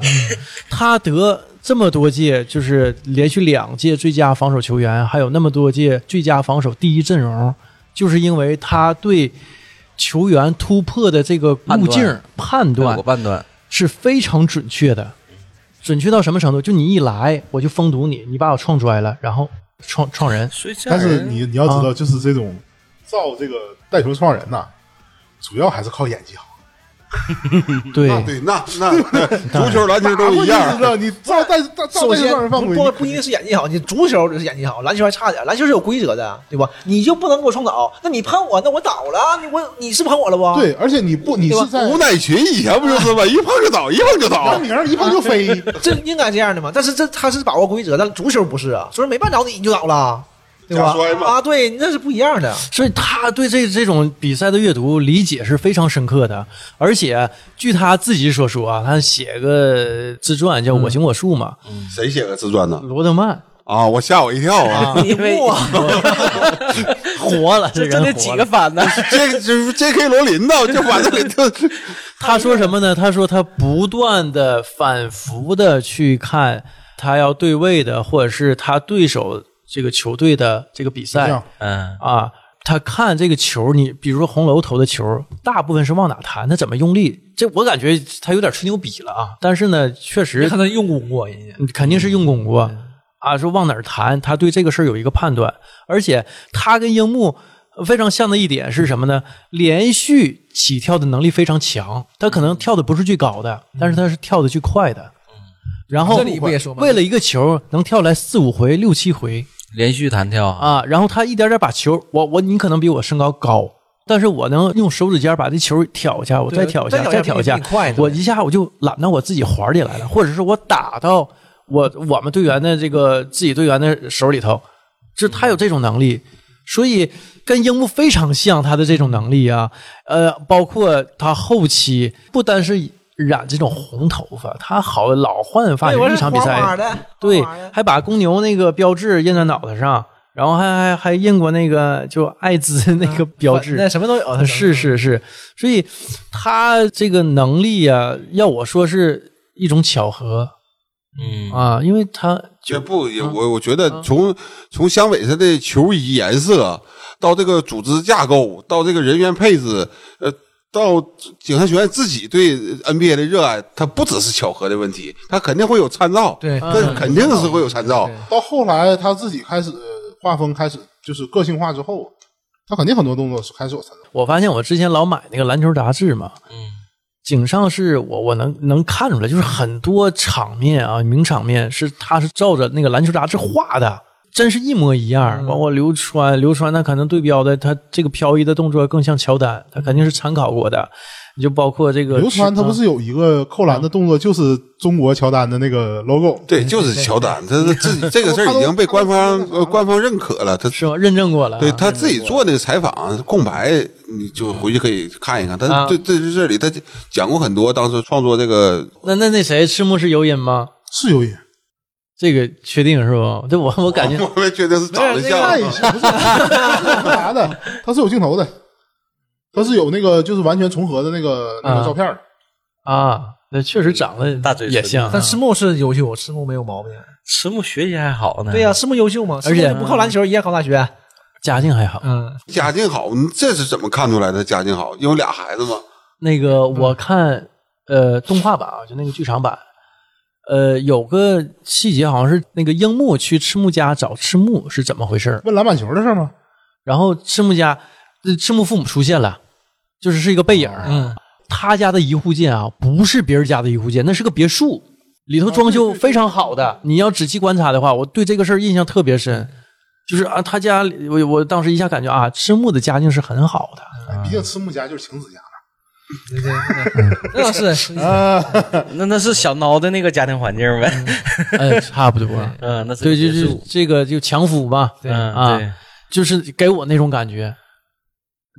他得这么多届，就是连续两届最佳防守球员，还有那么多届最佳防守第一阵容，就是因为他对球员突破的这个路径判
对
断
我判断，
是非常准确的，准确到什么程度？就你一来我就封堵你，你把我撞摔了，然后撞撞人，
所以这样
但是
人
你你要知道，就是这种造这个带球创人呐、主要还是靠演技好。
嗯对
那对，那 那足球、篮球都一
我就
样
知。道你造带造造
首
带球
先
创人犯
不
规，
不不一定是演技好，你足球是演技好，篮球还差点，篮球是有规则的，对吧？你就不能给我冲倒，那你喷我，那我倒了，你我你是喷我了不？
对，而且你不你是在
吴乃群以前不就是吗？一碰就倒，一碰就
杨
倒。
明一碰就飞，
这应该这样的嘛。但是这他是把握规则，但足球不是啊，足球没绊着你你就倒了，对吧
假摔？嘛
啊，对，那是不一样的。
所以他对这这种比赛的阅读理解是非常深刻的，而且据他自己所说啊，他写个自传叫《我行我素》嘛，
谁写个自传呢？
罗德曼
啊，我吓我一跳啊！
你 不啊，
活 了，这
这
人
得
活
几
了
个。反 呢？
这这是 J.K. 罗琳呐，就把这给他
他说什么呢？他说他不断的、反复的去看他要对位的，或者是他对手这个球队的这个比
这
赛
样
嗯，
啊。他看这个球，你比如说红楼投的球，大部分是往哪弹，他怎么用力？这我感觉他有点吹牛逼了啊。但是呢，确实嗯
看他用功过人家。嗯
肯定是用功过啊，说往哪儿弹，他对这个事儿有一个判断，而且他跟樱木非常像的一点是什么呢？连续起跳的能力非常强，他可能跳的不是最高的，
嗯
但是他是跳的最快的。然后
这里不也说吗
为了一个球能跳来四五回、六七回
连续弹跳啊，
啊，然后他一点点把球，我我你可能比我身高高。但是我能用手指尖把这球挑一下，我
对
再挑一
再
下，
挑一下
再挑一下
比你快，对
我一下我就揽到我自己环里来了，或者是我打到我我们队员的这个自己队员的手里头，就是他有这种能力，所以跟樱木非常像他的这种能力啊，呃，包括他后期不单是染这种红头发，他好老换发
对，
型，
我
一
是
场比
黄
赛
花的，
对
黄花的，
还把公牛那个标志印在脑袋上，然后还还还印过那个就艾滋那个标 志，
那什么都有，
是是是，所以他这个能力啊，要我说是一种巧合
嗯
啊，因为他
也不也我我觉得
啊
从从湘北他的球衣颜色到这个组织架构，到这个人员配置，呃，到警察学院自己对 NBA 的热爱，它不只是巧合的问题，它肯定会有参照，
对
嗯
它肯定是会有参照。
到后来他自己开始画风开始就是个性化之后，他肯定很多动作是开始有参照。
我发现我之前老买那个篮球杂志嘛，
嗯，
井上是我我能能看出来，就是很多场面啊，名场面是他是照着那个篮球杂志画的，真是一模一样。
嗯
包括流川，流川他可能对标的他这个漂移的动作更像乔丹，他肯定是参考过的。你就包括这个
刘川他不
啊
是有一个扣篮的动作，就是中国乔丹的那个 logo，
对，就是乔丹，他是 自己这个事儿已经被官方呃官方认可了，他
是吗？认证过了啊，
对他自己做那个采访空白，你就回去可以看一看。他对对这里他讲过很多，当时创作这个
那那那谁，赤木是有瘾吗？
是有瘾。
这个确定是吧？对我我 感觉
我们觉得是长得像
看一下，不是干啥的，他是有镜头的，他是有那个就是完全重合的那个那个照片儿。
啊，那确实长得
大嘴唇
也像啊，
但赤木是优秀，赤木没有毛病。
赤木学习还好呢。
对呀，，赤木优秀嘛，
而且
赤木不靠篮球一样考大学。
家境还好。
嗯，
家境好，你这是怎么看出来的？家境好，因为俩孩子嘛。
那个
嗯
我看呃动画版啊，就那个剧场版，呃有个细节好像是那个樱木去赤木家找赤木是怎么回事儿，
问篮板球的事儿吗？
然后赤木家呃赤木父母出现了，就是是一个背影，
哦
嗯，他家的一户建啊不是别人家的一户建，那是个别墅。里头
哦
装修非常好的，你要仔细观察的话，我对这个事儿印象特别深，就是啊，他家里我我当时一下感觉啊，赤木的家境是很好的，
毕竟赤木家就是晴子家嘛。
对对对那倒是。
那那是小孬的那个家庭环境呗。
哎，差不多，
嗯，那是
对，就
结
是
束
这个就强夫吧，对
嗯
啊，
对
就是给我那种感觉，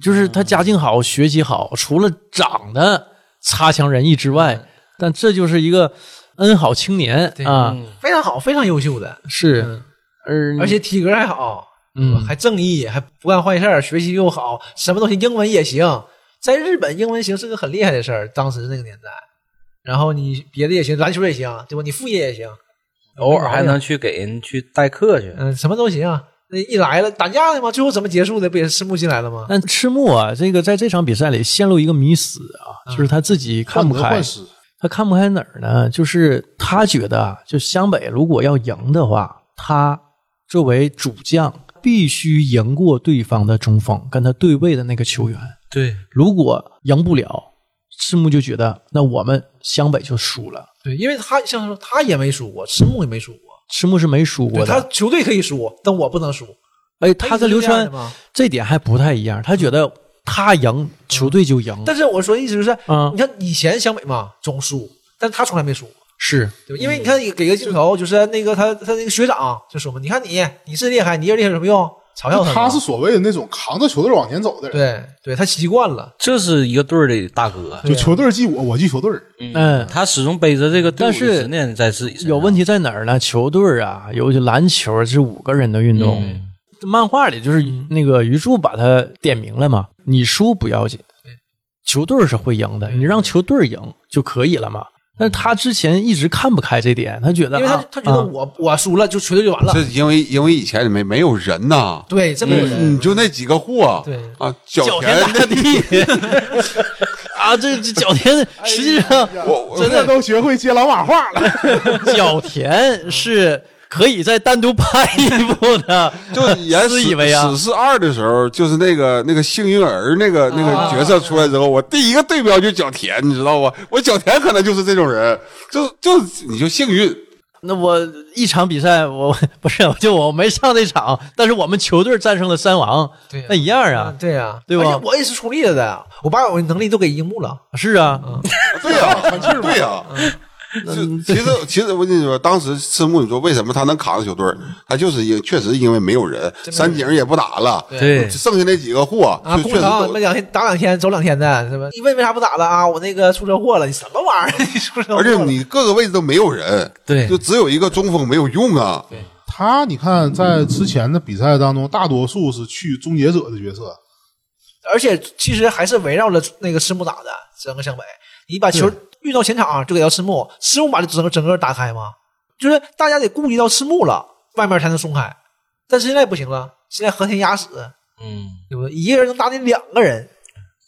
就是他家境好，学习好，除了长得差强人意之外，但这就是一个恩好青年啊，
非常好，非常优秀的，
是，而
嗯而且体格还好，
嗯
还正义，还不干坏事儿，学习又好，什么东西英文也行。在日本，英文行是个很厉害的事儿，当时那个年代。然后你别的也行，篮球也行，对吧？你副业也行，
偶尔还能去给人去代课去。
嗯，什么都行。那一来了打架的嘛，最后怎么结束的？不也是赤木进来了吗？
但赤木啊，这个在这场比赛里陷入一个迷思啊，就是他自己看不
患得
开
患，失，
他看不开哪儿呢？就是他觉得啊，就湘北如果要赢的话，他作为主将必须赢过对方的中锋，跟他对位的那个球员。
对
如果赢不了，赤木就觉得那我们湘北就输了。
对，因为他像是说他也没输过，赤木也没输过，
赤木是没输
对
过
他
的，
球队可以输，但我不能输。
哎，他跟刘
他一直是
川
这样的嘛
这点还不太一样，他觉得他赢球队就赢，
但是我说的意思就是，
嗯
你看以前湘北嘛总输，但是他从来没输过。
是
对吧？因为你看，给个镜头，就是那个他他那个学长就说嘛，你看你你是厉害，你一个人厉害有什么用？嘲笑
就
嘛
他是所谓的那种扛着球队往前走的人，
对对，他习惯了，
这是一个队儿的大哥，
就球队记我，我记球队。
嗯。
他始终背着这个队伍
但是
的执念在自己身上。
有问题在哪儿呢？球队儿啊，尤其篮球是五个人的运动，
嗯
漫画里就是
嗯
那个鱼柱把他点明了嘛，你输不要紧，球队儿是会赢
嗯
的，你让球队儿赢就可以了嘛。但是他之前一直看不开这点，他觉得
因为他
啊
他觉得
啊
我我输了就球队就完了
这，因为因为以前没没有人呐，
对，这么有
你
人，
就那几个货，
对
啊，脚
脚
田
田大地 啊，这这脚
哎
田实际上
我我
现在都学会接老马话了，
脚田是可以再单独拍一部 的，
就演
自
死
以为啊
死侍二的时候，就是那个那个幸运儿那个那个角色出来之后，我第一个对标就是角田，你知道吧？我角田可能就是这种人，就就你就幸运，
那我一场比赛，我不是，我就我没上那场，但是我们球队战胜了三王，
对啊
那一样啊
嗯，对呀，
对吧
而且我也是出力了的，我把我的能力都给樱木了，
是啊，
对呀、对呀、就其实其实我跟你说，当时赤木，你说为什么他能扛着球队儿？他就是因确实因为没有人，三井也不打了，
对
剩下那几个货，
啊，
就
工
确实
程
都
那两天打两天走两天的，是吧？你问为啥不打了啊？我那个出车祸了，你什么玩意儿？ 你出车祸了
而且你各个位置都没有人，
对
就只有一个中锋没有用啊。
他你看在之前的比赛当中，大多数是去终结者的角色，
而且其实还是围绕着那个赤木打的整个湘北。你把球运到前场啊就给到赤木，赤木把这整个整个打开嘛，就是大家得顾及到赤木了，外面才能松开。但是现在不行了，现在和田压死，
嗯，
对不对？一个人能打你两个人，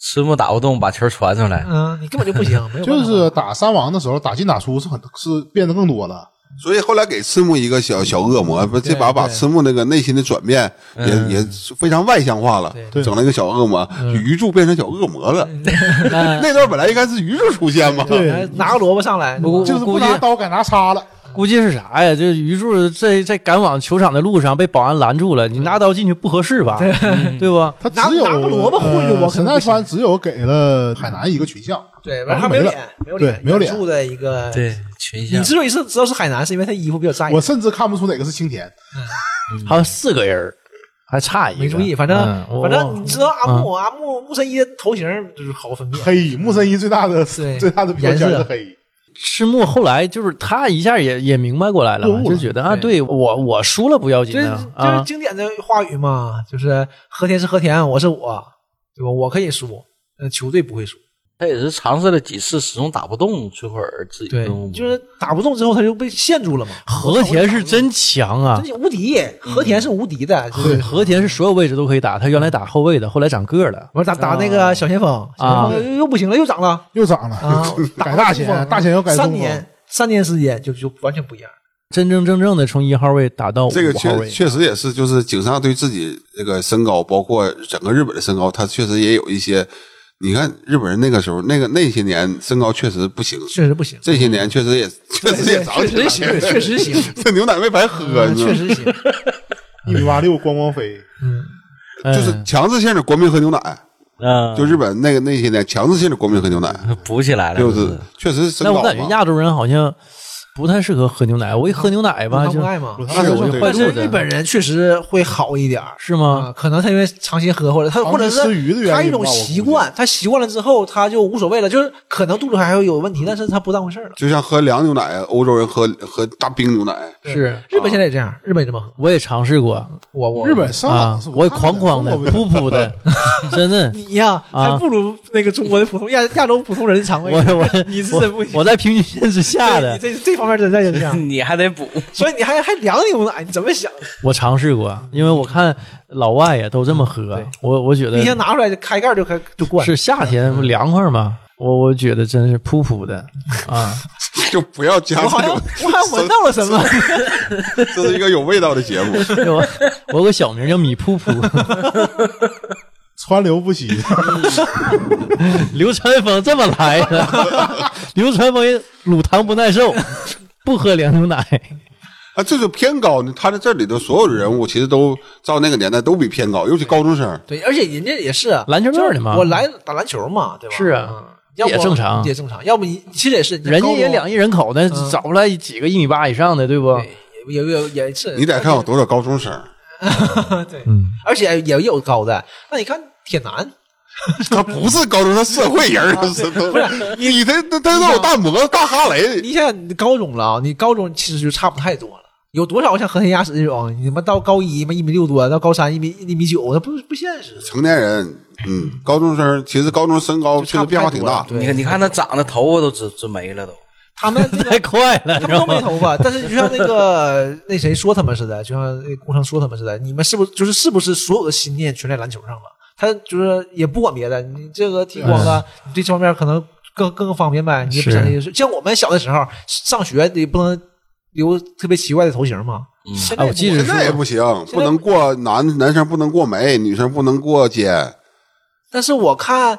赤木打不动，把球传出来。
嗯，你根本就不行，没有办
就
法
是打三王的时候，打进打出是很是变得更多了。
所以后来给赤木一个小小恶魔，不，这把把赤木那个内心的转变也也是非常外向化了，
对
整了一个小恶魔，鱼柱变成小恶魔了。 那段本来应该是鱼柱出现嘛，
哎拿个萝卜上来，
我我
就是
估
不
计
拿刀改拿叉了，
估计是啥呀？就是于柱在在赶往球场的路上被保安拦住了，你拿刀进去不合适吧？嗯
嗯
对吧？
他
拿
只有
拿个萝卜糊着
呃
我可能
神
不
奈
行
川只有给了海南一个群像，
对，
然后
完他
没
没有
了
脸，没有
对
脸，
没有脸
远处的一个。
对，群
哎你
像
之所以是知道是海南，是因为他衣服比较扎眼
我，甚至看不出哪个是青田。
还有四个人儿，还差一个，
没注意。反正
嗯我
反正你知道阿木阿木木神一的头型就是好分辨，
黑嗯木神一最大的
对
最大的标签
颜
是
色
黑，
赤木后来就是他一下也也明白过来了嘛，
顿悟
就
了
觉得啊，
对
对我我输了不要紧
就是
啊
就
啊
是，经典的话语嘛，就是和田是和田，我是我，对吧？我可以输，但球队不会输。
他也是尝试了几次，始终打不动，最后儿自己都
就是打不动之后他就被限住了嘛。
和田是真强啊
真，是无敌，和田是无敌的，就是
和和田是所有位置都可以打，他原来打后卫的，后来长个儿了。
我打打那个小前锋，
啊
小前锋又又不行了，又长了
又涨了，，
啊打
改大
中锋
前，大前要改
三
中锋
年，，三年时间就就完全不一样。
真真正正的从一号位打到五
这个
号
确
位，
确实也是，就是井上对自己这个身高，包括整个日本的身高，他确实也有一些。你看日本人那个时候，那个那些年身高确实不行，
确实不行，
这些年确
嗯
实也确实也长起来
确实行，
了。
确实行，
这牛奶没白喝，
嗯
你知道
确
吗
实行。
一米八六光光飞，
嗯
就是强制性的国民喝牛奶，
嗯，
就日本那个那些年强制性的国民喝牛奶，
补起来了，
就
不
是确实身
但
高
我
嘛
感觉亚洲人好像不太适合喝牛奶，我一喝牛奶吧
他
啊就
不爱嘛，
那是我
坏
对
但
肚
是
子
日本人确实会好一点儿
是吗
啊？，可能他因为长期喝，或者他
长期
或者是
吃鱼的原因吧
他一种习惯，他习惯了之后他就无所谓了，就是可能肚子还会有问题，但是他不当回事儿了。
就像喝凉牛奶，欧洲人喝喝大冰牛奶，
是
日本现在也这样，日本也这么喝。
我也尝试过
我我
日本上
啊
网是，
我
我
哐哐的、噗
不
噗 的，真的。
你呀，
啊
还不如那个中国的普通亚亚洲普通人的肠胃。
我我
你是真不
我
行，
我在平均线之下
对
的
你，这这方面真在就这 样，
你还得补，
所以你还还凉牛奶，你怎么想？
我尝试过，因为我看老外也都这么喝，我我觉得
冰箱拿出来就开盖就开就灌，
是夏天不凉快吗？我我觉得真是噗噗 的啊！
就不要加
我好
这
像
种，
我好像闻到了什么，
这是一个有味道的节目。
我我有个小名叫米噗 噗，
川流不息，
流川枫这么来的，流川枫也乳糖不耐受，不喝凉牛 奶。
啊，这就偏高呢。他在这里头所有的人物其实都照那个年代都比偏高，尤其高中生。
对，而且人家也是啊
篮球队的嘛
就是我来打篮球嘛，对吧？
是啊
嗯，要不
也正常
也正常。要不你其实也是，
人家也
高中
两亿人口呢，
嗯
找不来几个一米八以上的，对不？
对，也也也也是。
你得看有多少高中生，
对，
嗯，
而且也有高的。那你看铁男，
他不是高中，他社会人儿。不是你这他他都有大摩大哈雷，
你想想你高中了啊，你高中其实就差不太多了。有多少像和黑鸭屎这种，啊你他妈到高一嘛一米六多，到高三一米一米九，那不不现实。
成年人，嗯，高中生其实高中身高确
差
实
不
变化
太
挺
多了
大。
对
你看你看他长的头发都直直没了都，
他们这个
太快了，知
他们
道
都没
吗？
头发，但是就像那个那谁说他们似的，就像那工程说他们似的，你们是不是就是是不是所有的心念全在篮球上了？他就是也不管别的，你这个剃光
哎
了，你对这方面可能更更方便呗。你也不想这些事。像我们小的时候上学，你不能留特别奇怪的头型嘛。现在
啊我记得
现
是
在也不行，不能过男男生不能过眉，女生不能过肩。
但是我看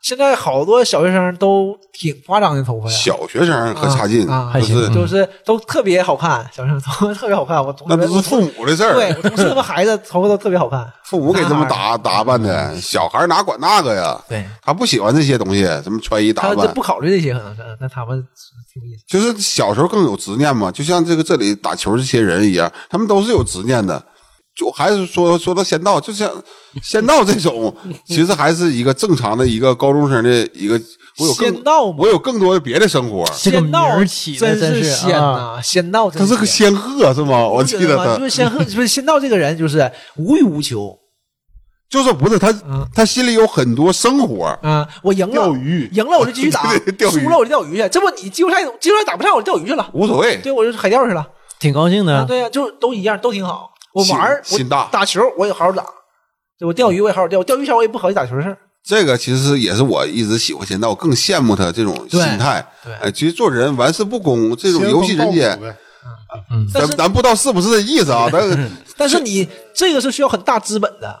现在好多小学生都挺夸张的头发呀，
小学生可差劲，
啊啊
就
还
是
行
都是都特别好看，小学生头发特别好看。我同学
那都是父母的事儿。
对我同事他们孩子头发都特别好看。
父母给这么打打扮的，小孩哪管那个呀？
对，
他不喜欢这些东西，什么穿衣打
他这
扮
不，考虑这些，可能是那他们挺有意思。
就是小时候更有执念嘛。就像这个这里打球这些人一样，他们都是有执念的。就还是说说到仙道，就像仙道这 种，其实还是一个正常的一个高中生的一个。我有
仙
更
道嘛
我有更多的别的生活。
这个
仙
名
道
儿起的
真
真是
仙
啊
呐，仙道真啊
他是个
仙，
仙鹤是吗？我记
你不
得
觉吗就
他
是仙鹤，就是仙道这个人就是无欲无求
就是不是他
嗯，
他心里有很多生活。
啊，我赢了，
钓鱼
赢了我就继续打
对对，钓鱼
输了我就钓鱼去。这不你季后赛季后赛打不上我就钓鱼去了，
无所谓，
对我就海钓去了
挺高兴
啊，
的，
对呀，就都一样，都挺好。我玩儿
心心大
我打球我也好好打，对我钓鱼我也好好钓，我钓鱼前我也不考虑打球的事儿。
这个其实也是我一直喜欢仙道，我更羡慕他这种心态。
对对
哎，其实做人玩世不恭，这种 游戏人
先
间
锋道，骨呗
但
咱
是
咱不知道是不是这意思啊？但是
但是你这个是需要很大资本的，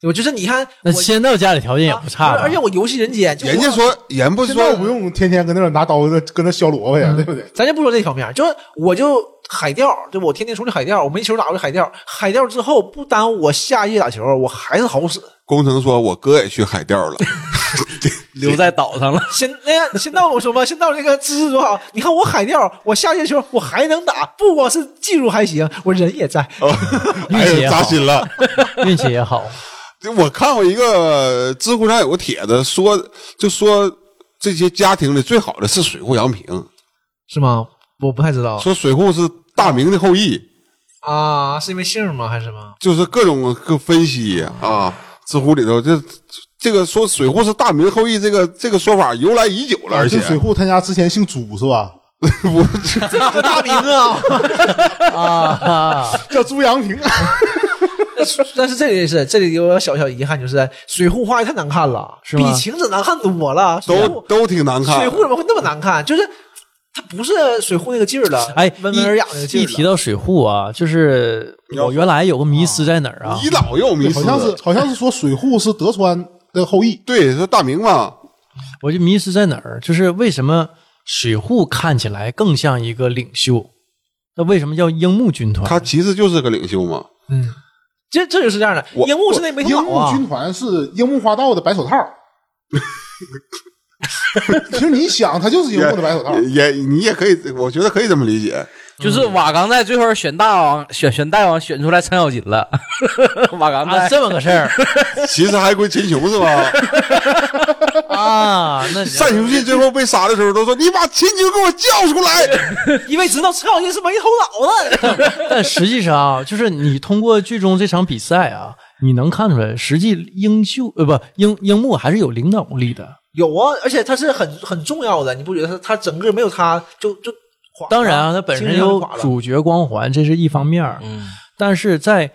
对吧？就是你看
那
我
仙道家里条件也不差
啊
吧，
而且我游戏人间，就我
人家说，人不
现在不
说
用天天跟那儿拿刀子跟那削萝卜
嗯
呀，对不对？
咱就不说这方面儿，就是我就海钓，对吧？我天天出去海钓，我没球打我就海钓，海钓之后不耽误我下一夜打球，我还是好使。
工程说，我哥也去海钓 了，
留嗯在岛上了。
先那个，先到我说吧，先到这个姿势多好。你看我海钓，我下一夜球我还能打，不光是技术还行，我人也在。
运
哎
气也
呀，扎
好，
心了。
运气也 好，
我看过一个知乎上有个帖子，说就说这些家庭里最好的是水户洋平，
哦
是吗？我不太知道
说水户是大明的后裔，
啊，是因为姓吗？还是什么？
就是各种各分析
哦
啊，知乎里头这这个说水户是大明后裔，这个这个说法由来已久了，而且
哦就水户他家之前姓朱是 吧？
大名啊！
啊叫朱阳平，
但是这里也是，这里有点小小遗憾，就是水户画的太难看了，
是吗
比晴子难看多了。水户
都都挺难看
水。户怎么会那么难看？就是它不是水户那个劲儿了，
哎，
温文尔雅那个
一
劲儿
一
了
提到水户啊，就是我原来有个迷思在哪儿啊？
你老又迷
好
失
像是
了，
好像是说水户是德川的后裔，
对，说大明
哦
嘛，
我就迷失在哪儿？就是为什么水户看起来更像一个领袖？那为什么叫樱木军团？
他其实就是个领袖嘛。
嗯，这这就是这样的。
我
樱木是那没
樱
头脑
木
啊
军，团是樱木花道的白手套。 其实你想，他就是樱木的白 手套。
也也你也可以，我觉得可以这么理解。
就是瓦岗在最后选大王，选选大王选出来程咬金了。 瓦岗
啊，
在
这么个事儿
其实还归秦琼是吧？
啊？那你
单雄信最后被杀的时候都说：“你把秦琼给我叫出来
因为知道程咬金是没头脑的。
但实际上啊，就是你通过剧中这场比赛啊，你能看出来，实际英秀呃不樱樱木还是有领导力的。
有啊，而且他是很很重要的，你不觉得他他整个没有他就就垮了
当然啊，它本身
精神上
有
垮了
主角光环，这是一方面儿。
嗯
但是在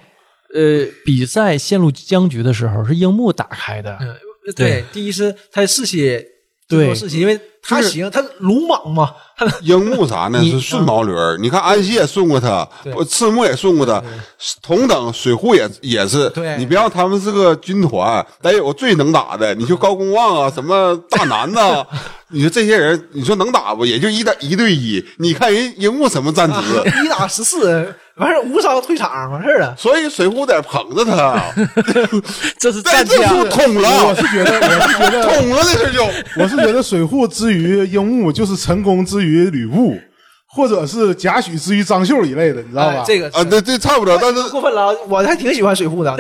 呃比赛陷入僵局的时候，是樱木打开的。
嗯对，第一是他士气，最
对
多士气，因为他
就是
行，他鲁莽嘛，他
樱木啥呢？是顺毛驴儿。你看安西也顺过他，
对
不赤木也顺过他，同等水户也也是。
对
你别让他们是个军团，得有个最能打的。你就高公望啊，什么大南呐、你说这些人，你说能打不？也就一打一对一。你看人樱木什么战姿？
一打十四， 完事儿无伤退场，完事儿了。
所以水户得捧着他，
这是
但
战
这
将
就捅
我
了，
是觉得，我是觉得，
捅了这事就。啊
我是觉得水户之于樱木，就是陈宫之于吕布，或者是贾诩之于张绣一类的，你知道吧？
哎这个
呃
啊，这这差不多，但是
过分了，我还挺喜欢水户 的，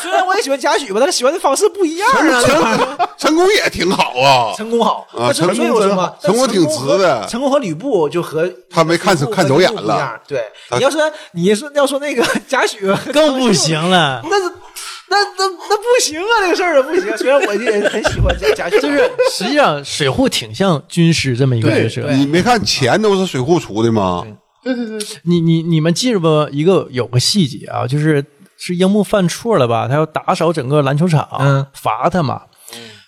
虽然我也喜欢贾诩吧，但是喜欢的方式不一样啊。对吧
陈陈宫也挺好啊，
成功好，
啊
那所以
成功
所以我
真
说嘛
好，
但
成功挺
和
直的
成功和吕布就和
他没看
吕布
看
和
走眼
吕布
了
不一样对，你要说你是要说那个 贾诩和
更不行，了，
那是那那那不行啊，这个事儿啊不行。虽然我也很喜欢贾贾诩，啊就是
实际上水户挺像军师这么一个角色。
你没看钱都是水户出的吗？
你你你们记着不？一个有个细节啊，就是是樱木犯错了吧？他要打扫整个篮球场，
嗯
罚他嘛。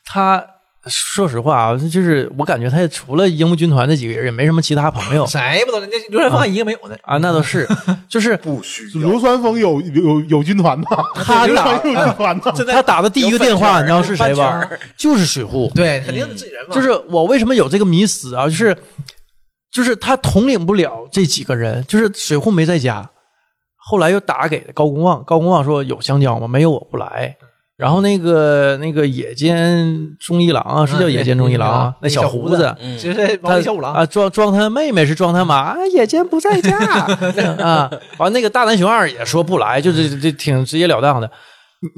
他说实话啊，就是我感觉他也除了樱木军团那几个人，也没什么其他朋 友
谁不都人家流川枫还一个没有呢。
啊。那倒是，就是
不需要。
流川枫有有有军团呐，
他
流
打
川枫有军团呐，
他打的第一个电话，你知道是谁
有
吧
饭圈？
就是水户。
对，肯定是自己人嘛。
就是我为什么有这个迷思啊？就是就是他统领不了这几个人，就是水户没在家，后来又打给高公望，高公望说有香蕉吗？没有我不来。然后那个那个野间忠一郎啊，是叫野间忠一郎啊，那小胡子。
嗯
就是
他
王小五郎
啊，装装他妹妹是装他妈， 啊野间不在家啊。完，那个大南雄二也说不来，就这
嗯
这这挺直截了当的。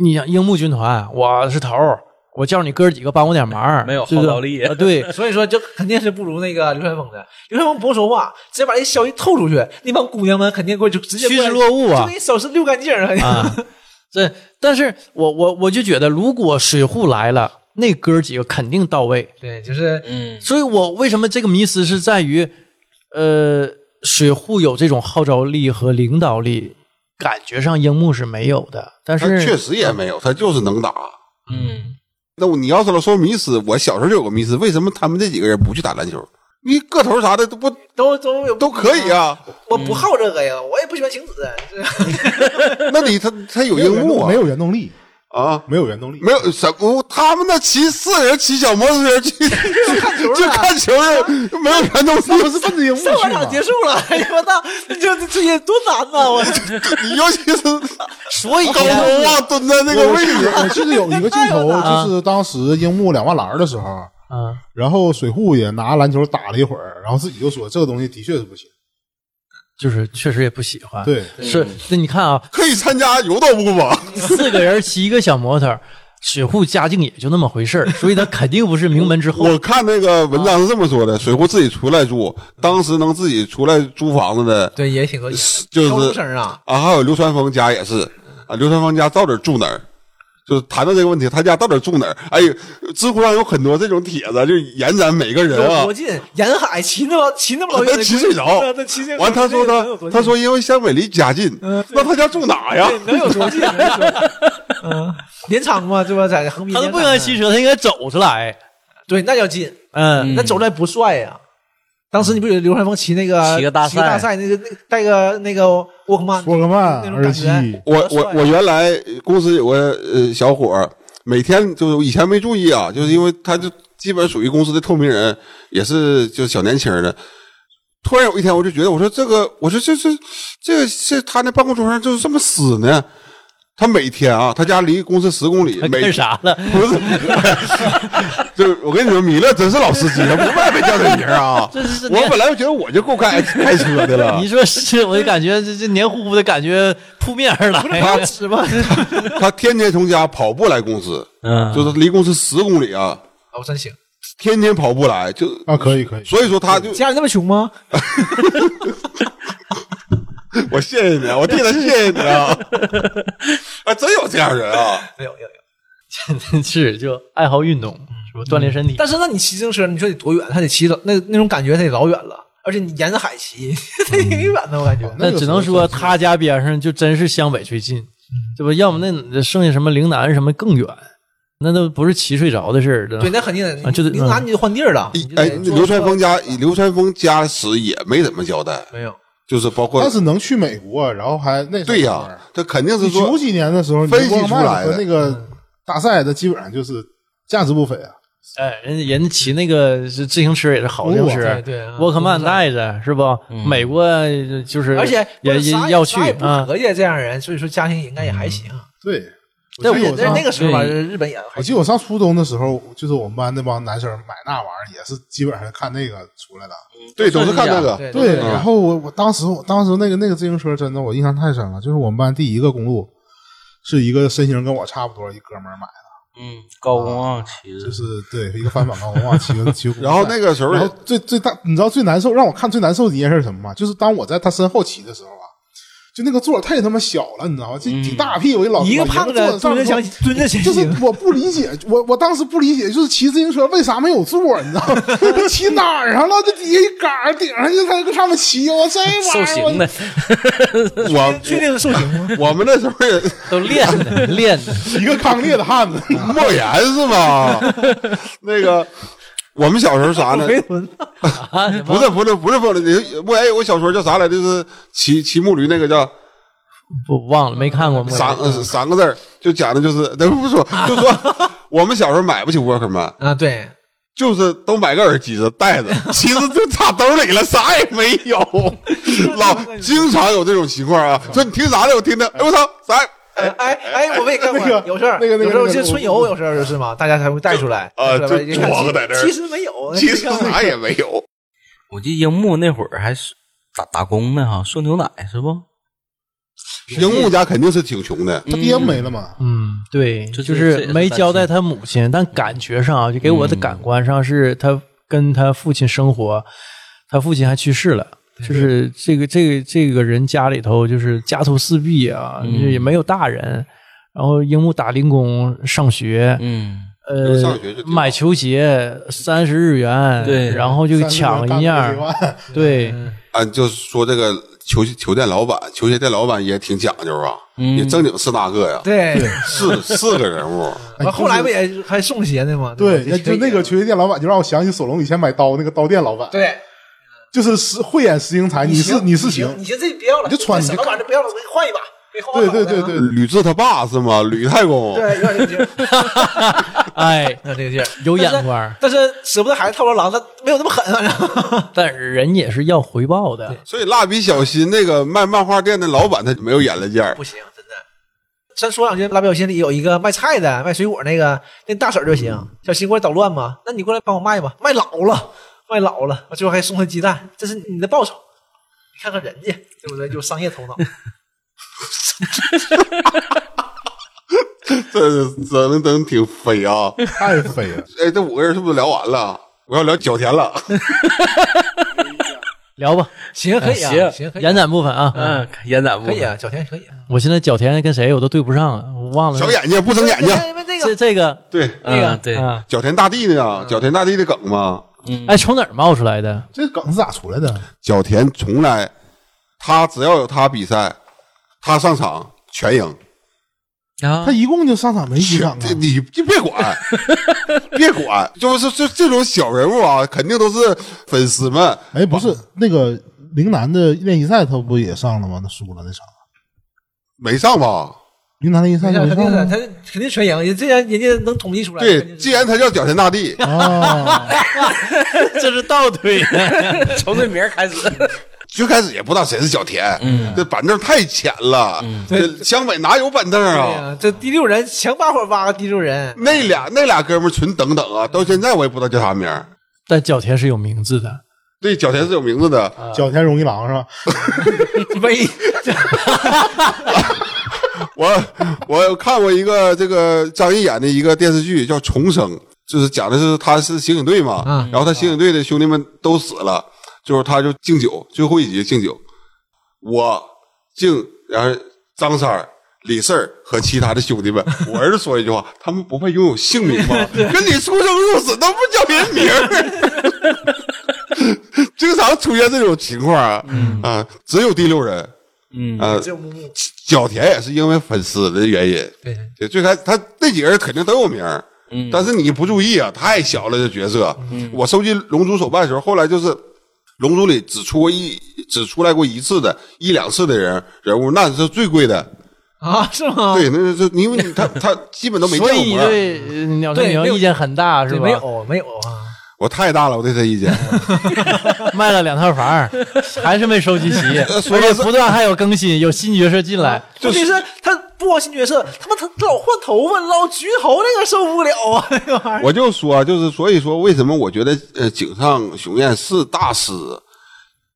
你你想樱木军团，我是头儿，我叫你哥几个帮我点忙，
没有
就是
号召力
啊对，
所以说，就肯定是不如那个流川枫的。流川枫不用说话，直接把这消息透出去，那帮姑娘们肯定过去就直接
趋
过
之
来
若鹜啊
就给你手是溜干净儿肯定。
啊，这但是我我我就觉得，如果水户来了，那哥几个肯定到位。
对，就是
嗯，
所以我为什么这个迷思是在于，呃，水户有这种号召力和领导力，感觉上樱木是没有的。但
他
是
确实也没有，他就是能打。
嗯，
那我你要是老说迷失，我小时候就有个迷失，为什么他们这几个人不去打篮球？你个头啥的都不
都都有
都可以。啊？
我不好这个呀，我也不喜欢晴子。啊
那你他他有
没有
樱
原
木
动
啊
没有原动力，
啊？
没有原动力，
没有什么，他们那骑四个人骑小摩托车去去
看球了
看球去，没有原动
他不
力。
是奔着樱木
上半
去
场
吗？
结束了，哎 呀我操，这这也多难呐！我
你尤其是
所以
高中啊，
哎
蹲在那个
我
位
记
置，
得我记得有一个镜
太有
头，
了
就是当时樱木两万篮的时候，
啊，
然后水户也拿篮球打了一会儿，然后自己就说这个东西的确是不行。
就是确实也不喜欢。，
对，
是那你看啊，
可以参加柔道部吧？
四个人骑一个小摩托，水户家境也就那么回事儿，所以他肯定不是名门之后。
我看那个文章是这么说的：水户自己出来住，当时能自己出来租房子的
对，也挺多，
就是
高中生啊，
啊，还有流川枫家也是啊，流川枫家到底住哪儿？就是谈到这个问题，他家到底住哪儿？哎呦，知乎上有很多这种帖子，就延展每个
哎
人啊
有多。近？沿海骑那么骑那么老远
他
的，
骑睡着
对，对骑这个
完他
这
说
个能有
他
多近
他说因为湘北离家近，那他家住哪呀？
嗯对能有多近？嗯，镰仓嘛，对吧？在横滨，啊
他都不应该骑，车，他应该走出来。
对，那叫近。
嗯，
那走出来不帅呀。当时你不有流川枫骑那个
骑个大赛
大赛，那个那个带个那个沃克曼，
沃克曼
那种
耳
感
机
觉，
我
多帅啊
我我原来公司有个呃小伙儿，每天就是我以前没注意啊，就是因为他就基本属于公司的透明人，也是就是小年轻儿的。突然有一天，我就觉得，我说这个，我说这这这个是他那办公桌上就是这么死呢。他每天啊，他家离公司十公里，
他
每
干啥了？
啊
不是， 就是我跟你说，米勒真是老司机了，不怪被叫这名儿啊。
是
我本来就觉得我就够开开车的了，
你说是，我就感觉这这黏糊糊的感觉扑面而来。
他吃吧。
他天天从家跑步来公司，
嗯
就是离公司十公里啊，
哦，真行，
天天跑步来，就
啊，可以可以，
所以说他就
家里那么穷吗？
我谢谢你，啊，我替他谢谢你啊，啊，真有这样人啊，
没有，没有，没 有。
是就爱
嗯
好运动，是吧？锻炼身体。
但是那你骑自行车，你说得多远？还得骑老那那种感觉得老远了。而且你沿着海骑， 这挺远的，我感觉。
那
那
个
只能
时候
说
算是
他家边上就真是向北最近，对吧？要么那剩下什么陵南什么更远，那都不是骑睡着的事儿。
对，那肯定的
啊就得。
你拿你就换地儿了。你就得
哎，
坐
流川枫家流川枫家史也没怎么交代，
没有，
就是包括
但是能去美国，啊然后还那
对呀、
时候
他肯定是
你
说
九几年的时候，你
分析
沃克曼
出来的
和那个大赛的基本上就是价值不菲啊。
哎，人家人家骑那个是自行车也是好自行
哦
车，
对对啊
沃克曼带着是不？
嗯
美国就是，
而且
也也要去
啥也不
啊。
合计这样人，所以说家庭应该也还行。
对，
但
我记得我
但是那
上
个时候吧，
对
嗯
日本也
我
还
记得我上初中的时候，就是我们班那帮男生买那玩意儿，也是基本上看那个出来的。
对，都是看那个，
对
对，啊
对
然后我我当时我当时那个那个自行车真的我印象太深了，就是我们班第一个公路，是一个身形跟我差不多一哥们儿买的，
嗯，高公望骑着
就是
嗯
对一个翻版高光啊，骑个骑 个。
然后那个时 候
然后最最大，你知道最难受，让我看最难受的一件事是什么吗？就是当我在他身后骑的时候啊，就那个座儿太他妈小了，你知道吗？这几大屁股一老
嗯一个
哦老爷们坐在
胖子
上
蹲着
面
墙，蹲 着前
就是
行。
我不理解，我我当时不理解，就是骑自行车为啥没有座儿，你知道吗？ 他骑哪儿上了？这底下一杆儿顶上去，他搁上面骑，我这玩
受
意儿
刑
我
的，
我
确定是受刑吗？
我们那时候 也
都练的练的，
一个刚烈的汉子，
嗯
莫言 是吗？那个我们小时候啥呢？
回魂，
啊
不是不是不是不是，莫言有个小说叫啥来着？就是骑骑木驴那个叫
不忘了没看过吗？
三
嗯
呃三个字儿，就讲的就是， 那不说 就说我们小时候买不起沃克曼，
啊，对，
就是都买个耳机子戴着， 其实就插兜里了，啥也没 有。老经常有这种情况啊，说你听啥呢？我听听，哎我操，啥也？
哎哎，我们也干过
那个
有事儿，
那个那个
有时候
那个
就春游，有时候就是嘛，大家才会带出来
啊
带出来
就
一看
就装在那儿
其实没有，
其实啥也没有。
我记得樱木那会儿还是打打工呢哈，送牛奶是不？
樱木家肯定是挺穷的，
他爹没了嘛？
嗯，对，
这
就
这也
是
是
没
担
交代
心嗯
他母亲，但感觉上啊，就给我的感官上是他跟他父亲生活，他父亲还去世了。就是这个这个这个人家里头就是家徒四壁啊，
嗯
也没有大人。然后樱木打零工上学，
嗯，
呃，
上学就挺好
买球鞋三十日元，
对
然后就抢一样
三
儿，
十万 干
对，
啊，就说这个球球店老板、球鞋店老板也挺讲究啊，也正经是那个呀，
对，
哎
四四个人物，
完后来不也还送鞋呢吗？
对，
吧
那就那个球鞋店老板就让我想起索隆以前买刀那个刀店老板，
对，
就是实慧眼识英才，你是你是
行，你行，这不要了，
你就穿
这什么玩意儿不要了，我给你换一把，给你换
对
换
对
好的
对
啊
对，
吕雉他爸是吗？吕太公，
对，有点这个劲儿，
哎，
有点这个劲儿，
有眼光儿，
但是舍不得孩子套着狼，他没有那么狠，啊反正
但人也是要回报的，
所以蜡笔小新那个卖漫画店的老板他没有眼力见儿
不，行，真的。咱说两句，蜡笔小新里有一个卖菜的，卖水果那个，那大婶儿就行，小新过来捣乱嘛，那你过来帮我卖吧，卖老了，卖老了，最后还送他鸡蛋，这是你的报酬。你看看人家，对不对？有商业头脑，
这这能能挺飞啊！
太飞了。
哎，这五个人是不是聊完了？啊我要聊角田了，
聊吧，哎
行，可以啊，
行
行，可以啊
延，展部分啊，
嗯，延展部
可以啊，小田可以啊。
我现在脚田跟谁我都对不上了，我忘了。
小眼睛不睁眼睛，
因为哎那
这
个
这个
对，
那个
嗯，对，
啊，
角田大地呢？角田大地的梗吗？
哎，从哪儿冒出来的？
这梗是咋出来的？
角田从来，他只要有他比赛，他上场全赢。
然后
他一共就上场没几场啊
这，你就别管， 别管，就是这这种小人物啊，肯定都是粉丝们。
哎，不是那个陵南的练习赛，他不也上了吗？他输了那场，
没上吧？
陵南练习赛
哎肯
他
定
没
的，
上
他
吗
肯定全赢，人这人人家能统计出来。
对，既然他叫角田大地，
嗯
啊，
这是倒推，
从这名儿开始，
最开始也不知道谁是角田，
嗯
这板凳太浅了。这湘北哪有板凳
对
啊？
呀，这第六人强把火挖个第六人，
那俩那俩哥们儿纯等等啊，到现在我也不知道叫啥名儿。
但脚田是有名字的，
对，角田是有名字的，
角田荣一郎是吧？
威
我 我有看过一个这个张译演的一个电视剧叫《重生》，就是讲的是他是刑警队嘛，
嗯
然后他刑警队的兄弟们都死了，就是他就敬酒，最后一集敬酒，我敬，然后张三儿。李四儿和其他的兄弟们，我儿子说一句话：“他们不配拥有姓名吗？跟你出生入死都不叫人名儿。”经常出现这种情况啊，
嗯
啊，只有第六人，嗯啊，
只有木木，
角田也是因为粉丝的原因，
对，
就最开始他那几个人肯定都有名儿，
嗯
但是你不注意啊，太小了这角色。我收集《龙珠》手办的时候，后来就是《龙珠》里只出过一只出来过一次的一两次的人人物，那是最贵的。
啊，是吗？
对，那是因为你他他基本都没
所
见
以
过
你
啊模儿。
对呃鸟山
对没
明
有
意见很大是
对，
吧？
没有没有啊，
我太大了，我对他意见。
卖了两套房，还是没收集齐，
所
而
以
且不断还有更新，有新角色进来。
问题是他不光新角色，他妈他老换头发，老焗头，那个受不了啊，那个玩意儿。
我就说，啊就是所以说，为什么我觉得呃井上雄彦是大师，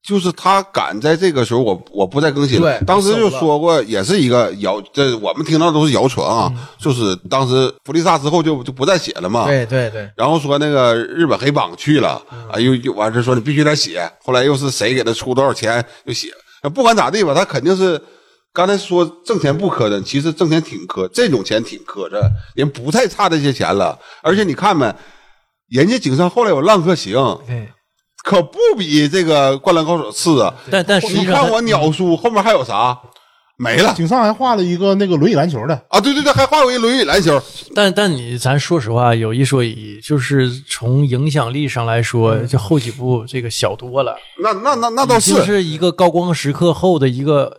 就是他敢在这个时候我，我不再更新了
对
当时就
受不了
说过，也是一个谣，这我们听到都是谣传啊，就是当时弗利萨之后就就不再写了嘛。
嗯对嗯对对，
然后说那个日本黑帮去了，啊，又又完事说你必须得写，后来又是谁给他出多少钱就写，呃不管咋地吧，他肯定是刚才说挣钱不磕碜，其实挣钱挺磕，这种钱挺磕碜，人不太差这些钱了，而且你看没，人家井上后来有浪客行，
对，
可不比这个灌篮高手次啊，
但但实
你
际上
看
他，
我鸟叔后面还有啥没了
井上还画了一个那个轮椅篮球的，
啊？对对对，还画过一轮椅篮球，
但但你咱说实话，有一说一，就是从影响力上来说，就后几部这个小多了，
那那那
哦
那倒
已经
是，
是一个高光时刻后的一个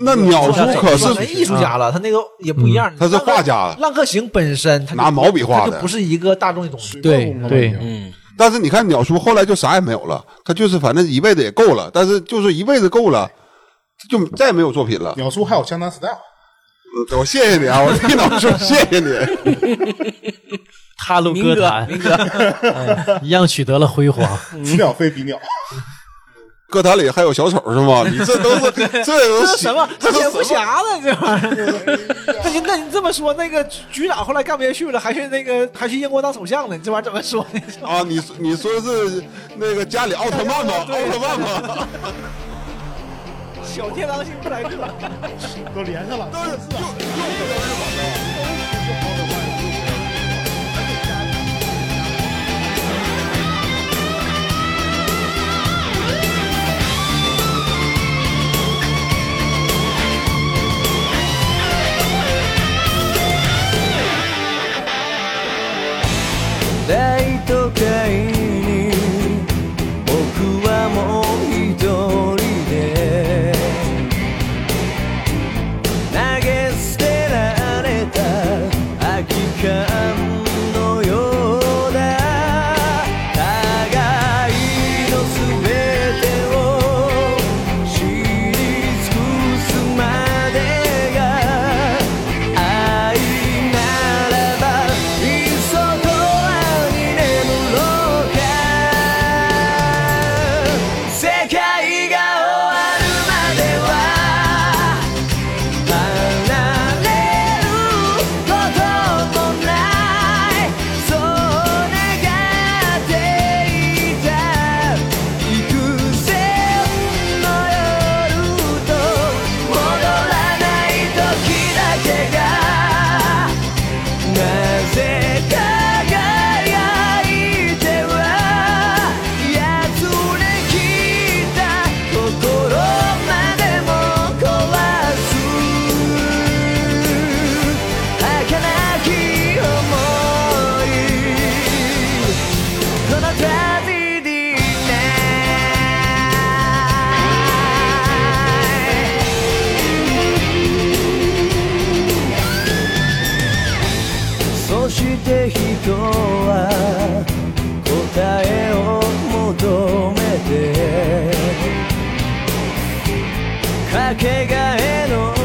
那鸟叔可是
专门艺术家了，他那个也不一样。
他是画家
浪客浪客行本身他就
拿毛笔画的
他就不是一个大众的东西。
对对，
嗯，
但是你看鸟叔后来就啥也没有了，他就是反正一辈子也够了，但是就是一辈子够了，就再也没有作品了。
鸟叔还有江南 style，
嗯我谢谢你啊，我替鸟叔谢谢你。
踏入歌坛， 哎一样取得了辉煌。
此鸟非彼鸟，
歌坛里还有小丑是吗？你这都 是这都
这
是
什么
这
蝙蝠
都是什么？
侠呢？这玩意儿，那你那你这么说，那个局长后来干不下去了，还去那个还去英国当首相呢？你这玩意儿怎么说呢？
啊，你你说是那个家里奥特曼吗？奥特曼吗？
小天狼星布莱克。
都连上了。
大都会に僕はもう一人で投げ捨てられた空き缶のようだ互いの全てを知り尽くすまでが愛ならばいっそ空に眠ろうか世界が終わるまでは離れることもないそう願っていた幾千の夜と戻らない時だけがなぜ輝いてはやつれきた心までも壊す儚き想いこの旅にね「そして人は答えを求めて」「かけがえの